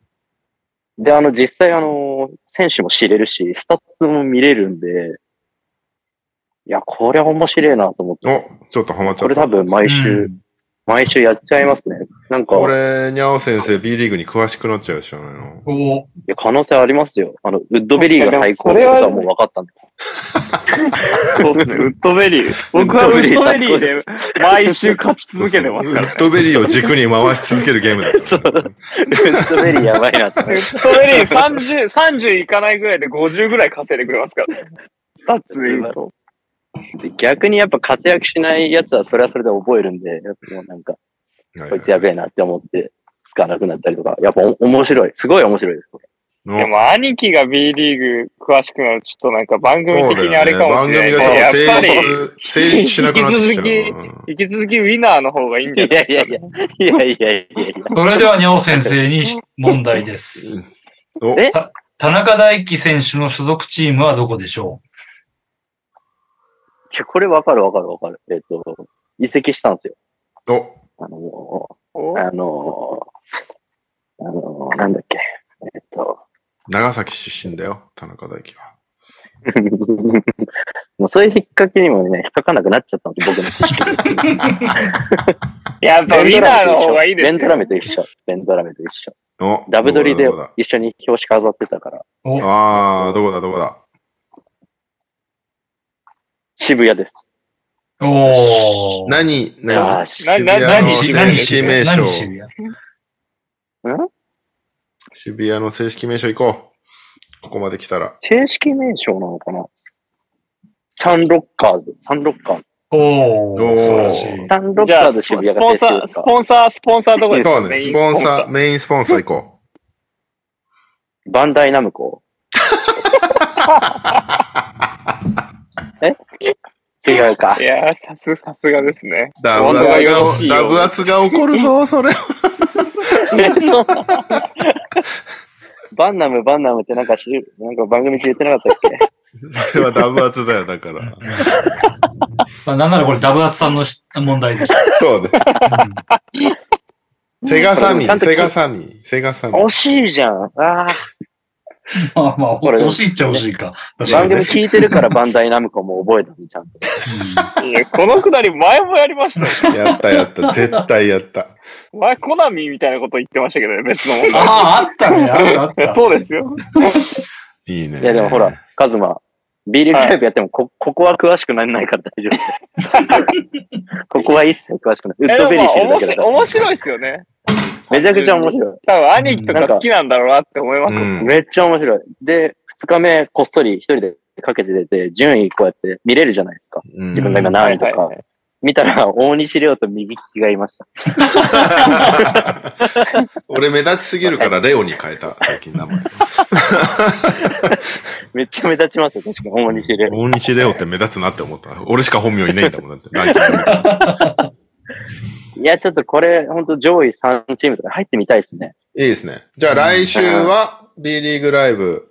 Speaker 6: で、あの、実際、あの、選手も知れるし、スタッツも見れるんで、いや、これは面白いなと思って、
Speaker 1: お、ちょっとハマっちゃ
Speaker 6: こ
Speaker 1: っ
Speaker 6: れ
Speaker 1: た。
Speaker 6: 多分毎週、毎週やっちゃいますね。なんか、
Speaker 1: これ、にゃお先生、B リーグに詳しくなっちゃうじゃないの
Speaker 5: うん。お
Speaker 6: いや、可能性ありますよ。あの、ウッドベリーが最高ってことはもう分かったんで。
Speaker 4: そうですね、 ウッドベリー。僕はウッドベリーで毎週勝ち続けてますから。
Speaker 1: ウッドベリーを軸に回し続けるゲームだから。
Speaker 6: そうウッドベリーやば いなって。
Speaker 4: ウッドベリー30、30いかないぐらいで50ぐらい稼いでくれますから。スタッツで言うと。
Speaker 6: 逆にやっぱ活躍しないやつはそれはそれで覚えるんで、やっぱもうなんか、
Speaker 1: はい
Speaker 6: こいつやべえなって思って、つかなくなったりとか、やっぱお面白い。すごい面白いです。これ
Speaker 1: の
Speaker 4: でも、兄貴が B リーグ詳しくなると、ちょっとなんか番組
Speaker 1: そう
Speaker 4: 的
Speaker 1: だよ
Speaker 4: に
Speaker 1: ね
Speaker 4: あれかもしれない。
Speaker 1: 番組
Speaker 4: や
Speaker 1: が
Speaker 4: っぱ
Speaker 1: ちょっと
Speaker 4: り、
Speaker 1: 成立、成立しなくなってきちゃう
Speaker 4: 引き引き続きウィナーの方がいいんじゃ
Speaker 6: い
Speaker 4: ない
Speaker 6: や
Speaker 4: です
Speaker 6: いやいや、いやいやいやい
Speaker 5: それでは、にゃお先生にし問題です。
Speaker 1: お
Speaker 6: え
Speaker 5: 田中大輝選手の所属チームはどこでしょ
Speaker 6: や。これ分かる分かる分かる。えっ、と、移籍したんですよ。
Speaker 1: お、
Speaker 6: あのー、
Speaker 4: か。
Speaker 6: あのー、あのー、なんだっけ。えっ、と、
Speaker 1: 長崎出身だよ、田中大輝は。
Speaker 6: もうそういう引っ掛けにもね、引っかかんなくなっちゃったんです、僕の知識。
Speaker 4: やっぱウィナーの方がいいです
Speaker 6: ベ
Speaker 4: よ
Speaker 6: ン。ドラメと一緒。ベンドラメと一緒。
Speaker 1: お、
Speaker 6: ダブドリで
Speaker 1: どこだどこ
Speaker 6: 一緒に表紙飾ってたから、
Speaker 1: だああ、どこだ、どこだ。
Speaker 6: 渋谷です。
Speaker 5: うおー。
Speaker 1: 何、
Speaker 6: あ
Speaker 1: 何
Speaker 6: ーし
Speaker 4: なな
Speaker 1: 渋谷
Speaker 4: 何
Speaker 1: の
Speaker 4: し
Speaker 1: 正式名称
Speaker 5: 何。渋谷
Speaker 1: 渋谷の正式名称行こう。ここまで来たら。
Speaker 6: 正式名称なのかなサンロッカーズ、サンロッカーズ。
Speaker 5: お
Speaker 1: おー
Speaker 5: ー、素晴らしい。
Speaker 6: サンロッ
Speaker 4: じゃ
Speaker 6: カー
Speaker 4: あ、
Speaker 6: ズ
Speaker 4: スポス
Speaker 6: 渋谷が
Speaker 4: ポン
Speaker 6: 提
Speaker 4: サ
Speaker 6: 供
Speaker 4: ー、
Speaker 6: で
Speaker 4: ス
Speaker 6: すか
Speaker 4: ポンサー、スポンサーどこですか
Speaker 1: そうね、スポンサー、。メインスポンサー行こ
Speaker 6: バンダイナムコ。え違うか
Speaker 4: い。やー、さす、さすがですね。
Speaker 1: う。ダブアツ
Speaker 4: よろし
Speaker 1: が、
Speaker 4: い
Speaker 1: ダ
Speaker 4: よ
Speaker 1: ブアツが起こるぞ、それ。
Speaker 6: えそうバンナム、バンナムってなんかし、なんか番組中言ってなかったっけ
Speaker 1: それはダブアツだよ、だから。
Speaker 5: まあ、なんならこれダブアツさんのし問題でした。
Speaker 1: そうね。セガサミ
Speaker 6: ちゃ
Speaker 1: ー、
Speaker 6: んと
Speaker 1: セガサミー、セガサミー。
Speaker 6: 惜しいじゃん。ああ、
Speaker 5: まあまあ、
Speaker 6: これ
Speaker 5: 欲しいっちゃ欲しいか。確か
Speaker 6: 番
Speaker 5: に。
Speaker 6: 組聞いてるからバンダイナムコも覚えたの、ちゃんと。
Speaker 4: いや、このくだり前もやりましたよ。
Speaker 1: やったや った、絶対やった。
Speaker 4: 前、コナミみたいなこと言ってましたけどね、別のも
Speaker 5: うんああ、あったね、あったあっ
Speaker 4: いや
Speaker 5: た。
Speaker 4: そうですよ。
Speaker 1: いいね。
Speaker 6: いや、でもほら、カズマ、B リーグライブやってもこ、ここは詳しくならないから大丈夫。ここは一切詳しくない。ウ
Speaker 4: え
Speaker 6: ッ
Speaker 4: で
Speaker 6: ド
Speaker 4: も
Speaker 6: ベリ
Speaker 4: まあ、
Speaker 6: ーしてるだ
Speaker 4: 面白
Speaker 6: けだか
Speaker 4: い
Speaker 6: ら。
Speaker 4: 面白いですよね。
Speaker 6: めちゃくちゃ面白
Speaker 4: 多分、兄貴とか好きなんだろうなって思います
Speaker 1: う
Speaker 4: よ。
Speaker 6: い。
Speaker 1: ん。
Speaker 6: めっちゃ面白い。で、二日目、こっそり一人でかけて出て、順位こうやって見れるじゃないですか。
Speaker 1: うん
Speaker 6: 自分が今何位と
Speaker 4: はいはい
Speaker 6: か。見たら、大西亮と右利きがいました。
Speaker 1: 俺目立ちすぎるからレオに変えた、最近名前。
Speaker 6: めっちゃ目立ちますよ、確かに。大西亮。
Speaker 1: 大西レオって目立つなって思った。俺しか本名いないんだもんだって。ランキング見たら
Speaker 6: いや、ちょっとこれ、本当上位3チームとか入ってみたいですね。
Speaker 1: いいですね。じゃあ来週は B リーグライブ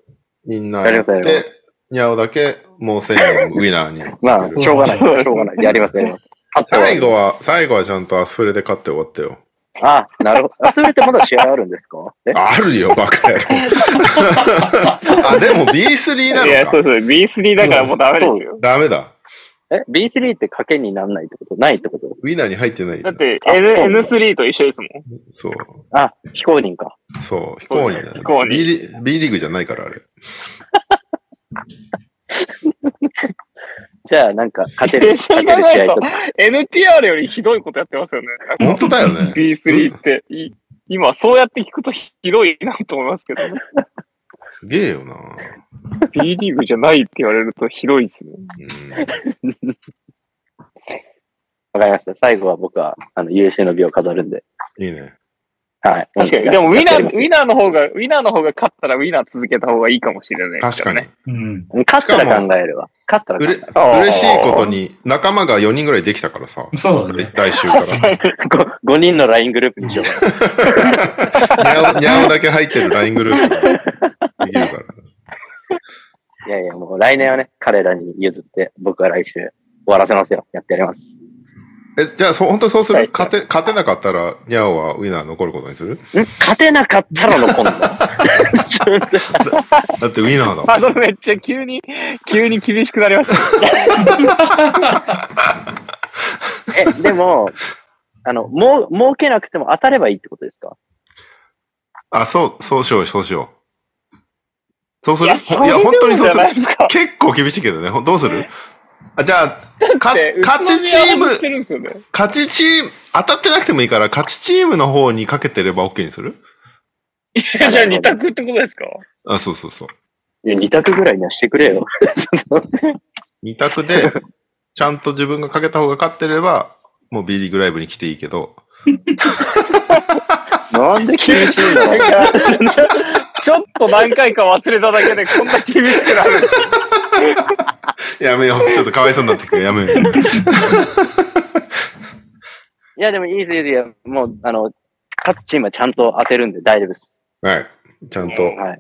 Speaker 1: みんなやっ
Speaker 6: やりますやり
Speaker 1: て、にゃおだけもう千円ウィナーに。
Speaker 6: まあ、しょうがない。しょうがない。やります、やります。あとは
Speaker 1: 最後は、最後はちゃんとアスフレで勝って終わったよ。
Speaker 6: あ、なるほど。あ、それってまだ試合あるんですかえ
Speaker 1: ある よ、バカ野郎。あ、でも B3 ない
Speaker 4: や、
Speaker 1: の
Speaker 4: そ
Speaker 1: か。
Speaker 4: うそう、B3 だからもうダメですよ。
Speaker 1: ダメだ。
Speaker 6: え、B3 って賭けにならないってことないってこと
Speaker 1: ウィナーに入ってない
Speaker 4: だっ。て
Speaker 6: あ
Speaker 4: N、
Speaker 6: そうなんだ
Speaker 4: N3 と一緒ですもん。
Speaker 1: そう。
Speaker 6: あ、非公認か。
Speaker 1: そう、非公認だ
Speaker 4: 非公
Speaker 1: よ。
Speaker 4: 認
Speaker 1: B リ B リーグじゃないから、あれ。
Speaker 6: じゃあ、なんか、勝て
Speaker 4: いや
Speaker 6: る、
Speaker 4: それ
Speaker 6: 勝
Speaker 4: 考える
Speaker 6: てる試合ちょ
Speaker 4: と
Speaker 6: っと。
Speaker 4: NTR よりひどいことやってますよね。
Speaker 1: 本当だよね。
Speaker 4: B3 って、い今そうやって聞くとひどいなと思いますけど、
Speaker 1: すげえよな。
Speaker 4: B リーグじゃないって言われるとひどいですね。
Speaker 1: うん
Speaker 6: わかりました。最後は僕は、あの、優秀の美を飾るんで。
Speaker 1: いいね。
Speaker 6: はい。
Speaker 4: 確かに。
Speaker 6: や
Speaker 4: でもウィナ
Speaker 6: やっ
Speaker 4: ー、ウ
Speaker 6: てやります
Speaker 4: ィナーの方が、ウィナーの方が勝ったらウィナー続けた方がいいかもしれない、
Speaker 1: 確かに。。
Speaker 5: うん。
Speaker 6: 勝ったら考えるわ。勝ったら
Speaker 1: う
Speaker 6: 考
Speaker 1: れ
Speaker 6: える。
Speaker 1: 嬉しいことに、仲間が4人ぐらいできたからさ。
Speaker 5: そうだね。
Speaker 1: 来週から。
Speaker 6: 5人の LINE グループにしようかな。
Speaker 1: にゃお、にゃおだけ入ってる LINE グループができるから。
Speaker 6: いやいや、もう来年はね、彼らに譲って、僕は来週終わらせますよ。やってやります。
Speaker 1: え、じゃあ、そう、本当そうす
Speaker 4: は
Speaker 1: る
Speaker 4: い
Speaker 1: 勝て、勝てなかったら、にゃおはウィナー残ることにする
Speaker 6: ん勝てなかったら の今度。
Speaker 1: だってウィナーだもん。
Speaker 4: あの、めっちゃ急に、急に厳しくなりました。
Speaker 6: え、でも、あの、もう、儲けなくても当たればいいってことですか
Speaker 1: あ、そう、そうしよう、そうしよう。そうする
Speaker 4: いやそれでも
Speaker 1: 本当にそうす
Speaker 4: じゃ
Speaker 1: る
Speaker 4: ないですか。
Speaker 1: 結構厳しいけどね。ほんどうするあ、じゃあ、か
Speaker 4: で
Speaker 1: 勝ちチーム
Speaker 4: 宇都宮は外してるんですよね
Speaker 1: 勝ちチーム、当たってなくてもいいから、勝ちチームの方にかけてれば OK にする
Speaker 4: いやじゃあ二択ってことですか
Speaker 1: あ、そうそうそう。
Speaker 6: いや、二択ぐらいにはしてくれよ。ちょっと
Speaker 1: 二択で、ちゃんと自分がかけた方が勝ってれば、もう B リーグライブに来ていいけど、
Speaker 6: なんで厳しいんだろう。
Speaker 4: なんかちょ ちょっと何回か忘れただけでこんな厳しくなる。
Speaker 1: やめよう。ちょっとかわいそうになってきて、やめよう。
Speaker 6: いや、でもいいですよ、いいですよ。もう、あの、勝つチームはちゃんと当てるんで大丈夫です。
Speaker 1: はい。ちゃんと
Speaker 6: はい。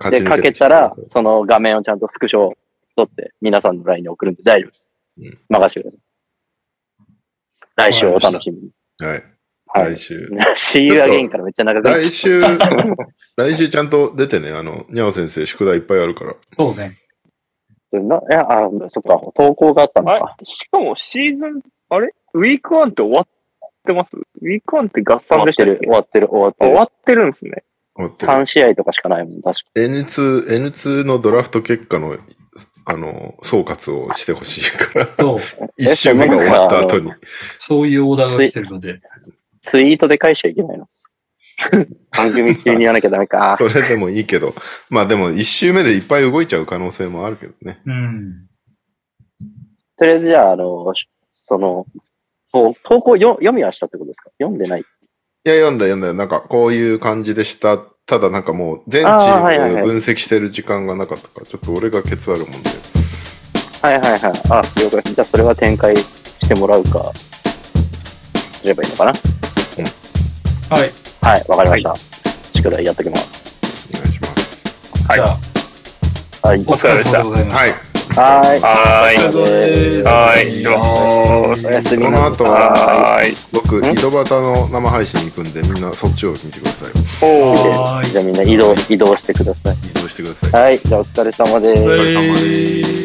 Speaker 1: 勝
Speaker 6: で、
Speaker 1: ち抜
Speaker 6: か
Speaker 1: けてき
Speaker 6: け
Speaker 1: て
Speaker 6: た
Speaker 1: くだ
Speaker 6: ら、
Speaker 1: さい
Speaker 6: その画面をちゃんとスクショ取って、皆さんの LINE に送るんで大丈夫です
Speaker 1: うん。
Speaker 6: 任せてください。来週お楽しみに。
Speaker 1: はい。
Speaker 6: はい
Speaker 1: 来。週。
Speaker 6: See you again からめっちゃ長くなっ
Speaker 1: 来
Speaker 6: ちゃう
Speaker 1: 週、来週ちゃんと出てね、あの、にゃお先生、宿題いっぱいあるから。
Speaker 5: そうね。
Speaker 6: なえあ、そっか、投稿があったのか。
Speaker 4: あれしかもシーズン、あれウィークワンって終わってますウィークワンって合
Speaker 6: 終
Speaker 4: 算
Speaker 6: わ
Speaker 4: で
Speaker 6: っ
Speaker 4: した
Speaker 6: て
Speaker 4: っ
Speaker 6: る、
Speaker 4: け
Speaker 6: 終わってる、終わって
Speaker 4: 終
Speaker 6: る。
Speaker 4: わってるんですね。
Speaker 1: 待ってる
Speaker 6: 3試合とかしかないもん、確か
Speaker 1: N2、N2 のドラフト結果の、あの、総括をしてほしい から、
Speaker 5: そう。
Speaker 1: 一周目が終わった後に。
Speaker 5: そういうオーダーが来てるので。
Speaker 6: ツイートで返しちゃいけないの。番組中に言わなきゃダメか。
Speaker 1: それでもいいけど、まあでも一周目でいっぱい動いちゃう可能性もあるけどね。
Speaker 5: うん。
Speaker 6: とりあえずじゃあ、あの、その、もう投稿よ読みはしたってことですか読んでない。
Speaker 1: いや、読んだ読んだよ。なんか、こういう感じでした。ただなんかもう、全チ
Speaker 6: あーはいはい
Speaker 1: ー
Speaker 6: は
Speaker 1: ム
Speaker 6: い
Speaker 1: 分析してる時間がなかったから、ちょっと俺がケツあるもんで。
Speaker 6: はいはいはい。あ、了解です。じゃあそれは展開してもらうか、すればいいのかな
Speaker 2: はい。
Speaker 6: はい、わかりました。宿題やっときます。
Speaker 1: お願いします。
Speaker 4: はい
Speaker 2: じゃあ、
Speaker 6: はい。
Speaker 2: お疲れ様でございま
Speaker 1: はい。
Speaker 6: はい。
Speaker 4: は
Speaker 6: お疲れ様
Speaker 4: ー
Speaker 6: で
Speaker 4: い。
Speaker 6: す
Speaker 4: はーい。よーし
Speaker 6: おやすみ
Speaker 1: こ
Speaker 6: な
Speaker 1: の後
Speaker 6: さい。
Speaker 1: は、
Speaker 4: はーい。
Speaker 1: 僕、井
Speaker 6: ん
Speaker 1: 戸端の生配信行くんで、みんなそっちを見てください。
Speaker 4: お
Speaker 6: で
Speaker 4: ー。
Speaker 2: はーい
Speaker 6: じゃあみんな移動、移動してください。
Speaker 1: 移動してください。
Speaker 6: はい、じゃあお疲れ様です。
Speaker 1: お疲れ様です。